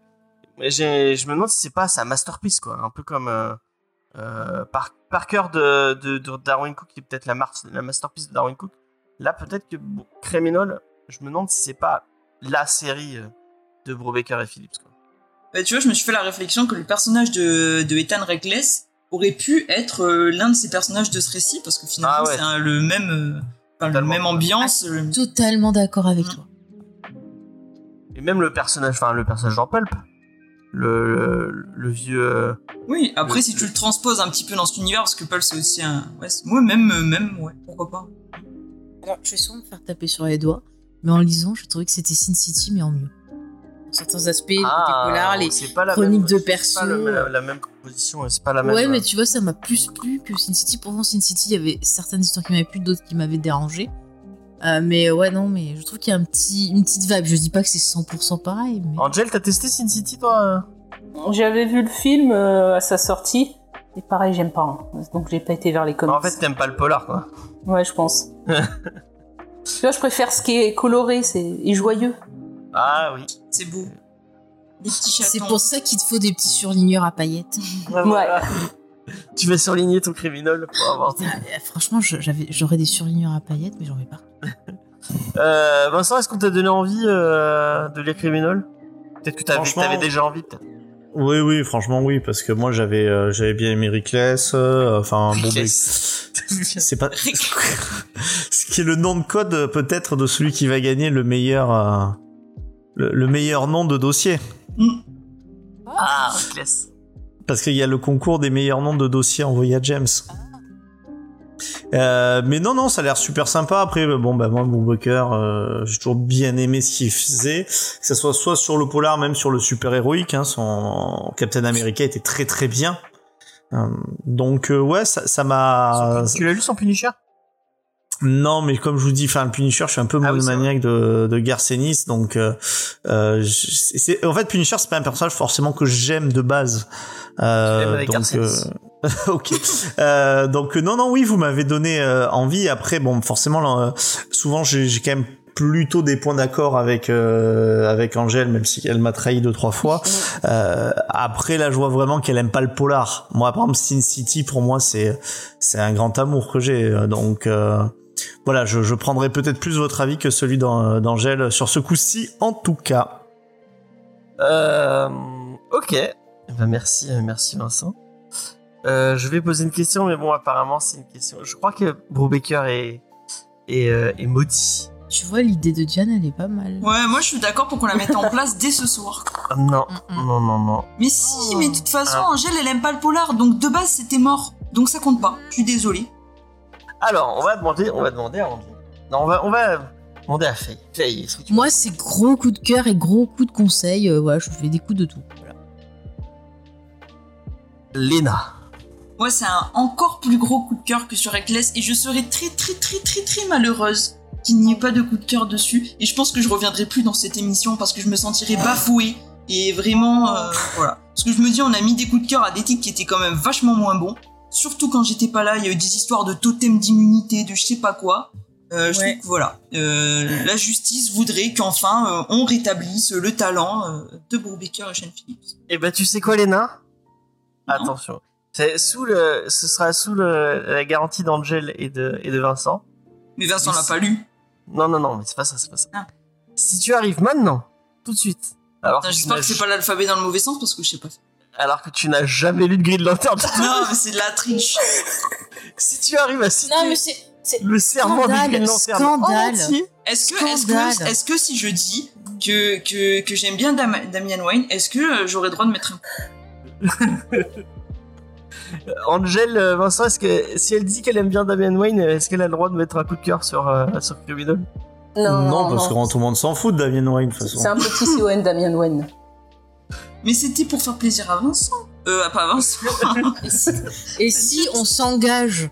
mais j'ai- Je me demande si c'est pas sa masterpiece, quoi. Un peu comme. Euh, euh, par, Parker de, de, de Darwin Cook, qui est peut-être la, mar- la masterpiece de Darwin Cook. Là, peut-être que bon, Criminal, je me demande si c'est pas la série euh, de Brubaker et Phillips. Quoi. Bah, tu vois, je me suis fait la réflexion que le personnage de, de Ethan Reckless aurait pu être euh, l'un de ces personnages de ce récit, parce que finalement, Ah ouais. c'est un- le même, euh, enfin, le Totalement. même ambiance. Ah. le- Totalement d'accord avec Mm. toi. Et même le personnage, enfin le personnage dans Pulp, le, le, le vieux. euh, Oui, après, Le- si tu le transposes un petit peu dans cet univers, parce que Paul, c'est aussi un. Ouais, c'est- ouais, même, euh, même, ouais, pourquoi pas. Alors, je vais sûrement me faire taper sur les doigts, mais en lisant, je trouvais que c'était Sin City, mais en mieux. Pour certains aspects, ah, les polars, les... c'est pas la chroniques même, de c'est perso. pas le- la, la même composition, et c'est pas la même. Ouais, mais euh, tu vois, ça m'a plus plu que Sin City. Pourtant, Sin City, il y avait certaines histoires qui m'avaient plu, d'autres qui m'avaient dérangé. Euh, mais ouais, non, mais je trouve qu'il y a un petit, une petite vibe. Je dis pas que c'est 100% pareil, mais. Angel, t'as testé Sin City, toi euh J'avais vu le film euh, à sa sortie. Et pareil, j'aime pas. hein. Donc j'ai pas été vers les comics. Bah, En fait, t'aimes pas le polar, quoi. Ouais, je pense. Tu vois, je préfère ce qui est coloré c'est... et joyeux. Ah oui. C'est beau. Des petits chatons. C'est pour ça qu'il te faut des petits surligneurs à paillettes. Ouais. Ah, Tu vas surligner ton criminel pour avoir. Putain, euh, franchement, je- j'avais- j'aurais des surligneurs à paillettes, mais j'en ai pas. Euh, Vincent, est-ce qu'on t'a donné envie euh, de lire Criminal Peut-être que t'avais, Franchement- t'avais déjà envie, peut-être. Oui, oui, franchement, oui, parce que moi, j'avais, euh, j'avais bien aimé Rickless, euh, enfin, bon, Rickless. mais- c'est pas, ce qui est le nom de code, euh, peut-être, de celui qui va gagner le meilleur, euh, le, le meilleur nom de dossier. Ah, Reckless. Parce qu'il y a le concours des meilleurs noms de dossiers envoyés à James. Euh, mais non, non, ça a l'air super sympa. Après, bah, bon, bah, moi, mon euh, j'ai toujours bien aimé ce qu'il faisait. Que ça soit soit sur le polar, même sur le super-héroïque. Hein, son Captain America était très très bien. Euh, donc, euh, ouais, ça ça m'a. Tu l'as lu sans Punisher Non, mais comme je vous dis, enfin le Punisher, je suis un peu Ah oui, c'est monomaniaque de, de Garcenis, donc euh, euh, je- c'est c'est- en fait Punisher, c'est pas un personnage forcément que j'aime de base. Tu l'aimes Euh, avec donc, Garcenis. ok. Euh, donc euh, non, non, oui, vous m'avez donné euh, envie. Après, bon, forcément, là, euh, souvent j'ai j'ai quand même plutôt des points d'accord avec euh, avec Angèle, même si elle m'a trahi deux trois fois. Euh, après, là, je vois vraiment qu'elle aime pas le polar. Moi, par exemple, Sin City, pour moi, c'est c'est un grand amour que j'ai. euh, Donc euh, voilà, je, je prendrai peut-être plus votre avis que celui d'An- euh, d'Angèle sur ce coup-ci, en tout cas. Euh, ok. Eh ben, merci, euh, merci Vincent. Euh, je vais poser une question, mais bon, apparemment, c'est une question. Je crois que Brubaker est, est, euh, est maudit. Tu vois, l'idée de Diane, elle est pas mal. Ouais, moi, je suis d'accord pour qu'on la mette en place dès ce soir. Ah, Non, Mm-mm. non, non, non. Mais si, Oh. mais de toute façon, Ah. Angèle, elle aime pas le polar, donc de base, c'était mort. Donc ça compte pas. Je suis désolée. Alors, on va demander, on va demander à Andy. Non, on va, on va demander à Faye. Faye, est-ce que tu... Moi, c'est gros coup de cœur et gros coup de conseil. euh, voilà, je fais des coups de tout. Voilà. Léna. Ouais, c'est un encore plus gros coup de cœur que sur Reckless et je serais très très très très très malheureuse qu'il n'y ait pas de coup de cœur dessus et je pense que je reviendrai plus dans cette émission parce que je me sentirais bafouée et vraiment euh, voilà. Parce que je me dis on a mis des coups de cœur à des titres qui étaient quand même vachement moins bons. Surtout quand j'étais pas là, il y a eu des histoires de totem d'immunité, de je sais pas quoi. Euh, je Ouais. trouve que voilà, euh, la justice voudrait qu'enfin euh, on rétablisse le talent euh, de Brubaker et Shane Phillips. Eh ben, tu sais quoi, Léna Non. Attention. C'est sous le, ce sera sous le- la garantie d'Angel et de, et de Vincent. Mais Vincent Mais l'a si- pas lu. Non, non, non, mais c'est pas ça, c'est pas ça. Ah. Si tu arrives maintenant, tout de suite, alors Putain, que tu J'espère n'as que c'est pas l'alphabet dans le mauvais sens parce que je sais pas. alors que tu n'as jamais lu de Green Lantern. Non, mais c'est de la triche. si tu arrives à citer Non, mais c'est. c'est- le serment de Scandale, Green Lantern en scandale. entier, Est-ce que, est-ce que, Scandale. est-ce que si je dis que, que, que j'aime bien Dam- Damian Wayne, est-ce que euh, j'aurais le droit de mettre un Angèle euh, Vincent, est-ce que si elle dit qu'elle aime bien Damian Wayne, euh, est-ce qu'elle a le droit de mettre un coup de cœur sur, euh, sur Criminal Non, non, parce que non. tout le monde s'en fout de Damien Wayne, de toute C'est façon. un petit CON Damien Wayne. Mais c'était pour faire plaisir à Vincent. Euh, à pas Vincent. Et si, et si on s'engage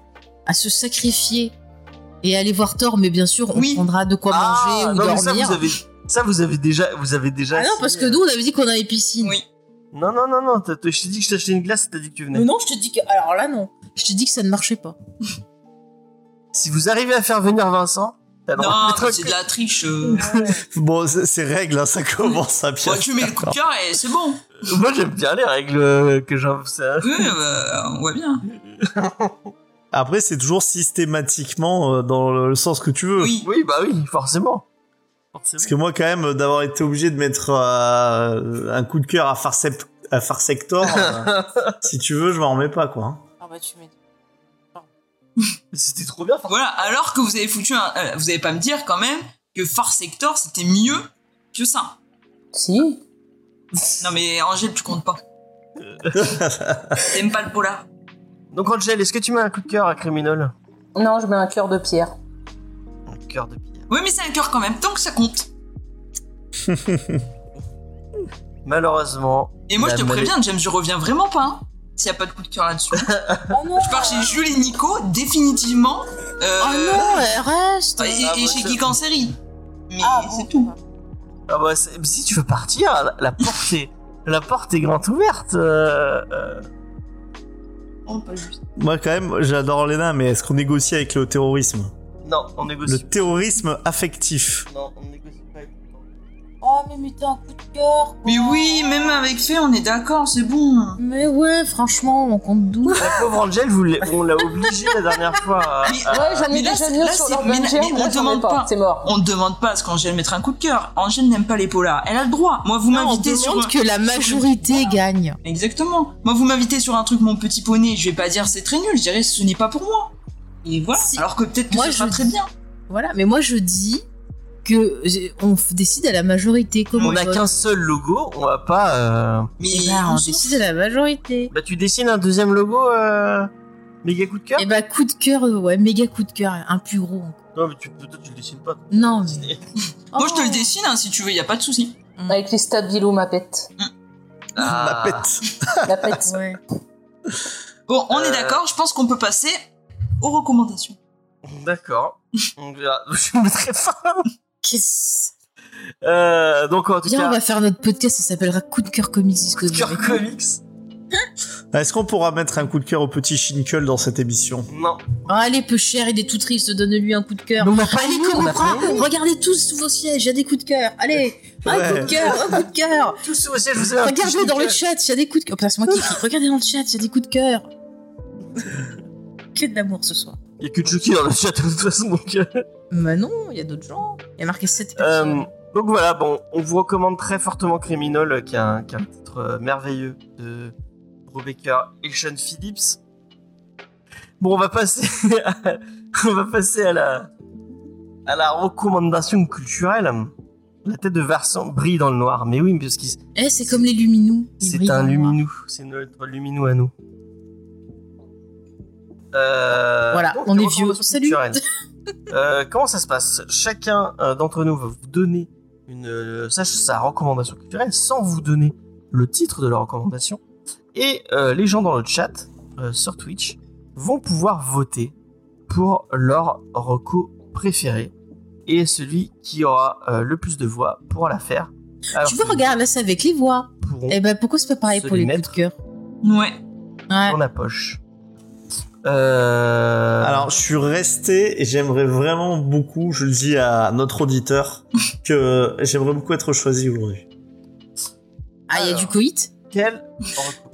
à se sacrifier et à aller voir Thor, mais bien sûr, on Oui. prendra de quoi manger ou Ah, non, mais dormir. ça, vous avez, ça, vous avez déjà. Vous avez déjà euh. Ah non, parce que nous, on avait dit qu'on avait piscine. Oui. Non, non, non, non, t'as- t'as- je t'ai dit que je t'achetais une glace et t'as dit que tu venais. Mais non, je te dis que. Alors là, non. Je te dis que ça ne marchait pas. Si vous arrivez à faire venir Vincent, t'as le droit de Ah Non, mettre un mais c'est de la triche. euh. Bon, c'est c'est règle, hein, ça commence à bien. Bon, tu mets le coup de cœur et c'est bon. coup- Moi, j'aime bien les règles euh, que j'en- ça. Oui, bah, on voit bien. Après, c'est toujours systématiquement euh, dans le sens que tu veux. Oui. Oui, bah oui, forcément. Forcément. Parce que moi, quand même, euh, d'avoir été obligé de mettre euh, un coup de cœur à, Farcep- à Farsector, euh, si tu veux, je m'en remets pas, quoi. hein. Ah bah tu mets. C'était trop bien. Voilà. Alors que vous avez foutu un. euh, vous avez pas me dire quand même que Far Sector c'était mieux que ça. Si. Non mais Angèle, tu comptes pas. T'aimes pas le polar. Donc, Angèle, est-ce que tu mets un coup de cœur à Criminal Non, je mets un cœur de pierre. Un cœur de pierre. Oui, mais c'est un cœur quand même, tant que ça compte. Malheureusement. Et moi, la je te mal- préviens, James, je reviens vraiment pas. hein, S'il y a pas de coup de cœur là-dessus. Oh non Je pars chez Jules et Nico, définitivement. euh, Oh non, Ah, elle reste Et, et chez Geek en série. Mais c'est tout. Ah bah, c'est- si tu veux partir, la, la porte est. La porte est grande ouverte. euh, euh. Oh, pas juste. Moi, quand même, j'adore Lena, mais est-ce qu'on négocie avec le terrorisme Non, on Le négocie. terrorisme affectif. Non, on négocie pas. Oh, mais mettez un coup de cœur Mais oui, même avec fait, on est d'accord, c'est bon. Mais ouais, franchement, on compte 12. La pauvre Angèle, vous l'a- on l'a obligée la dernière fois. à- Mais- à- Ouais, j'en Ah. mais ai là, déjà c'est- mis là, sur c'est- leur mais là- Jam, mais on là, j'en ai demande pas. C'est mort. On ne demande pas à ce qu'Angèle mette un coup de cœur. Angèle n'aime pas les polars. Elle a le droit. Moi, vous on m'invitez sur. demande que la majorité gagne. Exactement. Moi, vous m'invitez sur un truc, mon petit poney. Je vais pas dire c'est très nul. Je dirais ce n'est pas pour moi. Et voilà. Si. Alors que peut-être que Moi, ce je sera dis- très bien. Voilà, mais moi je dis que j'ai- on f- décide à la majorité. Comment on n'a vote. qu'un seul logo, on va pas. euh, Mais Eh ben, on on s'en décide à la majorité. Bah, tu dessines un deuxième logo, euh... méga coup de cœur Et bah coup de cœur, euh, ouais, méga coup de cœur, un plus gros. encore. Non, mais tu, peut-être tu le dessines pas. Non, mais... Moi, je te le Oh. dessine hein, si tu veux, y a pas de souci. Avec les stats Bilou Mapette. Ah. La pète. Mapette. Oh, Ouais. Bon, on est Euh. d'accord. Je pense qu'on peut passer aux recommandations. D'accord. On verra. Je mettrai fin. Qu'est-ce Euh, donc, en tout Viens, on cas, va faire notre podcast, ça s'appellera Coup de cœur Comedy. ce que vous Cœur avez. Comics. Est-ce qu'on pourra mettre un coup de cœur au petit Shinkle dans cette émission Non. Ah, elle est peu chère, il est tout triste, donne-lui un coup de cœur. Mais on va pas Allez, aimer, on va Corobra, pas aimer. regardez tous sous vos sièges, il y a des coups de cœur. Allez, un coup de cœur, un coup de cœur. Tous sous vos sièges, vous avez un petit Regardez dans le sticker. chat, il y a des coups de cœur. Putain, c'est moi qui crie. Regardez dans le chat, il y a des coups de cœur. Que de l'amour ce soir. Il y a que Chucky dans le chat, de toute façon. Donc, euh, Bah non, il y a d'autres gens. Il y a marqué 7 personnes. euh, donc voilà, bon, on vous recommande très fortement Criminal, euh, qui est un, qui est un titre euh, merveilleux de Bob Baker et Sean Phillips. Bon, on va passer à, on va passer à la, à la recommandation culturelle. La tête de Vincent brille dans le noir. Mais oui, parce qu'il Eh, c'est comme les luminous. Ils brillent C'est dans un le noir. luminou, c'est notre luminou à nous. Euh, Voilà, donc, on les est vieux. recommandations Salut. culturelles. Euh, comment ça se passe Chacun euh, d'entre nous va vous donner une, euh, sa, sa recommandation culturelle sans vous donner le titre de la recommandation. Et euh, les gens dans le chat, euh, sur Twitch, vont pouvoir voter pour leur reco préféré. Et celui qui aura euh, le plus de voix pourra la faire. Alors Tu vois, que regarde, là, c'est avec les voix. nous pourrons Eh ben, pourquoi c'est pas pareil Oh. Se pour les les Oh coups de cœur Ouais. Ouais. dans la poche. Euh, Alors, je suis resté et j'aimerais vraiment beaucoup, je le dis à notre auditeur, que j'aimerais beaucoup être choisi aujourd'hui. Ah, il y a alors. du coït quel Il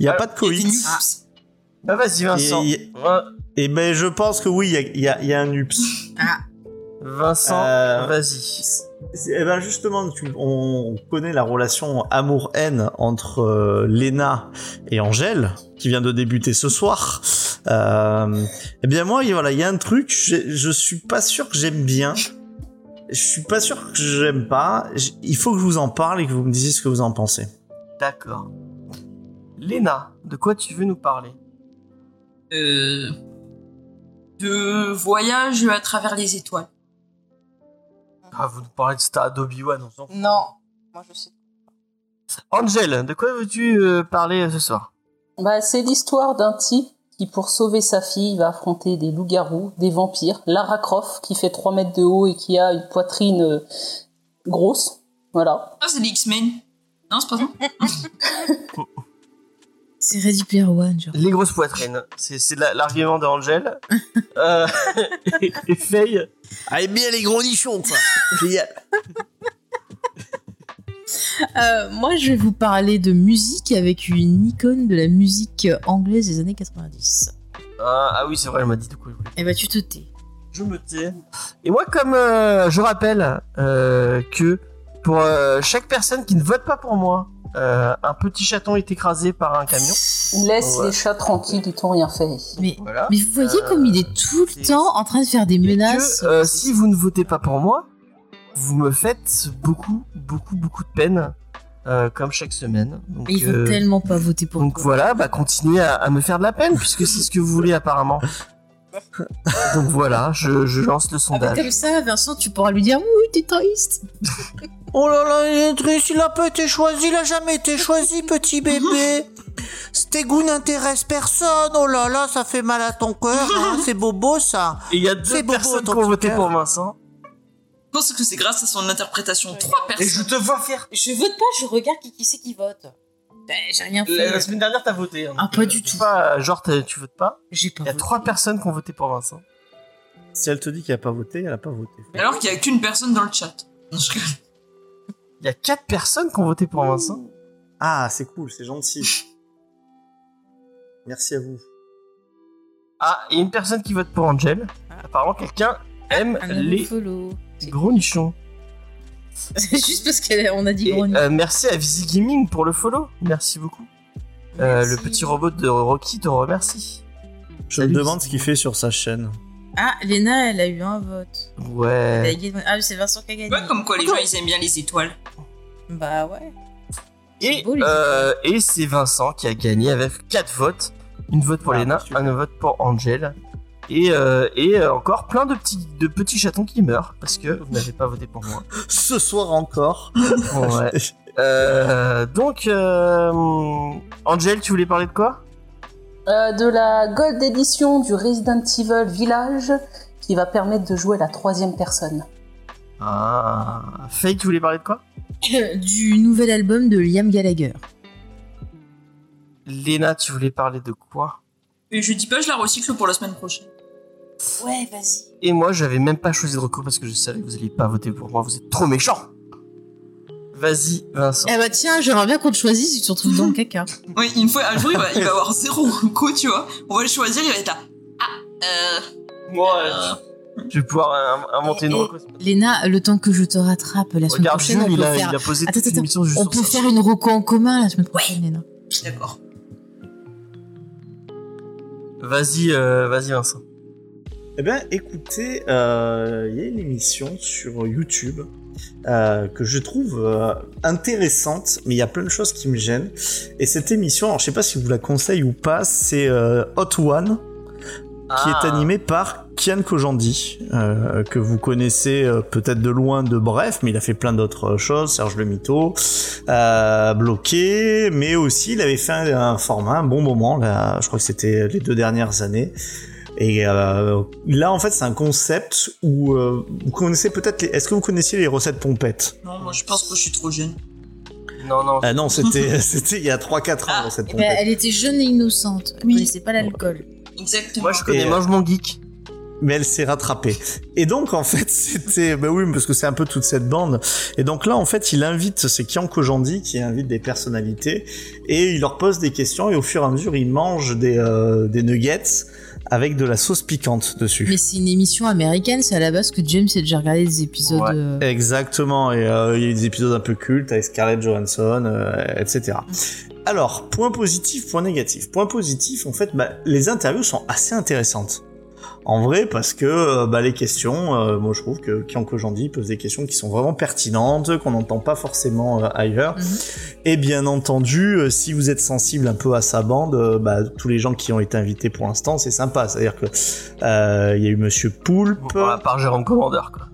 n'y a Ah, pas de Il y a des Covid. news. Ah, Vas-y Vincent. Et, Ouais, et ben, je pense que oui, il y a, il y a- il y a un UPS. Ah. Vincent, Euh, vas-y. C'est- Eh ben justement, tu- on connaît la relation amour-haine entre euh, Lena et Angèle, qui vient de débuter ce soir. Euh, eh bien moi, il- voilà, il y a un truc, je, je suis pas sûr que j'aime bien. Je suis pas sûr que j'aime pas. J- Il faut que je vous en parle et que vous me disiez ce que vous en pensez. D'accord. Léna, de quoi tu veux nous parler euh, de voyage à travers les étoiles. Ah, vous nous parlez de Stade Obi-Wan, on s'en fout. Non, moi je sais. Angel, de quoi veux-tu euh, parler euh, ce soir Bah, c'est l'histoire d'un type qui, pour sauver sa fille, va affronter des loups-garous, des vampires, Lara Croft, qui fait 3 mètres de haut et qui a une poitrine euh, grosse. Voilà. Ah, c'est les X-Men. Non, c'est pas ça. C'est Ready Player One, genre. Les grosses poitrines, c'est c'est la- l'argument de Angel. Euh, et, et Faye, Allez Ah, eh bien les gros nichons, quoi. Génial. Euh, moi, je vais vous parler de musique avec une icône de la musique anglaise des années 90. ah, ah oui, c'est vrai, elle m'a dit de quoi je voulais Eh ben, tu te tais. Je me tais. Et moi, comme euh, je rappelle euh, que pour euh, chaque personne qui ne vote pas pour moi, euh, un petit chaton est écrasé par un camion. Laisse Ouais. les chats tranquilles, ils t'ont rien fait. Mais, Voilà. mais vous voyez Euh, comme il est tout le c'est- temps en train de faire des Et menaces. que, euh, si vous ne votez pas pour moi, vous me faites beaucoup, beaucoup, beaucoup de peine, euh, comme chaque semaine. Donc, Et ils vont euh, tellement pas voter pour donc toi. voilà, bah, continuez à, à me faire de la peine, puisque c'est ce que vous voulez apparemment. Donc voilà, je, je lance Ah, le mais sondage. comme ça, Vincent, tu pourras lui dire oui, t'es triste. Oh là là, il est triste, il a pas été choisi, il a jamais été choisi, petit bébé. Cet goût n'intéresse personne, oh là là, ça fait mal à ton cœur, hein, c'est bobo ça. Et il y a C'est deux Bobo, personnes ton qui ont voté cœur. pour Vincent. Je pense que c'est grâce à son interprétation. Ouais. Trois Et je personnes. te vois faire. Je vote pas, je regarde qui, qui c'est qui vote. Ben, j'ai rien La, la fait. semaine dernière, t'as voté. hein. Ah, pas du tout. Pas, euh, genre, t'as- tu votes pas. J'ai pas Il y a voté. trois personnes qui ont voté pour Vincent. Si elle te dit qu'elle a pas voté, elle a pas voté. Alors qu'il y a qu'une personne dans le chat. Non, je rigole. Il y a quatre personnes qui ont voté pour Vincent. Ah, c'est cool, c'est gentil. Merci à vous. Ah, et une personne qui vote pour Angel. Apparemment, quelqu'un aime Ah, Un les follow. gros nichons. C'est juste parce qu'on a dit Et, gros nid. euh, merci à Visi Gaming pour le follow. Merci beaucoup. Euh, le petit robot de Rocky te remercie. Je Salut. me demande ce qu'il fait sur sa chaîne. Ah, Léna, elle a eu un vote. Elle a Ouais. gagné- Ah, mais c'est Vincent qui a gagné. Ouais, comme quoi les gens ils aiment bien les étoiles. Bah ouais. Et, beau, les euh, et c'est Vincent qui a gagné avec 4 votes. Une vote pour Ah, Lena, super. un vote pour Angel. Et, euh, et euh, encore plein de petits, de petits chatons qui meurent parce que vous n'avez pas voté pour moi. Ce soir encore. Ouais. Euh, donc, euh, Angel, tu voulais parler de quoi Euh, de la Gold Edition du Resident Evil Village, qui va permettre de jouer la troisième personne. Ah, Faye, tu voulais parler de quoi du nouvel album de Liam Gallagher. Lena, tu voulais parler de quoi Et je dis pas, je la recycle pour la semaine prochaine. Ouais, vas-y. Et moi, j'avais même pas choisi de recours parce que je savais que vous alliez pas voter pour moi, vous êtes trop méchants Vas-y, Vincent. Eh bah tiens, j'aimerais bien qu'on te choisisse si tu te retrouves dans le caca. Ouais, une fois, un jour il va, il va avoir zéro recours, tu vois. On va le choisir, il va être là. Ah, euh. Moi, euh, je vais pouvoir euh, inventer une Et- et- recours. Léna, le temps que je te rattrape la semaine Regarde, prochaine, Jules, on il peut a, faire, il a posé Attends, toute une attends, émission juste on sur peut ça. faire une roco en commun la semaine prochaine, Léna. je suis d'accord. Vas-y, euh, vas-y, Vincent. Eh bien, écoutez, euh, il y a une émission sur YouTube euh, que je trouve euh, intéressante, mais il y a plein de choses qui me gênent. Et cette émission, alors, je sais pas si vous la conseille ou pas, c'est euh, Hot One, Ah. qui est Ah. animée par Kian Kojandi, euh, que vous connaissez euh, peut-être de loin de Bref, mais il a fait plein d'autres euh, choses, Serge le Mito, euh, Bloqué, mais aussi il avait fait un, un format, un bon moment, là, je crois que c'était les deux dernières années. Et euh, là, en fait, c'est un concept où euh, vous connaissez peut-être. les- Est-ce que vous connaissiez les recettes pompettes Non, moi je pense que je suis trop jeune. Non, non. Ah non, c'était c'était il y a 3-4 ans, Ah, les recettes Eh ben, pompettes. elle était jeune et innocente. Elle Oui. connaissait pas l'alcool. Exactement. euh, Moi, je connais Et- Mange mon geek. mais elle s'est rattrapée. Et donc, en fait, c'était, bah oui, parce que c'est un peu toute cette bande. Et donc là, en fait, il invite, c'est Kian Kojandi qui invite des personnalités et il leur pose des questions et au fur et à mesure, ils mangent des, euh, des nuggets avec de la sauce piquante dessus. Mais c'est une émission américaine, c'est à la base que James a déjà regardé des épisodes. Ouais. euh, Exactement, et euh, il y a eu des épisodes un peu cultes avec Scarlett Johansson, euh, etc. Alors, point positif, point négatif. Point positif, en fait, bah, les interviews sont assez intéressantes. En vrai, parce que euh, bah, les questions, euh, moi je trouve que Kian Kojandi pose des questions qui sont vraiment pertinentes, qu'on n'entend pas forcément euh, ailleurs. Mhm. Et bien entendu, euh, si vous êtes sensible un peu à sa bande, euh, bah, tous les gens qui ont été invités pour l'instant, c'est sympa. C'est-à-dire que euh, il y a eu Monsieur Poulpe. Bon, à part Jérôme Commandeur, quoi.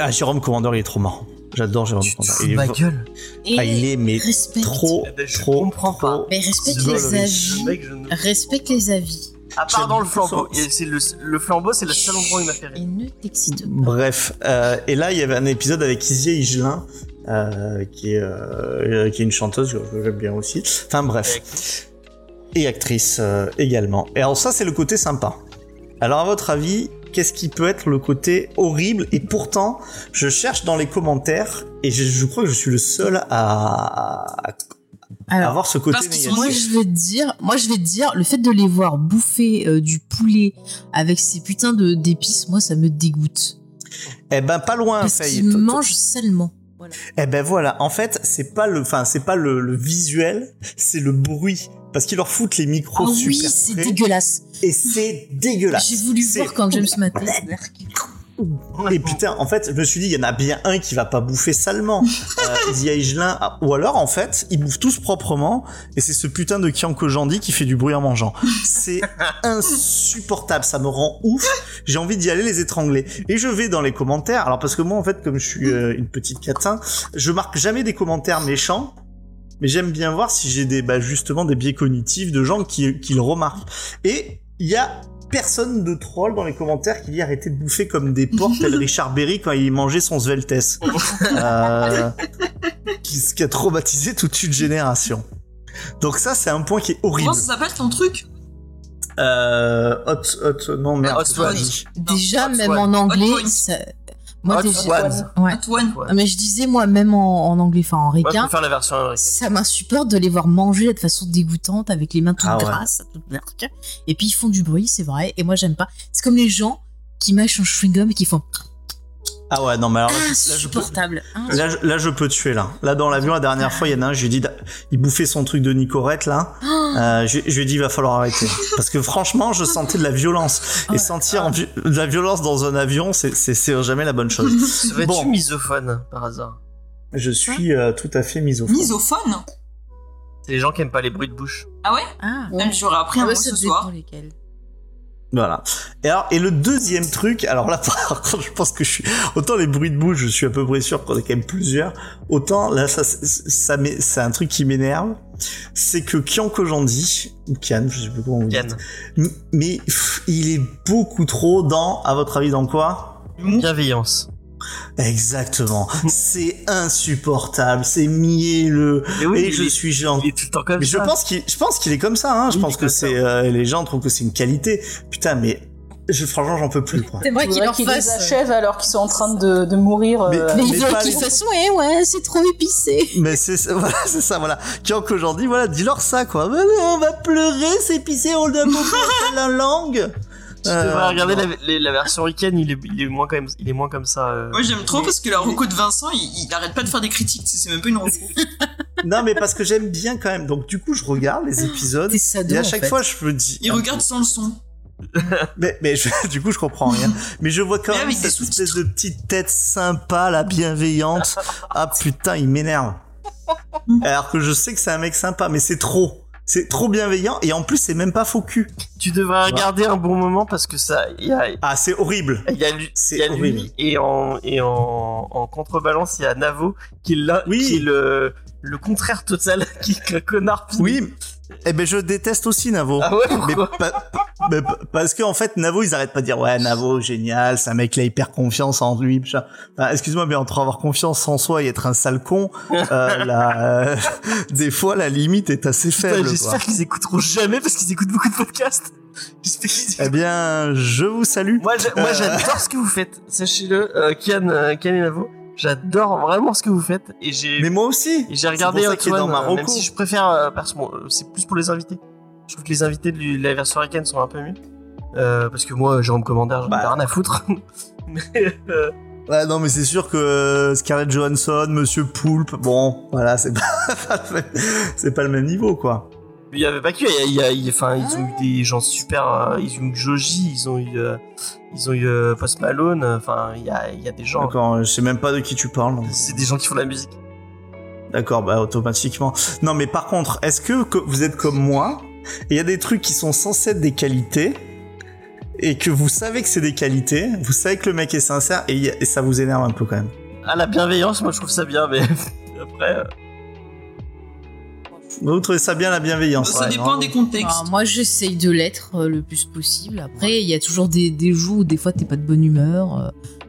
Ah, Jérôme Commandeur, il est trop marrant. J'adore Jérôme Tu te Commandeur. fous Il de est ma vo- gueule. Et Ah, il est mais respecte. trop, Eh ben, je trop, comprends pas. trop- Mais respecte Zgolovitch. les Le avis. mec, je ne... Respecte les avis. À part dans le J'aime flambeau. son- Et c'est le, le flambeau, c'est le seul endroit où il m'a fait Et rire. ne t'excite pas. Bref, euh, et là, il y avait un épisode avec Isier Higelin, euh, qui, est, euh, qui est une chanteuse que que j'aime bien aussi. Enfin bref, et actrice euh, également. Et alors ça, c'est le côté sympa. Alors à votre avis, qu'est-ce qui peut être le côté horrible Et pourtant, je cherche dans les commentaires, et je, je crois que je suis le seul à, à- à Alors, avoir ce côté parce qu'ils sont négatif. moi je vais te dire, moi je vais te dire, le fait de les voir bouffer euh, du poulet avec ces putains de d'épices, moi ça me dégoûte. Eh ben pas loin, Parce ça qu'ils mangent salement. Eh ben voilà, en fait, c'est pas le, enfin, c'est pas le, le visuel, c'est le bruit. Parce qu'ils leur foutent les Ah micros oui, super c'est près, dégueulasse. Et c'est dégueulasse. J'ai voulu C'est- voir quand James Maté. Et putain, en fait, je me suis dit, il y en a bien un qui va pas bouffer salement. Euh, il y a Higelin, ah, ou alors, en fait, ils bouffent tous proprement, et c'est ce putain de Kian Kojandi qui fait du bruit en mangeant. C'est insupportable, ça me rend ouf. J'ai envie d'y aller les étrangler. Et je vais dans les commentaires, alors parce que moi, en fait, comme je suis euh, une petite catin, je marque jamais des commentaires méchants. Mais j'aime bien voir si j'ai des, bah, justement des biais cognitifs de gens qui, qui le remarquent. Et il y a personne de troll dans les commentaires qui dit arrêtez de bouffer comme des porcs tel Richard Berry quand il mangeait son Sveltes. Euh, qui, ce qui a traumatisé toute une génération. Donc ça, c'est un point qui est horrible. Comment ça s'appelle ton truc Euh, hot, hot, non merde. Hot c'est pas Swan. dit. Déjà, Hot même Swan. en Hot anglais, Point. ça- moi Hot déjà, Swan. ouais. Antoine. Ah, mais je disais moi même en, en anglais, enfin en Moi, je ricain, préfère la version américaine. ça m'insupporte de les voir manger de façon dégoûtante avec les mains toutes Ah ouais. grasses, toutes merques. Et puis ils font du bruit, c'est vrai. Et moi j'aime pas. C'est comme les gens qui mâchent un chewing gum et qui font Ah ouais, non mais alors là, je- là, je peux, Euh, insupportable. Ah, Ins- là, je- là, je peux tuer là. Là dans l'avion la dernière fois, il y en a un, je lui ai dit, d'a- il bouffait son truc de Nicorette là. Ah, Euh, je, je lui ai dit, il va falloir arrêter. Parce que franchement, je sentais de la violence. Et Ouais. sentir en vi- de la violence dans un avion, c'est- c'est c'est jamais la bonne chose. Serais-tu Bon. misophone, par hasard Je suis euh, tout à fait misophone. Misophone C'est les gens qui aiment pas les bruits de bouche. Ah ouais ah. Elle me J'aurais appris Ah un mot ouais, ce ça soir. dépend lesquels. Voilà. Et, alors, et le deuxième truc, alors là, par contre, je pense que je suis... Autant les bruits de bouche, je suis à peu près sûr qu'on est quand même plusieurs. Autant, là, ça, ça, ça m'é- c'est un truc qui m'énerve. C'est que Kian Kojandi, ou Kian, je sais plus comment on dit. Yann. M- Mais pff, il est beaucoup trop dans, à votre avis, dans quoi Bienveillance. Exactement. Mm. c'est insupportable, c'est mielleux. Mais oui, et il je est- suis gentil. il est tout le temps comme Mais je ça. pense qu'il, je pense qu'il est comme ça. Hein. Je Oui, pense il est que comme ça. c'est euh, les gens trouvent que c'est une qualité. Putain, mais je, franchement, j'en peux plus. Quoi. C'est vrai qu'il Faudrait leur qu'ils les fasse. euh, achèvent alors qu'ils sont en train de, de mourir. Mais- euh, Mais ils Mais veulent pas qu'ils les- fassent ouais eh ouais, c'est trop épicé. mais c'est ça, voilà, c'est ça, voilà. Qui en qu'aujourd'hui, voilà, dis-leur ça, quoi. Mais non, on va pleurer, s'épicer, on le donne pas la langue. Tu Euh, devrais regarder non. la, les- la version week-end, il est, il est moins quand même, il est moins comme ça. euh. Moi j'aime trop parce que la reco de Vincent, il, il arrête pas de faire des critiques, c'est c'est même pas une reco. Non, mais parce que j'aime bien quand même. Donc, du coup, je regarde les épisodes. C'est sado Et à en chaque fait. fois, je me dis. Il regarde sans le son. Mais, mais je- du coup, je comprends rien. Mais je vois quand Mais même avec des cette sous-titres. espèce de petite tête sympa, la bienveillante. Ah putain, il m'énerve. Alors que je sais que c'est un mec sympa, mais c'est trop. C'est trop bienveillant et en plus, c'est même pas faux cul. Tu devrais regarder un bon moment parce que ça, il y a, il Ah, c'est horrible. y a lui, C'est il y a lui horrible. et en et en, en contrebalance, il y a Navo qui est là, Oui. qui est le le contraire total, qui est un connard. pire. Oui. Eh ben, je déteste aussi Navo. Ah ouais, Mais pourquoi pa- pa- Mais p- parce que en fait, Navo, ils arrêtent pas de dire ouais, Navo, génial, c'est un mec qui a hyper confiance en lui. machin. Enfin, excuse-moi, mais entre avoir confiance en soi et être un sale con, euh, la- euh, des fois la limite est assez Putain, faible. quoi. J'espère qu'ils écouteront jamais parce qu'ils écoutent beaucoup de podcasts. J'espère qu'ils Eh bien, je vous salue. Moi, j'a- moi, j'adore ce que vous faites. Sachez-le, euh, Kian, euh, Kian et Navo, j'adore vraiment ce que vous faites. Et j'ai, Mais moi aussi. et j'ai regardé c'est pour ça qu'il est Antoine, dans ma euh, reco. même si je préfère, euh, parce que bon, euh, c'est plus pour les invités. Je trouve que les invités de l- la version américaine sont un peu mieux. Euh, parce que moi, Jérôme Commandeur, j'en ai Bah. rien à foutre. Mais, euh, Ouais, non, mais c'est sûr que euh, Scarlett Johansson, Monsieur Poulpe, bon, voilà, c'est pas, c'est pas le même niveau, quoi. mais il y avait pas que, il y a- il y a- il y a- enfin, ils ont eu des gens super, euh, ils ont eu Joji, ils ont eu, euh, ils ont eu euh, Post Malone, euh, enfin, il y a, il y a des gens. D'accord, euh, je sais même pas de qui tu parles. donc. C'est des gens qui font de la musique. D'accord, bah automatiquement. Non, mais par contre, est-ce que co- vous êtes comme moi et Il y a des trucs qui sont censés être des qualités et que vous savez que c'est des qualités, vous savez que le mec est sincère et, il y a- et ça vous énerve un peu quand même. Ah, la bienveillance, moi, je trouve ça bien, mais après. euh, Vous trouvez ça bien la bienveillance Ça ouais, dépend non des contextes. Alors, moi, j'essaye de l'être euh, le plus possible. Après, il y a toujours des, des jours où des fois, t'es pas de bonne humeur. euh,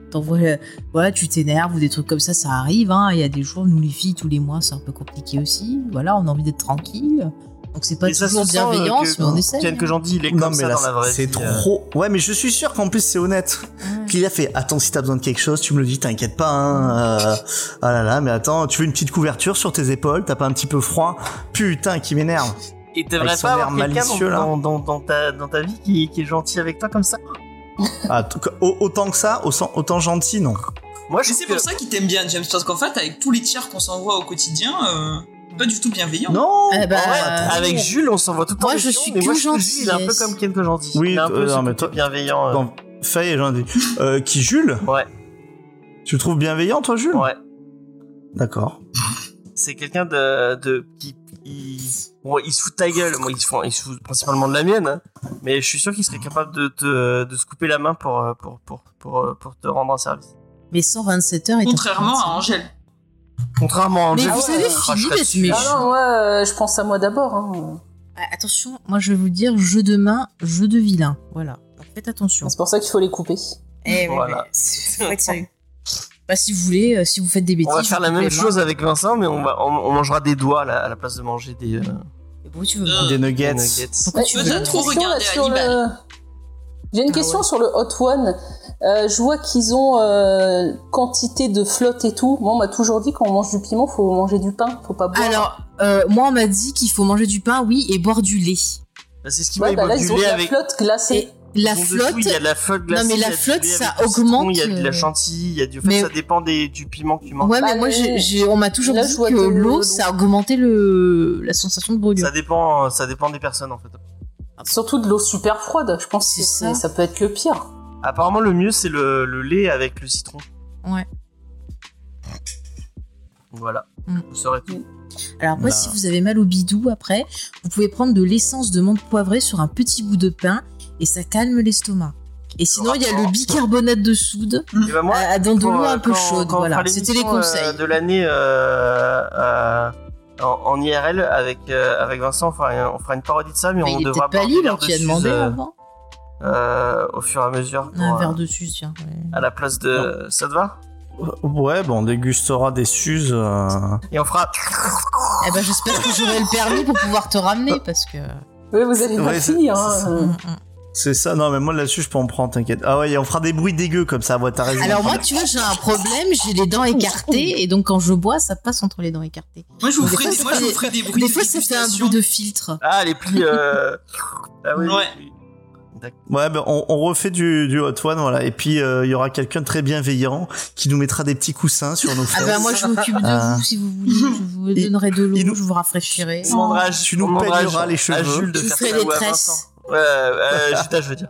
t'envoies, euh, voilà, tu t'énerves ou des trucs comme ça, ça arrive. hein. Il y a des jours, nous les filles, tous les mois, c'est un peu compliqué aussi. Voilà, on a envie d'être tranquille. Donc, c'est pas Mais ça se toujours sent, euh, bienveillance, que- mais on hein. essaye. Ken que j'en dis, il est Non, comme mais ça là, dans la vraie vie. euh. c'est trop. Ouais, mais je suis sûr qu'en plus c'est honnête. hein. Qu'il a fait attends si t'as besoin de quelque chose, tu me le dis, t'inquiète pas. Hein, euh, ah là là, mais attends, tu veux une petite couverture sur tes épaules, t'as pas un petit peu froid Putain, qui m'énerve. Et t'aimerais Avec son pas air avoir quelqu'un malicieux, là. dans, dans, dans, dans ta, dans ta vie qui, qui est gentil avec toi comme ça Ah, tout- au- autant que ça, autant, autant gentil, non Moi, je Mais c'est trouve pour ça qu'il t'aime bien, James, parce qu'en fait, avec tous les tirs qu'on s'envoie au quotidien, euh, pas du tout bienveillant. Non. Eh ben, que- En vrai, euh, avec Jules, on s'envoie tout le temps. Moi, des je choses, suis mais moi, que je trouve que Jules, Il est un peu gentillesse. comme Ken que j'en dis. Oui, il est un euh, peu non, ce mais côté toi- bienveillant. euh, Attends, Faye, j'en ai. Euh, qui Jules Ouais. Tu le trouves bienveillant, toi, Jules Ouais. D'accord. C'est quelqu'un de, de qui il, bon, il se fout de ta gueule. Moi, il se fout, il se fout principalement de la mienne. hein. Mais je suis sûr qu'il serait capable de, te- de se couper la main pour, euh, pour, pour, pour, euh, pour te rendre un service. Mais 127 heures est Contrairement à un- Angèle. Contrairement à Mais Angèle. vous savez, Ah, je Philippe, serais être méchant. Ah non, moi, euh, je pense à moi d'abord. hein. Ah, Attention, moi, je vais vous dire jeu de main, jeu de vilain. Voilà. Donc, faites attention. C'est pour ça qu'il faut les couper. Eh, ouais, Voilà. ouais, c'est- faut être sérieux. Bah, si vous voulez, euh, si vous faites des bêtises. On va faire la vous même coupez les chose avec Vincent, mais on, va, on, on mangera des doigts là, à la place de manger des, euh, mains. Pourquoi tu veux Euh, Des nuggets. des nuggets. Pourquoi Ouais, tu j'ai veux- une trop question, là, regarder sur le- Hannibal. J'ai une Ah question ouais. sur le Hot One. Euh, je vois qu'ils ont euh, quantité de flotte et tout. Moi, on m'a toujours dit qu'on mange du piment, faut manger du pain, faut pas boire. Alors, euh, moi, on m'a dit qu'il faut manger du pain, oui, et boire du lait. Bah, c'est ce qui ouais, m'a bah là, ils ont modulé de la avec. flotte glacée. La ils ont de tout, flotte, il y a de la flotte glacée, mais la il y a du flotte, lait ça avec du citron, augmente, Il y a de la euh, chantilly, il y a du. En fait, mais- ça dépend des, du piment que tu manges. Ouais, mais Bah, moi, le- j'ai- j'ai- on m'a toujours là, dit je vois que de l'eau. l'eau, ça augmentait le, la sensation de brûlure. Ça dépend, ça dépend des personnes en fait. Surtout de l'eau super froide. Je pense que C'est c'est- ça. ça peut être le pire. Apparemment, le mieux c'est le, le lait avec le citron. Ouais. Voilà. Mm. Vous saurez tout. Alors après, Bah. si vous avez mal au bidou, après, vous pouvez prendre de l'essence de menthe poivrée sur un petit bout de pain et ça calme l'estomac. Et sinon, il y a le rapport. bicarbonate de soude Et bah, moi, à- à- dans de quand, l'eau euh, un peu quand- chaude. quand on Voilà, fera c'était les l'émission, euh, conseils. de l'année euh, euh, en, en IRL avec, euh, avec Vincent, on fera, on fera une parodie de ça, Mais mais, on Bah, il était devra pas aborder libre, l'air tu as de demandé Suze, euh, avant. euh, au fur et à mesure pour, Un euh, verre de suze, tiens. ouais. à la place de ça te va Ouais, bon, on dégustera des suzes. euh, et on fera Eh ben, j'espère que j'aurai le permis pour pouvoir te ramener parce que. Oui, vous allez pas Ouais, c'est- finir. c'est hein. ça. C'est ça, non, mais moi là-dessus, je peux en prendre, t'inquiète. Ah ouais, et on fera des bruits dégueux comme ça, ouais, t'as raison. Alors moi, tu vois, j'ai un problème, j'ai les dents écartées et donc quand je bois, ça passe entre les dents écartées. Moi, je vous Des ferai fois, des, ça moi, je fait- vous ferai des bruits. Des de fois, ça fait un dégustation. bruit de filtre. ah les plis euh... ah oui Ouais. oui, oui. Ouais, ben on, on refait du, du Hot One, voilà. Et puis, euh, il y aura quelqu'un de très bienveillant qui nous mettra des petits coussins sur nos Ah fesses. ben moi, je m'occupe de Ah. vous si vous voulez. Je vous Il- donnerai de il l'eau, nous- je vous rafraîchirai. On demandera à- Tu on nous demandera à- peigneras les à cheveux. Jules de Je faire ferai ça, des ou à tresses. Vincent. ouais euh, Juta, je veux dire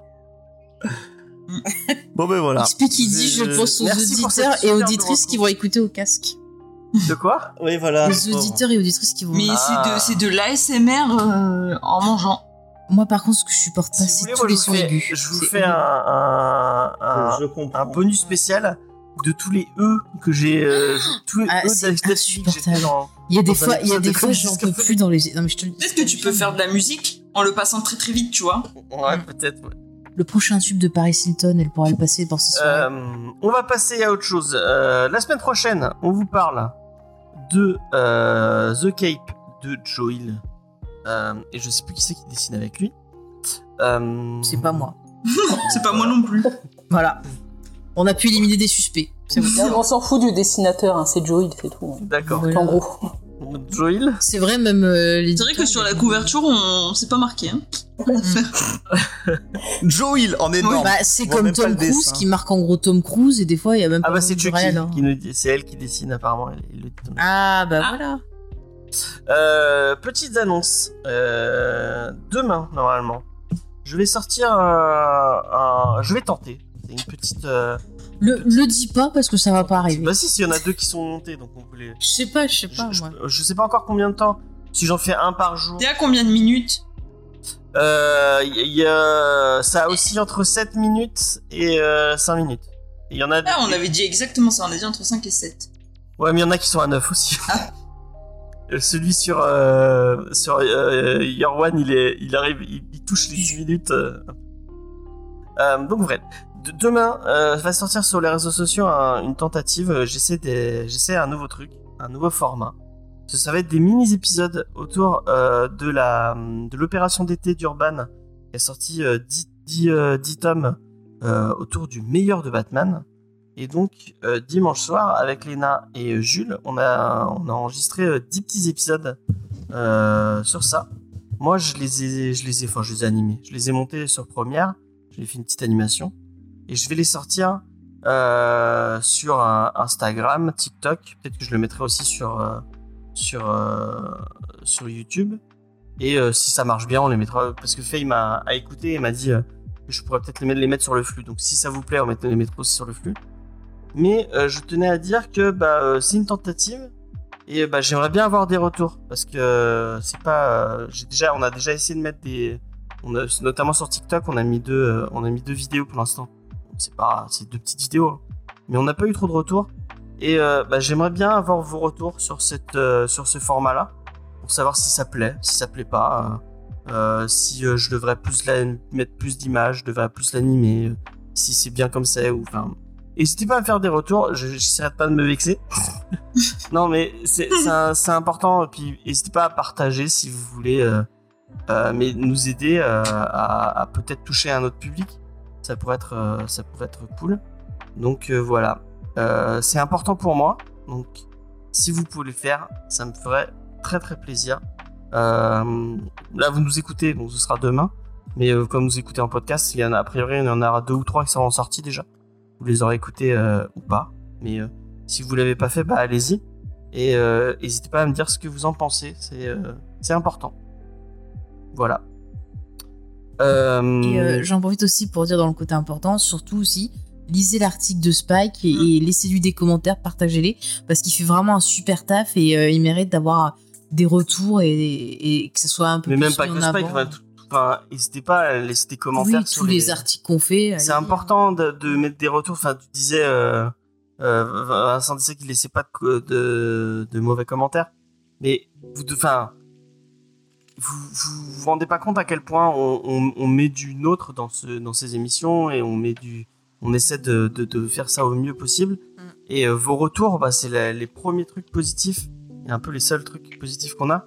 Bon, ben voilà. Speakeasy, je Euh, pense aux merci pour cette auditeurs et superbe auditrices qui vont écouter au casque. de Bah, quoi Oui, voilà. Les auditeurs et auditrices qui vont. Mais Ah. c'est de, c'est de l'ASMR euh, en mangeant. Moi, par contre, ce que je supporte pas, si vous c'est voulez tous moi les sons aigus. je vous fais, je vous C'est fais un, un, un, je comprends. un bonus spécial de tous les E que j'ai euh, tous les Ah, E c'est d'Astatus que j'ai fait insupportable. dans- Il y a des Dans un fois, il y a épisode des de fois, j'en Comedy peux Central. plus dans les. Non mais je te le dis. Peut-être que tu peux faire de la musique en le passant très très vite, tu vois. Ouais, Hmm. peut-être. ouais. Le prochain tube de Paris Hilton, elle pourra le passer dans ses soirées. Euh, on va passer à autre chose. Euh, la semaine prochaine, on vous parle de euh, The Cape de Joel. Euh, et je sais plus qui c'est qui dessine avec lui. Euh, C'est pas moi. C'est pas moi non plus. Voilà. On a pu éliminer des suspects. C'est bon. On s'en fout du dessinateur, hein, c'est Joey, c'est tout. hein. D'accord. Voilà. En gros. Joel C'est vrai, même euh, les. C'est vrai que sur la couverture, on s'est pas marqué. Hein. Joe Hill en énorme. Bah, c'est On voit comme même pas Tom le dessin. Cruise qui marque en gros Tom Cruise et des fois il y a même Ah pas bah c'est du Chucky réel, hein. qui nous dit, c'est elle qui dessine apparemment. elle- elle le dit. Ah bah Ah. voilà. Euh, petites annonces. Euh, demain, normalement, je vais sortir euh, un. Je vais tenter. C'est une petite. euh, Le, le dis pas parce que ça va pas arriver. Bah si, s'il y en a deux qui sont montés, donc on peut les. Je sais pas, je sais pas je, je- moi. je sais pas encore combien de temps. Si j'en fais un par jour. T'es à combien de minutes Euh, y- y a- ça oscille entre 7 minutes et euh, 5 minutes. Il y en a. Ah, on avait dit exactement ça, on a dit entre 5 et 7. Ouais, mais il y en a qui sont à 9 aussi. Euh, Celui sur, euh, sur euh, Your One, il, est, il arrive, il, il touche les 10 minutes. euh. Euh, donc, vrai. De- demain, euh, va sortir sur les réseaux sociaux un- une tentative. euh, J'essaie des- j'essaie un nouveau truc, un nouveau format. Ça, ça va être des mini-épisodes autour euh, de la de l'opération d'été d'Urban qui a sorti euh, 10, 10, euh, 10 tomes euh, autour du meilleur de Batman. Et donc, euh, dimanche soir, avec Léna et euh, Jules, on a, on a enregistré euh, 10 petits épisodes euh, sur ça. Moi, je les ai, je les ai, enfin, je les ai animés. Je les ai montés sur Première. J'ai fait une petite animation. Et je vais les sortir euh, sur euh, Instagram, TikTok. Peut-être que je le mettrai aussi sur, euh, sur, euh, sur YouTube. Et euh, si ça marche bien, on les mettra. Parce que Faye m'a a écouté et m'a dit euh, que je pourrais peut-être les, les mettre sur le flux. Donc, si ça vous plaît, on met- les mettra aussi sur le flux mais euh, je tenais à dire que bah, euh, c'est une tentative et euh, bah, j'aimerais bien avoir des retours parce que euh, c'est pas euh, j'ai déjà on a déjà essayé de mettre des on a, notamment sur TikTok on a mis deux euh, on a mis deux vidéos pour l'instant c'est pas c'est deux petites vidéos hein. mais on n'a pas eu trop de retours et euh, bah, j'aimerais bien avoir vos retours sur cette euh, sur ce format là pour savoir si ça plaît si ça plaît pas euh, euh, si euh, je devrais plus la, mettre plus d'images je devrais plus l'animer euh, si c'est bien comme c'est ou enfin N'hésitez pas à me faire des retours, je- j'essaierai de pas de me vexer. non, mais c'est c'est un- c'est important. Et puis, n'hésitez pas à partager si vous voulez, euh, euh, mais nous aider euh, à, à peut-être toucher un autre public. Ça pourrait être, euh, ça pourrait être cool. Donc euh, voilà, Euh, c'est important pour moi. Donc, si vous pouvez le faire, ça me ferait très très plaisir. Euh, là, vous nous écoutez, donc ce sera demain. Mais euh, comme vous écoutez en podcast, il y en a, a priori, il y en aura deux ou trois qui seront sortis déjà vous les aurez écoutés euh, ou pas. Mais euh, si vous l'avez pas fait, bah allez-y. Et euh, n'hésitez pas à me dire ce que vous en pensez, c'est euh, c'est important. Voilà. Euh, Et euh, j'en profite aussi pour dire dans le côté important, surtout aussi, lisez l'article de Spike Mm. et, et laissez-lui des commentaires, partagez-les, parce qu'il fait vraiment un super taf et euh, il mérite d'avoir des retours et, et que ce soit un peu mais plus même pas mis que en Spike, avant. enfin, tout- enfin, n'hésitez pas à laisser des oui, commentaires sur tous les, articles qu'on fait. C'est allez-y. important de, de mettre des retours. Enfin, tu disais, euh, euh, Vincent disait qu'il laissait pas de, co- de, de mauvais commentaires. Mais vous, de- enfin, vous, vous vous rendez pas compte à quel point on, on- on met du nôtre dans, ce, dans ces émissions et on met du, on essaie de, de- de faire ça au mieux possible. Et euh, vos retours, bah, c'est la- les premiers trucs positifs et un peu les seuls trucs positifs qu'on a.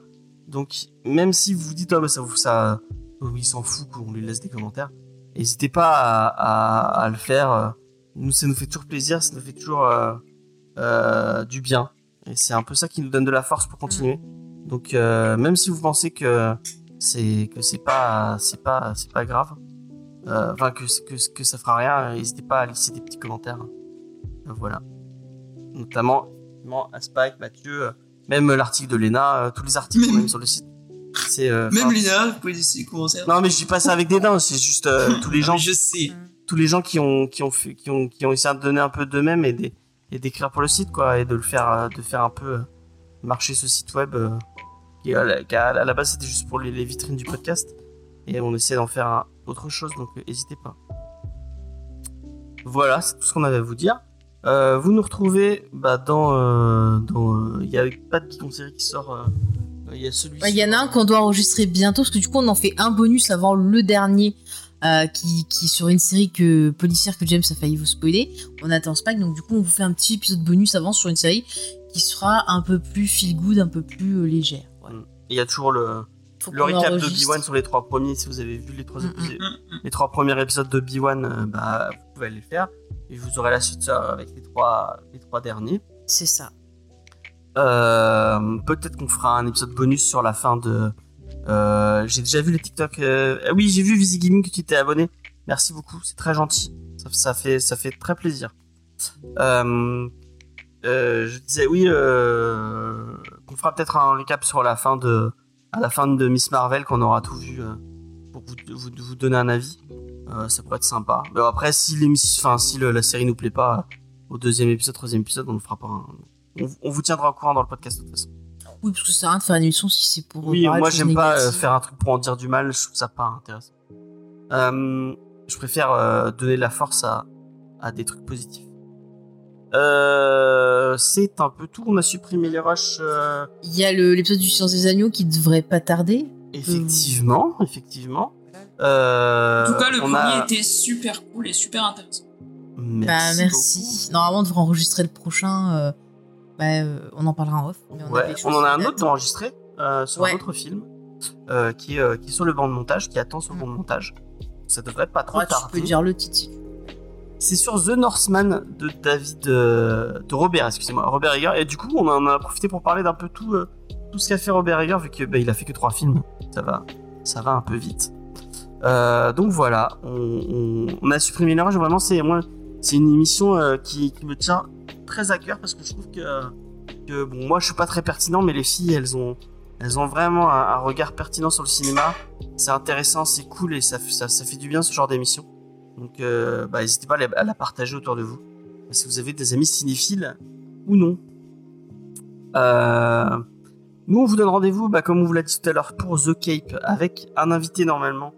Donc, même si vous vous dites, ah, bah, ça vous, ça, oh, il s'en fout qu'on lui laisse des commentaires. N'hésitez pas à, à- à le faire. euh. Nous, ça nous fait toujours plaisir, ça nous fait toujours euh, euh, du bien. Et c'est un peu ça qui nous donne de la force pour continuer. Donc, euh, même si vous pensez que c'est que c'est pas c'est pas c'est pas grave, euh, enfin que, c'est- que que ça fera rien, euh, n'hésitez pas à laisser des petits commentaires. Euh, voilà. Notamment, effectivement, à Spike, Mathieu, euh, même l'article de Lena, euh, tous les articles Même- même sur le site. C'est euh, Même enfin, Léna, vous pouvez laisser les commentaires. non mais je dis pas ça avec des dents, c'est juste euh, tous les gens Mais Ah je sais. tous les gens qui ont qui ont fait- qui ont qui ont essayé de donner un peu d'eux-mêmes et d'é- et d'écrire pour le site quoi et de le faire euh, de faire un peu euh, marcher ce site web euh, qui à la, qui, à la- à la base c'était juste pour les, les vitrines du podcast et on essaie d'en faire un- autre chose donc euh, n'hésitez pas. Voilà, c'est tout ce qu'on avait à vous dire. Euh, vous nous retrouvez bah, dans euh, dans il y a pas de Geek en série qui sort euh, Il y a celui Il y en a un qu'on doit enregistrer bientôt, parce que du coup, on en fait un bonus avant le dernier, euh, qui, qui est sur une série que, policière que James a failli vous spoiler. On attend Spike, donc du coup, on vous fait un petit épisode bonus avant sur une série qui sera un peu plus feel-good, un peu plus euh, légère. Ouais. Il y a toujours le, Faut le qu'on recap de enregistre. B1 sur les trois premiers. Si vous avez vu les trois, Mm, épis- mm, les trois premiers épisodes de B1, euh, bah, vous pouvez aller le faire. Et vous aurez la suite euh, avec les trois, les trois derniers. C'est ça. Euh, Peut-être qu'on fera un épisode bonus sur la fin de. euh, j'ai déjà vu les TikTok. euh, ah Oui, j'ai vu Visi Gaming que tu t'es abonné. Merci beaucoup, c'est très gentil. Ça, ça fait, ça fait très plaisir. Euh, euh, je disais oui, euh, qu'on fera peut-être un récap sur la fin de, à la fin de Miss Marvel, qu'on aura tout vu euh, pour vous, vous, vous donner un avis. Euh, ça pourrait être sympa. Mais après, si, l'émission- enfin, si le- la série nous plaît pas, euh, au deuxième épisode, troisième épisode, on ne fera pas. hein. un- on, on vous tiendra au courant dans le podcast de toute façon. Oui, parce que ça sert à rien de faire une émission si c'est pour. Oui, parler de moi choses j'aime pas euh, négatives. faire un truc pour en dire du mal, je trouve ça pas intéressant. Euh, je préfère euh, donner de la force à, à des trucs positifs. Euh, c'est un peu tout, on a supprimé les rushs. euh, Il y a le- l'épisode du Silence des Agneaux qui devrait pas tarder. effectivement, Hmm. effectivement. Euh, En tout cas, le on premier a- était super cool et super intéressant. Merci. bah, beaucoup. merci. Normalement, on devrait enregistrer le prochain. euh, bah, euh, on en parlera en off. mais Ouais, avait on choisi en a une un date. autre d'enregistré euh, sur Ouais. un autre film euh, qui, est, euh, qui est sur le banc de montage, qui attend sur le banc de montage. Ça devrait pas trop hein. Ouais, Hmm. Oh, tu peux tarder. dire le titre. si C'est sur The Northman de David. euh, de Robert, excusez-moi, Robert Eger. Et du coup, on en a profité pour parler d'un peu tout, euh, tout ce qu'a fait Robert Eger, vu qu'il a fait que trois films. Ça va, ça va un peu vite. Euh, donc voilà, on, on- on a supprimé les rushs. Vraiment, c'est moi, c'est une émission euh, qui, qui me tient très à cœur parce que je trouve que, que, bon, moi, je suis pas très pertinent, mais les filles, elles ont, elles ont vraiment un, un regard pertinent sur le cinéma. C'est intéressant, c'est cool et ça, fait- ça, ça fait du bien ce genre d'émission. Donc, euh, bah, n'hésitez pas à la, à la partager autour de vous si vous avez des amis cinéphiles ou non. Euh, nous, on vous donne rendez-vous, bah, comme on vous l'a dit tout à l'heure, pour The Cape, avec un invité normalement,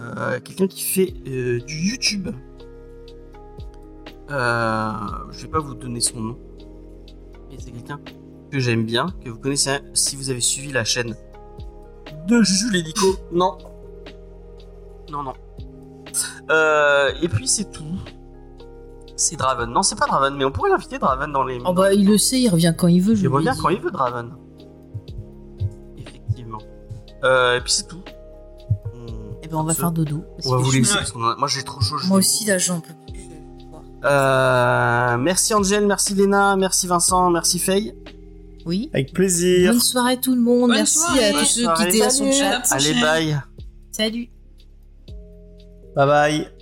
euh, quelqu'un qui fait euh, du YouTube. Euh, je vais pas vous donner son nom, mais c'est quelqu'un que j'aime bien, que vous connaissez si vous avez suivi la chaîne de Juju l'hélico. Non, non, non. Euh, et puis c'est tout. C'est Draven. Non, c'est pas Draven, mais on pourrait l'inviter Draven dans les. tu- Oh, bah, il le sait, il revient quand il veut. Je Il lui ai revient dit. quand il veut, Draven. Effectivement. Euh, et puis c'est tout. On, Eh ben, on va se- faire dodo. on va vous Parce que laisser Ouais. parce qu'on a- moi j'ai trop chaud. je Moi vais- aussi, là, j'en peux plus. Euh, merci Angel, merci Léna, merci Vincent, merci Faye. Oui. Avec plaisir. Bonne soirée, tout le monde. Bonne Merci soirée. à Bonne tous ceux soirée. bah, qui étaient à À son la chat. prochaine. Allez, bye. Salut. Bye bye.